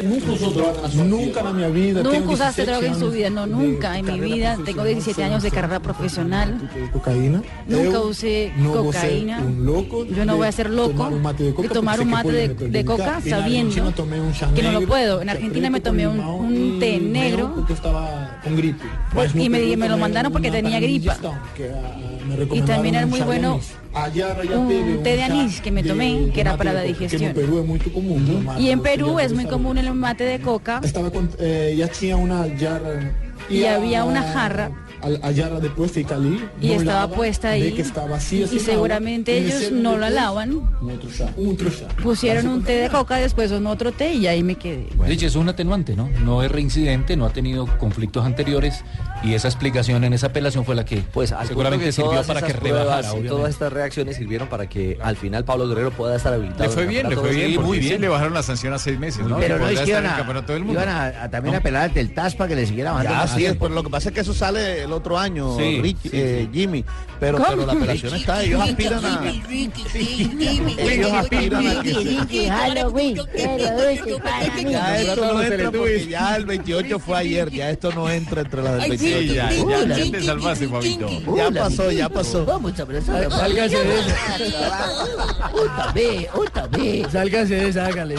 [SPEAKER 27] Nunca usó droga en su Nunca en mi vida.
[SPEAKER 22] Nunca usaste droga en su vida, no, nunca en mi vida. Tengo 17 años de carrera profesional,
[SPEAKER 27] Cocaína.
[SPEAKER 22] nunca
[SPEAKER 27] Eu
[SPEAKER 22] usé
[SPEAKER 27] no vou ser
[SPEAKER 22] cocaína.
[SPEAKER 27] un loco
[SPEAKER 22] Yo no
[SPEAKER 27] de
[SPEAKER 22] voy a ser loco
[SPEAKER 27] tomar un mate de coca
[SPEAKER 22] de tomar
[SPEAKER 27] porque
[SPEAKER 22] un
[SPEAKER 27] sé que
[SPEAKER 22] mate
[SPEAKER 27] puede
[SPEAKER 22] de,
[SPEAKER 27] me
[SPEAKER 22] de
[SPEAKER 27] perjudicar.
[SPEAKER 22] coca
[SPEAKER 27] En Argentina
[SPEAKER 22] sabiendo
[SPEAKER 27] tomé un chá
[SPEAKER 22] que no lo
[SPEAKER 27] negro,
[SPEAKER 22] puedo. En
[SPEAKER 27] chá
[SPEAKER 22] Argentina
[SPEAKER 27] preto
[SPEAKER 22] me
[SPEAKER 27] con
[SPEAKER 22] tomé un,
[SPEAKER 27] limão
[SPEAKER 22] un
[SPEAKER 27] y
[SPEAKER 22] té
[SPEAKER 27] mel
[SPEAKER 22] negro
[SPEAKER 27] Porque estaba con gripe.
[SPEAKER 22] Pues, y me-
[SPEAKER 27] nunca yo
[SPEAKER 22] me lo
[SPEAKER 27] tomé
[SPEAKER 22] mandaron porque
[SPEAKER 27] una
[SPEAKER 22] tenía gripa.
[SPEAKER 27] digestión, que, ah, me
[SPEAKER 22] y
[SPEAKER 27] recomendaron
[SPEAKER 22] también era
[SPEAKER 27] un
[SPEAKER 22] muy
[SPEAKER 27] chá de
[SPEAKER 22] bueno
[SPEAKER 27] anís. Allá, allá pide
[SPEAKER 22] un
[SPEAKER 27] un
[SPEAKER 22] té de
[SPEAKER 27] chá
[SPEAKER 22] anís que me
[SPEAKER 27] de-
[SPEAKER 22] tomé,
[SPEAKER 27] de
[SPEAKER 22] que era
[SPEAKER 27] mate
[SPEAKER 22] para
[SPEAKER 27] de
[SPEAKER 22] la
[SPEAKER 27] coca, que
[SPEAKER 22] digestión.
[SPEAKER 27] En Perú es muy común. ¿no? Mate,
[SPEAKER 22] Y en
[SPEAKER 27] porque ya
[SPEAKER 22] Perú
[SPEAKER 27] lo
[SPEAKER 22] es muy
[SPEAKER 27] saben.
[SPEAKER 22] común el mate de coca
[SPEAKER 27] Estaba con, eh, ya tenía una jarra.
[SPEAKER 22] y había una jarra
[SPEAKER 27] al- allá era de Puesta y Cali.
[SPEAKER 22] Y
[SPEAKER 27] no
[SPEAKER 22] estaba
[SPEAKER 27] lava,
[SPEAKER 22] puesta
[SPEAKER 27] ve
[SPEAKER 22] ahí.
[SPEAKER 27] que estaba así,
[SPEAKER 22] y,
[SPEAKER 27] así,
[SPEAKER 22] y seguramente
[SPEAKER 27] agua, y
[SPEAKER 22] ellos
[SPEAKER 27] hicieron
[SPEAKER 22] no
[SPEAKER 27] un
[SPEAKER 22] lo
[SPEAKER 27] té,
[SPEAKER 22] alaban.
[SPEAKER 27] un trucha, Un trucha.
[SPEAKER 22] Pusieron un té de coca, después un otro té y ahí me quedé.
[SPEAKER 42] De hecho, es un atenuante, ¿no? No es reincidente, no ha tenido conflictos anteriores y esa explicación en esa apelación fue la que
[SPEAKER 9] pues, al
[SPEAKER 42] seguramente
[SPEAKER 9] punto
[SPEAKER 42] sirvió
[SPEAKER 9] todas
[SPEAKER 42] para que
[SPEAKER 9] esas pruebas
[SPEAKER 42] rebajara.
[SPEAKER 9] y
[SPEAKER 42] obviamente.
[SPEAKER 9] todas estas reacciones sirvieron para que al final Pablo Guerrero pueda estar habilitado.
[SPEAKER 18] Le
[SPEAKER 9] en
[SPEAKER 18] fue
[SPEAKER 9] el
[SPEAKER 18] bien, le fue
[SPEAKER 9] campeonato.
[SPEAKER 18] bien. porque sí le bajaron la sanción a seis meses, ¿no?
[SPEAKER 13] Pero
[SPEAKER 18] Podrá
[SPEAKER 13] no es que
[SPEAKER 18] estar
[SPEAKER 13] iban
[SPEAKER 18] en el
[SPEAKER 13] a,
[SPEAKER 18] campeonato del mundo.
[SPEAKER 13] iban a- a también
[SPEAKER 18] No.
[SPEAKER 13] a pelar ante el TAS para que le siguiera bajando.
[SPEAKER 15] Ya,
[SPEAKER 13] la
[SPEAKER 15] así es,
[SPEAKER 13] sanción.
[SPEAKER 15] pero lo que pasa es que eso sale el otro año,
[SPEAKER 13] Ah, Sí,
[SPEAKER 15] Rich-
[SPEAKER 13] sí,
[SPEAKER 15] eh, Jimmy. Pero, pero la apelación está, ellos aspiran a... Ellos aspiran a que se... Ya esto no entra porque ya el 28 fue ayer, ya esto no entra entre las del
[SPEAKER 18] Ay,
[SPEAKER 15] 28.
[SPEAKER 18] sí, ya, ya, ya te salvaste, Fabito.
[SPEAKER 15] Ya pasó, ya pasó.
[SPEAKER 5] Vamos a abrazar.
[SPEAKER 15] Sálgase de
[SPEAKER 5] esa. Ótame, ótame. Sálgase de esa, hágale.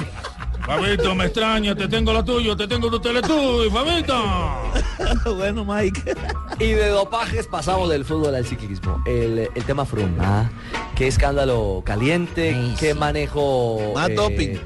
[SPEAKER 30] Fabito, me extraña, te tengo la tuya, te tengo tu teletubi, Fabito.
[SPEAKER 9] bueno, Mike. Y de dopajes pasamos del fútbol al ciclismo. El, el tema Froome. ¿ah? Qué escándalo caliente, qué manejo. eh,
[SPEAKER 15] Más doping.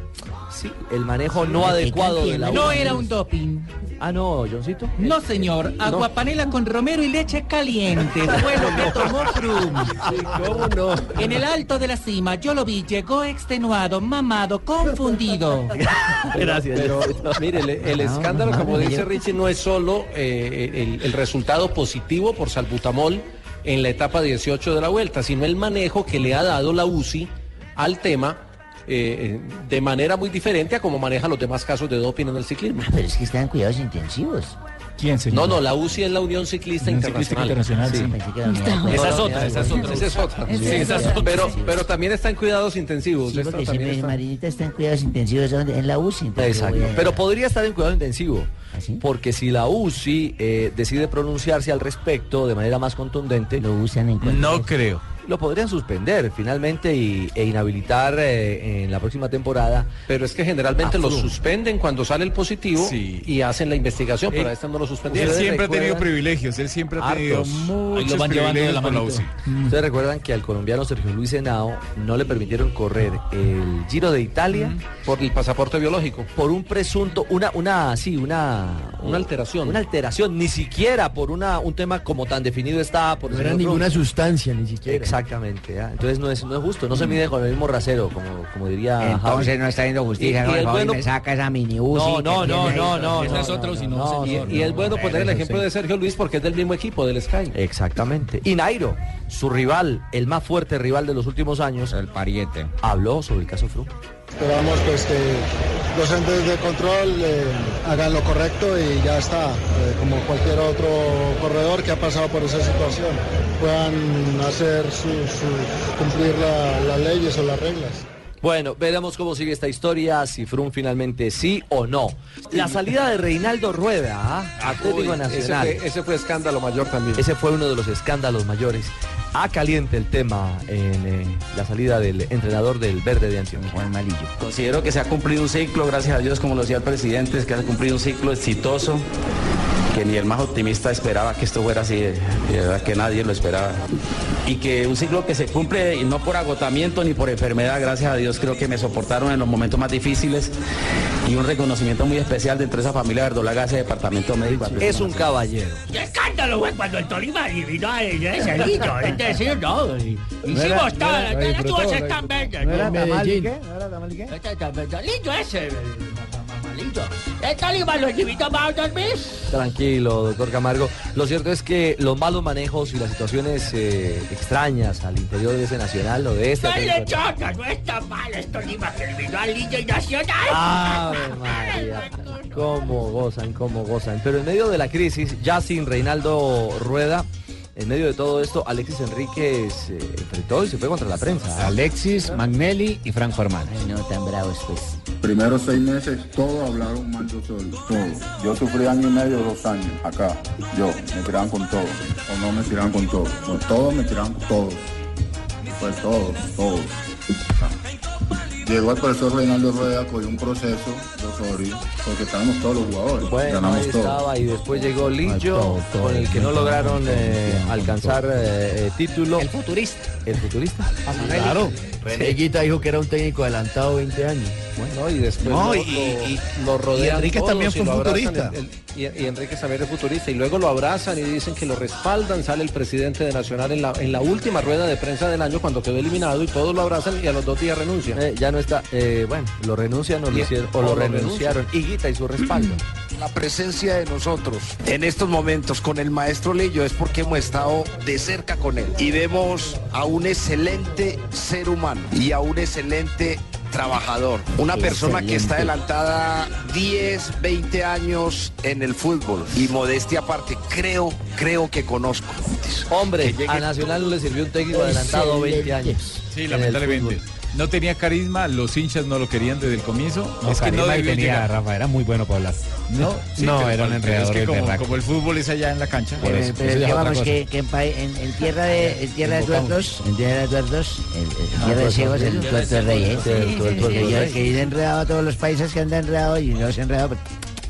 [SPEAKER 9] Sí, el manejo no adecuado de la
[SPEAKER 16] No
[SPEAKER 9] UCI.
[SPEAKER 16] era un doping.
[SPEAKER 9] Ah, no, Johncito.
[SPEAKER 16] No, señor.
[SPEAKER 9] No.
[SPEAKER 16] Aguapanela con romero y leche caliente. (laughs) Fue lo que tomó Froome.
[SPEAKER 9] ¿Cómo no?
[SPEAKER 16] En el alto de la cima, yo lo vi, llegó extenuado, mamado, confundido.
[SPEAKER 17] (laughs) Gracias. Pero, mire, el, el escándalo, como dice Richie, no es solo eh, el, el resultado positivo por salbutamol en la etapa 18 de la vuelta, sino el manejo que le ha dado la UCI al tema eh, eh, de manera muy diferente a como maneja los demás casos de doping en el ciclismo.
[SPEAKER 13] Pero es que están cuidados intensivos.
[SPEAKER 42] ¿Quién,
[SPEAKER 17] No, no, la UCI es la Unión Ciclista Internacional.
[SPEAKER 13] Está.
[SPEAKER 17] Esa es otra, esa es otra. Esa es otra.
[SPEAKER 13] Sí, esa es otra.
[SPEAKER 17] Pero, pero también está en cuidados intensivos.
[SPEAKER 13] Sí,
[SPEAKER 17] esta
[SPEAKER 13] porque
[SPEAKER 17] también
[SPEAKER 13] siempre
[SPEAKER 17] está.
[SPEAKER 13] Marinita está en cuidados intensivos ¿dónde? en la UCI. entonces yo
[SPEAKER 9] Exacto.
[SPEAKER 13] voy a-
[SPEAKER 9] Pero podría estar en cuidado intensivo. Porque si la UCI eh, decide pronunciarse al respecto de manera más contundente, lo
[SPEAKER 13] usan en
[SPEAKER 9] no creo. Lo podrían suspender finalmente y, e inhabilitar eh, en la próxima temporada. Ah,
[SPEAKER 17] Pero es que generalmente
[SPEAKER 9] A
[SPEAKER 17] lo
[SPEAKER 9] Froome.
[SPEAKER 17] suspenden cuando sale el positivo y hacen la investigación, pero
[SPEAKER 9] Eh,
[SPEAKER 18] Él-
[SPEAKER 17] a esta no lo
[SPEAKER 18] Él
[SPEAKER 17] suspendieron.
[SPEAKER 18] siempre ha tenido privilegios, él siempre ha tenido muchos privilegios por la UCI.
[SPEAKER 9] Ustedes recuerdan que al colombiano Sergio Luis Henao no le permitieron correr el Giro de Italia
[SPEAKER 17] por el pasaporte biológico,
[SPEAKER 9] por un presunto una una sí, una una alteración, una alteración, ni siquiera por una un tema como tan definido está por el
[SPEAKER 5] No era
[SPEAKER 9] señor
[SPEAKER 5] ninguna
[SPEAKER 9] Froome.
[SPEAKER 5] sustancia, ni siquiera.
[SPEAKER 9] Exactamente, ah, entonces no es, no es justo, no se mide con el mismo rasero, como, como diría
[SPEAKER 13] Entonces
[SPEAKER 9] Javi.
[SPEAKER 13] no está haciendo
[SPEAKER 9] Y-
[SPEAKER 13] justicia.
[SPEAKER 9] y
[SPEAKER 13] con
[SPEAKER 9] el
[SPEAKER 13] el favor, y
[SPEAKER 9] bueno-
[SPEAKER 13] me saca esa mini UCI.
[SPEAKER 9] No,
[SPEAKER 13] que
[SPEAKER 9] no,
[SPEAKER 13] tiene
[SPEAKER 9] no,
[SPEAKER 13] ahí.
[SPEAKER 9] no, no.
[SPEAKER 17] Esa es otra,
[SPEAKER 9] no,
[SPEAKER 17] si no,
[SPEAKER 9] no,
[SPEAKER 17] se-
[SPEAKER 9] no,
[SPEAKER 17] y, y es
[SPEAKER 9] no,
[SPEAKER 17] bueno
[SPEAKER 9] no,
[SPEAKER 17] poner el
[SPEAKER 9] eso
[SPEAKER 17] ejemplo
[SPEAKER 9] sí.
[SPEAKER 17] de Sergio Luis porque es del mismo equipo, del Sky.
[SPEAKER 9] Exactamente. Y Nairo, su rival, el más fuerte rival de los últimos años, el pariente, habló sobre el caso Froome.
[SPEAKER 27] Esperamos pues que los entes de control eh, hagan lo correcto y ya está, eh, como cualquier otro corredor que ha pasado por esa situación, puedan hacer su, su- cumplir la- las leyes o las reglas.
[SPEAKER 9] Bueno, veremos cómo sigue esta historia, si Frum finalmente sí o no. La salida de Reinaldo Rueda, ¿ah? Atlético
[SPEAKER 17] Uy, ese
[SPEAKER 9] Nacional.
[SPEAKER 17] fue- ese fue escándalo mayor también.
[SPEAKER 9] Ese fue uno de los escándalos mayores. A caliente el tema en eh, la salida del entrenador del verde de Antioquia. Juan Malillo.
[SPEAKER 20] Considero que se ha cumplido un ciclo, gracias a Dios, como lo decía el presidente, es que se ha cumplido un ciclo exitoso, que ni el más optimista esperaba que esto fuera así, de verdad que nadie lo esperaba. Y que un ciclo que se cumple y no por agotamiento ni por enfermedad, gracias a Dios, creo que me soportaron en los momentos más difíciles y un reconocimiento muy especial dentro de esa familia verdolaga, ese departamento médico.
[SPEAKER 9] Es un caballero.
[SPEAKER 20] ¡Qué
[SPEAKER 12] escándalo fue cuando el Tolima adivinó a ella, (laughs) ese niño! Es decir, no, y- No era- hicimos no todas era- las lo las disfrutó, cosas lo tan Este disfrutó. bellas. ¿No era tamal y qué? ¿No era tamal y qué? Tamalito ese, eh, tamalito. El Tolima lo adivinó más dos veces.
[SPEAKER 9] Tranquilo, doctor Camargo. Lo cierto es que los malos manejos y las situaciones eh, extrañas al interior de ese nacional o de este.
[SPEAKER 12] No
[SPEAKER 9] Atlético
[SPEAKER 12] le
[SPEAKER 9] Nacional.
[SPEAKER 12] choca, no está mal el Tolima que eliminó al niño y Nacional.
[SPEAKER 9] Ave María. Cómo gozan, cómo gozan. Pero en medio de la crisis, ya sin Reinaldo Rueda, en medio de todo esto, Alexis Enríquez se enfrentó y se fue contra la prensa.
[SPEAKER 23] Alexis, Magnelli y Franco Armán.
[SPEAKER 13] No tan bravos, pues.
[SPEAKER 14] Primeros seis meses todos hablaron mal yo solo, todos. Yo sufrí año y medio, dos años, acá. Yo, me tiraban con todo, o no me tiraban con todo. No, todos me tiraban con todos. Pues todos, todos. Llegó el profesor Reinaldo Rueda, cogió un proceso de Osorio, porque estábamos todos los jugadores,
[SPEAKER 9] Bueno,
[SPEAKER 14] ganamos
[SPEAKER 9] ahí
[SPEAKER 14] todos.
[SPEAKER 9] estaba y después llegó Lillo,
[SPEAKER 14] todo,
[SPEAKER 9] con el que
[SPEAKER 14] todo,
[SPEAKER 9] no
[SPEAKER 14] todo,
[SPEAKER 9] lograron
[SPEAKER 14] todo,
[SPEAKER 9] eh,
[SPEAKER 14] todo,
[SPEAKER 9] alcanzar eh, eh, título. El futurista. El futurista.
[SPEAKER 14] Claro. Reneguita dijo que era un técnico adelantado 20 años.
[SPEAKER 17] Bueno, y después
[SPEAKER 14] No,
[SPEAKER 17] lo,
[SPEAKER 14] y-
[SPEAKER 17] lo-
[SPEAKER 14] y-
[SPEAKER 17] lo rodean
[SPEAKER 14] y Enríquez
[SPEAKER 17] todos
[SPEAKER 14] también
[SPEAKER 17] y
[SPEAKER 14] fue
[SPEAKER 17] lo abrazan,
[SPEAKER 14] futurista.
[SPEAKER 17] el- el- y, y Enríquez también es futurista. Y luego lo abrazan y dicen que lo respaldan. Sale el presidente de Nacional en la, en la última rueda de prensa del año cuando quedó eliminado y todos lo abrazan y a los dos días renuncia.
[SPEAKER 9] ya no está, eh, bueno, lo renuncian o lo,
[SPEAKER 17] Y-
[SPEAKER 9] hicieron, o lo renunciaron. Higuita y su respaldo.
[SPEAKER 5] La presencia de nosotros en estos momentos con el maestro Lillo es porque hemos estado de cerca con él y vemos a un excelente ser humano y a un excelente trabajador, una persona que está adelantada 10, 20 años en el fútbol y modestia aparte, creo, creo que conozco.
[SPEAKER 9] Hombre,
[SPEAKER 5] llegue-
[SPEAKER 9] a Nacional no le sirvió un técnico adelantado 20 años.
[SPEAKER 18] Sí, lamentablemente. No tenía carisma, los hinchas no lo querían desde el comienzo.
[SPEAKER 23] No,
[SPEAKER 18] es que no
[SPEAKER 23] carisma que
[SPEAKER 18] debió
[SPEAKER 23] tenía,
[SPEAKER 18] llegar.
[SPEAKER 23] Rafa, era muy bueno para hablar.
[SPEAKER 18] No, sí,
[SPEAKER 23] no,
[SPEAKER 18] pero
[SPEAKER 23] era
[SPEAKER 18] cual-
[SPEAKER 23] un
[SPEAKER 18] pero es
[SPEAKER 23] enredador
[SPEAKER 18] que
[SPEAKER 23] del
[SPEAKER 18] como,
[SPEAKER 23] berraco.
[SPEAKER 18] como el fútbol es allá en la cancha. pues,
[SPEAKER 23] Por
[SPEAKER 13] Pero,
[SPEAKER 23] eso,
[SPEAKER 13] pero
[SPEAKER 23] eso ya
[SPEAKER 13] es
[SPEAKER 23] es
[SPEAKER 13] que
[SPEAKER 23] otra
[SPEAKER 13] vamos,
[SPEAKER 23] cosa.
[SPEAKER 13] que, que en, pa- en, en tierra de, en tierra de tuertos, en tierra de tuertos, en, en Ah, tierra de pues, ciegos, el sí, tuerto es rey, ¿eh? sí, sí, Yo- sí, sí. yo- Que he enredado a todos los países que han enredado y no se han enredado,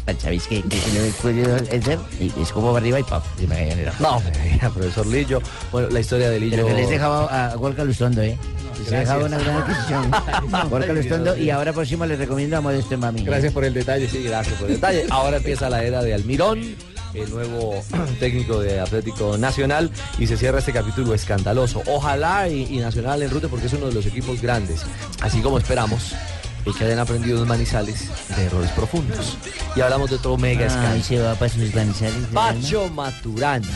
[SPEAKER 13] pero sabéis que que si no es cuello, es ser, y es como para arriba y pap, y me caí en el ojo.
[SPEAKER 9] No, (laughs) profesor Lillo. Bueno, la historia de Lillo.
[SPEAKER 13] Pero que les dejaba a Gorka Lustondo, ¿eh? Les he dejado una
[SPEAKER 9] gracias. (laughs)
[SPEAKER 13] gran adquisición. (laughs) Gorka
[SPEAKER 9] Ay,
[SPEAKER 13] Lustondo,
[SPEAKER 9] Dios mío.
[SPEAKER 13] y ahora próximo les recomiendo a Modesto Mami.
[SPEAKER 9] Gracias por el detalle, sí, gracias por el detalle. Ahora empieza la era de Almirón, el nuevo (clears throat) técnico de Atlético Nacional, y se cierra este capítulo escandaloso. Ojalá y, y Nacional en ruta porque es uno de los equipos grandes, así como esperamos. Y que hayan aprendido los manizales de errores profundos. Y hablamos de otro mega escándalo.
[SPEAKER 13] Ay, se va para sus manizales.
[SPEAKER 9] Pacho Maturana.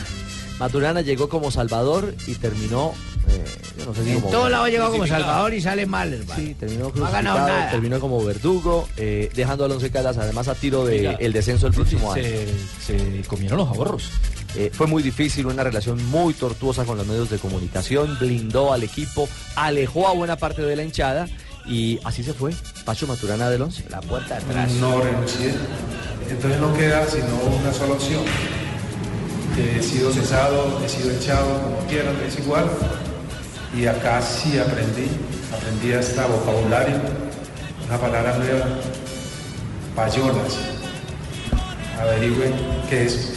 [SPEAKER 9] Maturana llegó como Salvador y terminó. eh, yo no sé si
[SPEAKER 5] En
[SPEAKER 9] como-
[SPEAKER 5] todos lados llegó como Salvador y sale mal, hermano.
[SPEAKER 9] Sí, terminó
[SPEAKER 5] No ha ganado
[SPEAKER 9] crucificado,
[SPEAKER 5] nada.
[SPEAKER 9] terminó como verdugo, eh, dejando al Once Caldas además a tiro del
[SPEAKER 5] Mira,
[SPEAKER 9] descenso del próximo año.
[SPEAKER 5] se-
[SPEAKER 9] Se comieron los ahorros. Eh, fue muy difícil, una relación muy tortuosa con los medios de comunicación, blindó al equipo, alejó a buena parte de la hinchada y así se fue Pacho Maturana del Once. La puerta
[SPEAKER 20] No renuncié. Entonces no queda sino una sola opción. He sido cesado, he sido echado, como quieran, es igual. Y acá sí aprendí, aprendí hasta vocabulario, una palabra nueva, payolas. Averigüen qué es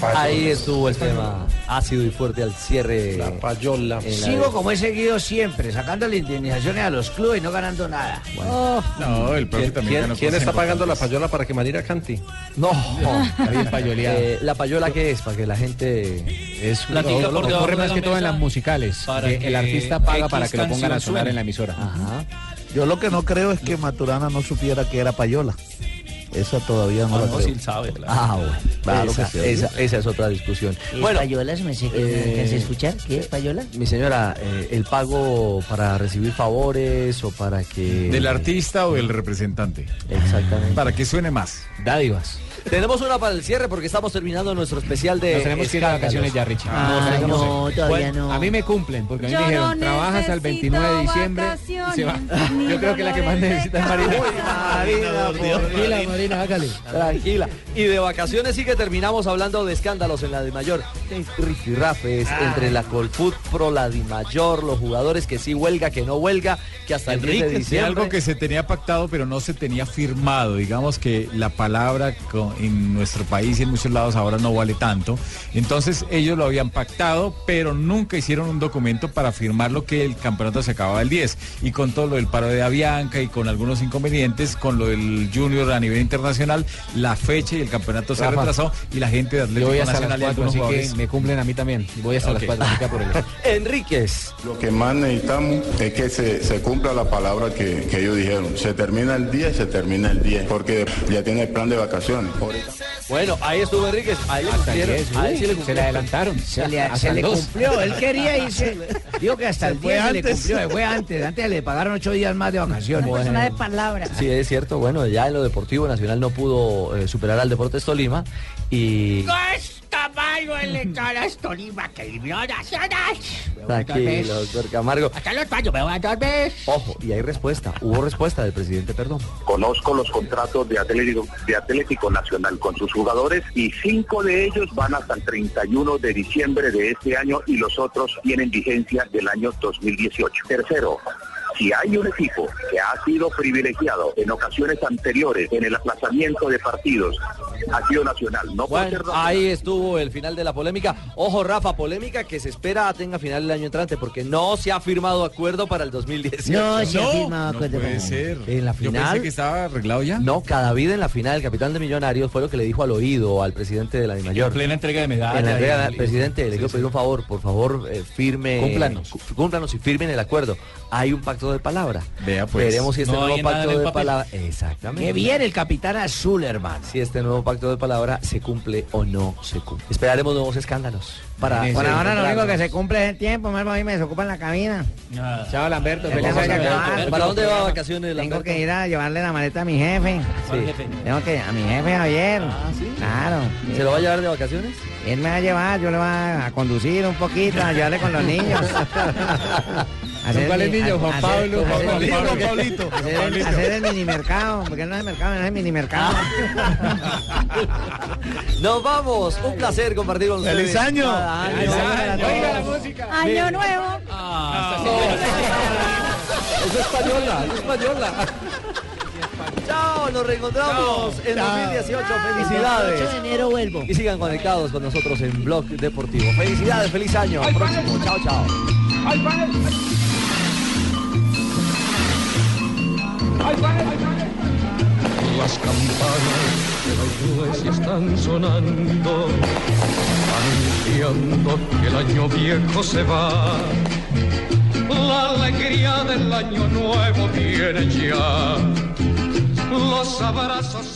[SPEAKER 20] payolas.
[SPEAKER 9] Ahí estuvo el tema ácido y fuerte al cierre. La payola.
[SPEAKER 5] Sigo como he seguido siempre, sacándole indemnizaciones a los clubes y no ganando nada. Oh,
[SPEAKER 18] No, el profe también
[SPEAKER 17] ¿Quién, quién-
[SPEAKER 18] ganó
[SPEAKER 17] quién
[SPEAKER 18] cosas
[SPEAKER 17] está pagando la payola para que Marina cante?
[SPEAKER 9] No.
[SPEAKER 17] (laughs) Alguien payoleado.
[SPEAKER 9] Eh, la payola que es, para que la gente es
[SPEAKER 23] Platica por debajo de
[SPEAKER 9] corre
[SPEAKER 23] la
[SPEAKER 9] más que todo en
[SPEAKER 23] mesa
[SPEAKER 9] las musicales.
[SPEAKER 23] para
[SPEAKER 9] que
[SPEAKER 23] que
[SPEAKER 9] el artista paga
[SPEAKER 23] X
[SPEAKER 9] para que lo pongan a
[SPEAKER 23] canción
[SPEAKER 9] sonar
[SPEAKER 23] suene.
[SPEAKER 9] en la emisora.
[SPEAKER 15] Yo lo que no creo es que Maturana no supiera que era payola. Esa todavía no
[SPEAKER 9] Ah,
[SPEAKER 15] la
[SPEAKER 9] no,
[SPEAKER 15] creo.
[SPEAKER 9] sí sabe, claro.
[SPEAKER 15] Ah, bueno. Claro
[SPEAKER 9] esa,
[SPEAKER 15] que sí.
[SPEAKER 9] esa- esa es otra discusión.
[SPEAKER 13] Bueno, payolas, me sé que
[SPEAKER 9] eh,
[SPEAKER 13] alcancé a escuchar. ¿Qué es payola?
[SPEAKER 9] Mi señora, eh, el pago para recibir favores o para que...
[SPEAKER 18] Del artista o del representante.
[SPEAKER 9] Exactamente.
[SPEAKER 18] Para que suene más.
[SPEAKER 9] Dádivas. Tenemos una para el cierre porque estamos terminando nuestro especial de.
[SPEAKER 23] Nos tenemos que ir de vacaciones ya, Richie.
[SPEAKER 9] Nos tenemos-
[SPEAKER 23] Bueno, A mí me cumplen, porque a mí
[SPEAKER 9] Yo
[SPEAKER 23] me dijeron,
[SPEAKER 9] no
[SPEAKER 23] trabajas al 29 de diciembre y se va. (laughs)
[SPEAKER 9] ni
[SPEAKER 23] Yo creo que la que más necesita es Marina.
[SPEAKER 9] Tranquila, Marina, hágale. Tranquila. Y de vacaciones sí que terminamos hablando de escándalos en la de mayor. Rifirrafes
[SPEAKER 18] Ah.
[SPEAKER 9] entre la Colfut Pro, la de mayor, los jugadores que sí huelga, que no huelga, que hasta el 10 de
[SPEAKER 18] Enrique, sí,
[SPEAKER 9] diciembre.
[SPEAKER 18] algo que se tenía pactado pero no se tenía firmado. Digamos que la palabra co- en nuestro país y en muchos lados ahora no vale tanto. Entonces ellos lo habían pactado, pero nunca hicieron un documento para firmar lo que el campeonato se acababa el 10. Y con todo lo del paro de Avianca y con algunos inconvenientes, con lo del Junior a nivel internacional, la fecha y el campeonato se
[SPEAKER 23] Rafa,
[SPEAKER 18] retrasó y la gente de
[SPEAKER 23] Yo
[SPEAKER 18] Atlético
[SPEAKER 23] voy hasta las
[SPEAKER 18] Nacional y
[SPEAKER 23] 4,
[SPEAKER 18] algunos
[SPEAKER 23] así
[SPEAKER 18] jugadores-
[SPEAKER 23] que me cumplen a mí también. Y Voy hasta
[SPEAKER 18] Ok.
[SPEAKER 23] las 4, (laughs) así que a por el
[SPEAKER 9] Enríquez.
[SPEAKER 43] Lo que más necesitamos es que se, se cumpla la palabra que, que ellos dijeron. Se termina el 10, se termina el 10, porque ya tiene el plan de vacaciones. Ahorita-
[SPEAKER 9] Bueno, ahí estuvo Enríquez, ahí le cumplieron,
[SPEAKER 23] diez,
[SPEAKER 9] a él
[SPEAKER 23] uy,
[SPEAKER 9] sí le
[SPEAKER 23] se
[SPEAKER 9] cumplieron.
[SPEAKER 23] le adelantaron.
[SPEAKER 5] Se le,
[SPEAKER 23] Hasta
[SPEAKER 5] se le
[SPEAKER 23] el dos.
[SPEAKER 5] cumplió, él
[SPEAKER 23] (laughs)
[SPEAKER 5] quería irse. Digo que hasta
[SPEAKER 23] Se
[SPEAKER 5] el
[SPEAKER 23] fue
[SPEAKER 5] 10 se le
[SPEAKER 23] antes.
[SPEAKER 5] cumplió, se fue antes. Antes le pagaron ocho días más de vacaciones.
[SPEAKER 44] Una persona de palabra.
[SPEAKER 9] Sí, es cierto, bueno, ya en lo deportivo Nacional no pudo eh, superar al Deportes Tolima y
[SPEAKER 12] No es caballo el Caras Tolima que vivió Nacional. Me voy dos
[SPEAKER 9] tranquilo,
[SPEAKER 12] veces.
[SPEAKER 9] doctor Camargo.
[SPEAKER 12] Hasta los baños, me voy dos veces.
[SPEAKER 9] Ojo, y hay respuesta, hubo respuesta del presidente Perdón.
[SPEAKER 1] Conozco los contratos de Atlético, de Atlético Nacional con sus jugadores y cinco de ellos van hasta el 31 de diciembre de este año y los otros tienen vigencia del año 2018. Tercero, Si hay un equipo que ha sido privilegiado en ocasiones anteriores en el aplazamiento de partidos, ha sido Nacional. No puede
[SPEAKER 9] Bueno, ahí estuvo el final de la polémica. Ojo, Rafa, polémica que se espera tenga final el año entrante porque no se ha firmado acuerdo para el 2018.
[SPEAKER 20] No se ha No, firmado no acuerdo. puede
[SPEAKER 5] ser.
[SPEAKER 9] En la
[SPEAKER 5] Yo
[SPEAKER 9] final.
[SPEAKER 5] pensé que estaba arreglado ya.
[SPEAKER 9] No, cada vida en la final, el capitán de Millonarios fue lo que le dijo al oído al presidente de la Dimayor.
[SPEAKER 45] En plena entrega de medallas.
[SPEAKER 9] En la entrega,
[SPEAKER 45] Y-
[SPEAKER 9] presidente, le quiero pedir un favor, por favor, eh, firme.
[SPEAKER 45] Cúmplanos.
[SPEAKER 9] cu- Cúmplanos y firmen el acuerdo. Hay un pacto de palabra.
[SPEAKER 5] Vea,
[SPEAKER 45] pues.
[SPEAKER 9] Veremos si este
[SPEAKER 45] No hay
[SPEAKER 9] nuevo
[SPEAKER 45] nada en el
[SPEAKER 9] pacto de
[SPEAKER 45] papel.
[SPEAKER 9] palabra. Exactamente.
[SPEAKER 20] Que viene el capitán azul, hermano.
[SPEAKER 9] Si este nuevo pacto de palabra se cumple o no se cumple. Esperaremos nuevos escándalos. Para,
[SPEAKER 13] Por ahora lo único
[SPEAKER 9] encontrarnos.
[SPEAKER 13] que se cumple es el tiempo, más a mí me desocupan la cabina. Chao, Lamberto.
[SPEAKER 9] Vamos,
[SPEAKER 13] feliz año,
[SPEAKER 9] Lamberto.
[SPEAKER 13] cabal.
[SPEAKER 9] ¿Para dónde va vacaciones,
[SPEAKER 13] Tengo
[SPEAKER 9] Lamberto?
[SPEAKER 13] que ir a llevarle la maleta a mi jefe.
[SPEAKER 9] ¿Cuál jefe?
[SPEAKER 13] Tengo que a mi jefe Javier.
[SPEAKER 5] Ah,
[SPEAKER 13] Claro.
[SPEAKER 9] ¿Se lo va a llevar de vacaciones?
[SPEAKER 13] Él me va a llevar, yo le voy a conducir un poquito, a ayudarle con
[SPEAKER 5] (laughs)
[SPEAKER 13] los niños. Hacer
[SPEAKER 5] cuáles
[SPEAKER 13] mi-
[SPEAKER 5] niños?
[SPEAKER 13] a-
[SPEAKER 5] Juan
[SPEAKER 13] hacer-
[SPEAKER 5] Pablo,
[SPEAKER 13] hacer-
[SPEAKER 5] Juan Pablito, Juan Pablito.
[SPEAKER 13] Hacer el- hacer el mini mercado, porque él no es mercado, él es mini mercado.
[SPEAKER 9] Nos vamos. Un placer compartir con ustedes.
[SPEAKER 13] ¡Feliz año!
[SPEAKER 9] Cada año.
[SPEAKER 13] ¡Feliz
[SPEAKER 12] año!
[SPEAKER 13] Oiga
[SPEAKER 12] la
[SPEAKER 13] música.
[SPEAKER 46] Año nuevo.
[SPEAKER 19] Ah,
[SPEAKER 9] Ah, Es española, es española. Chao, nos reencontramos en 2018. Felicidades.
[SPEAKER 12] 28 de
[SPEAKER 9] enero vuelvo. Y sigan conectados con nosotros en Blog Deportivo. Felicidades, feliz año. Próximo. Chao, chao.
[SPEAKER 12] ¡Ay, vale! ¡Ay, vale! ¡Ay, vale!
[SPEAKER 19] Las campanas de la iglesia están sonando, anunciando que el año viejo se va. La alegría del año nuevo viene ya. Los abrazos.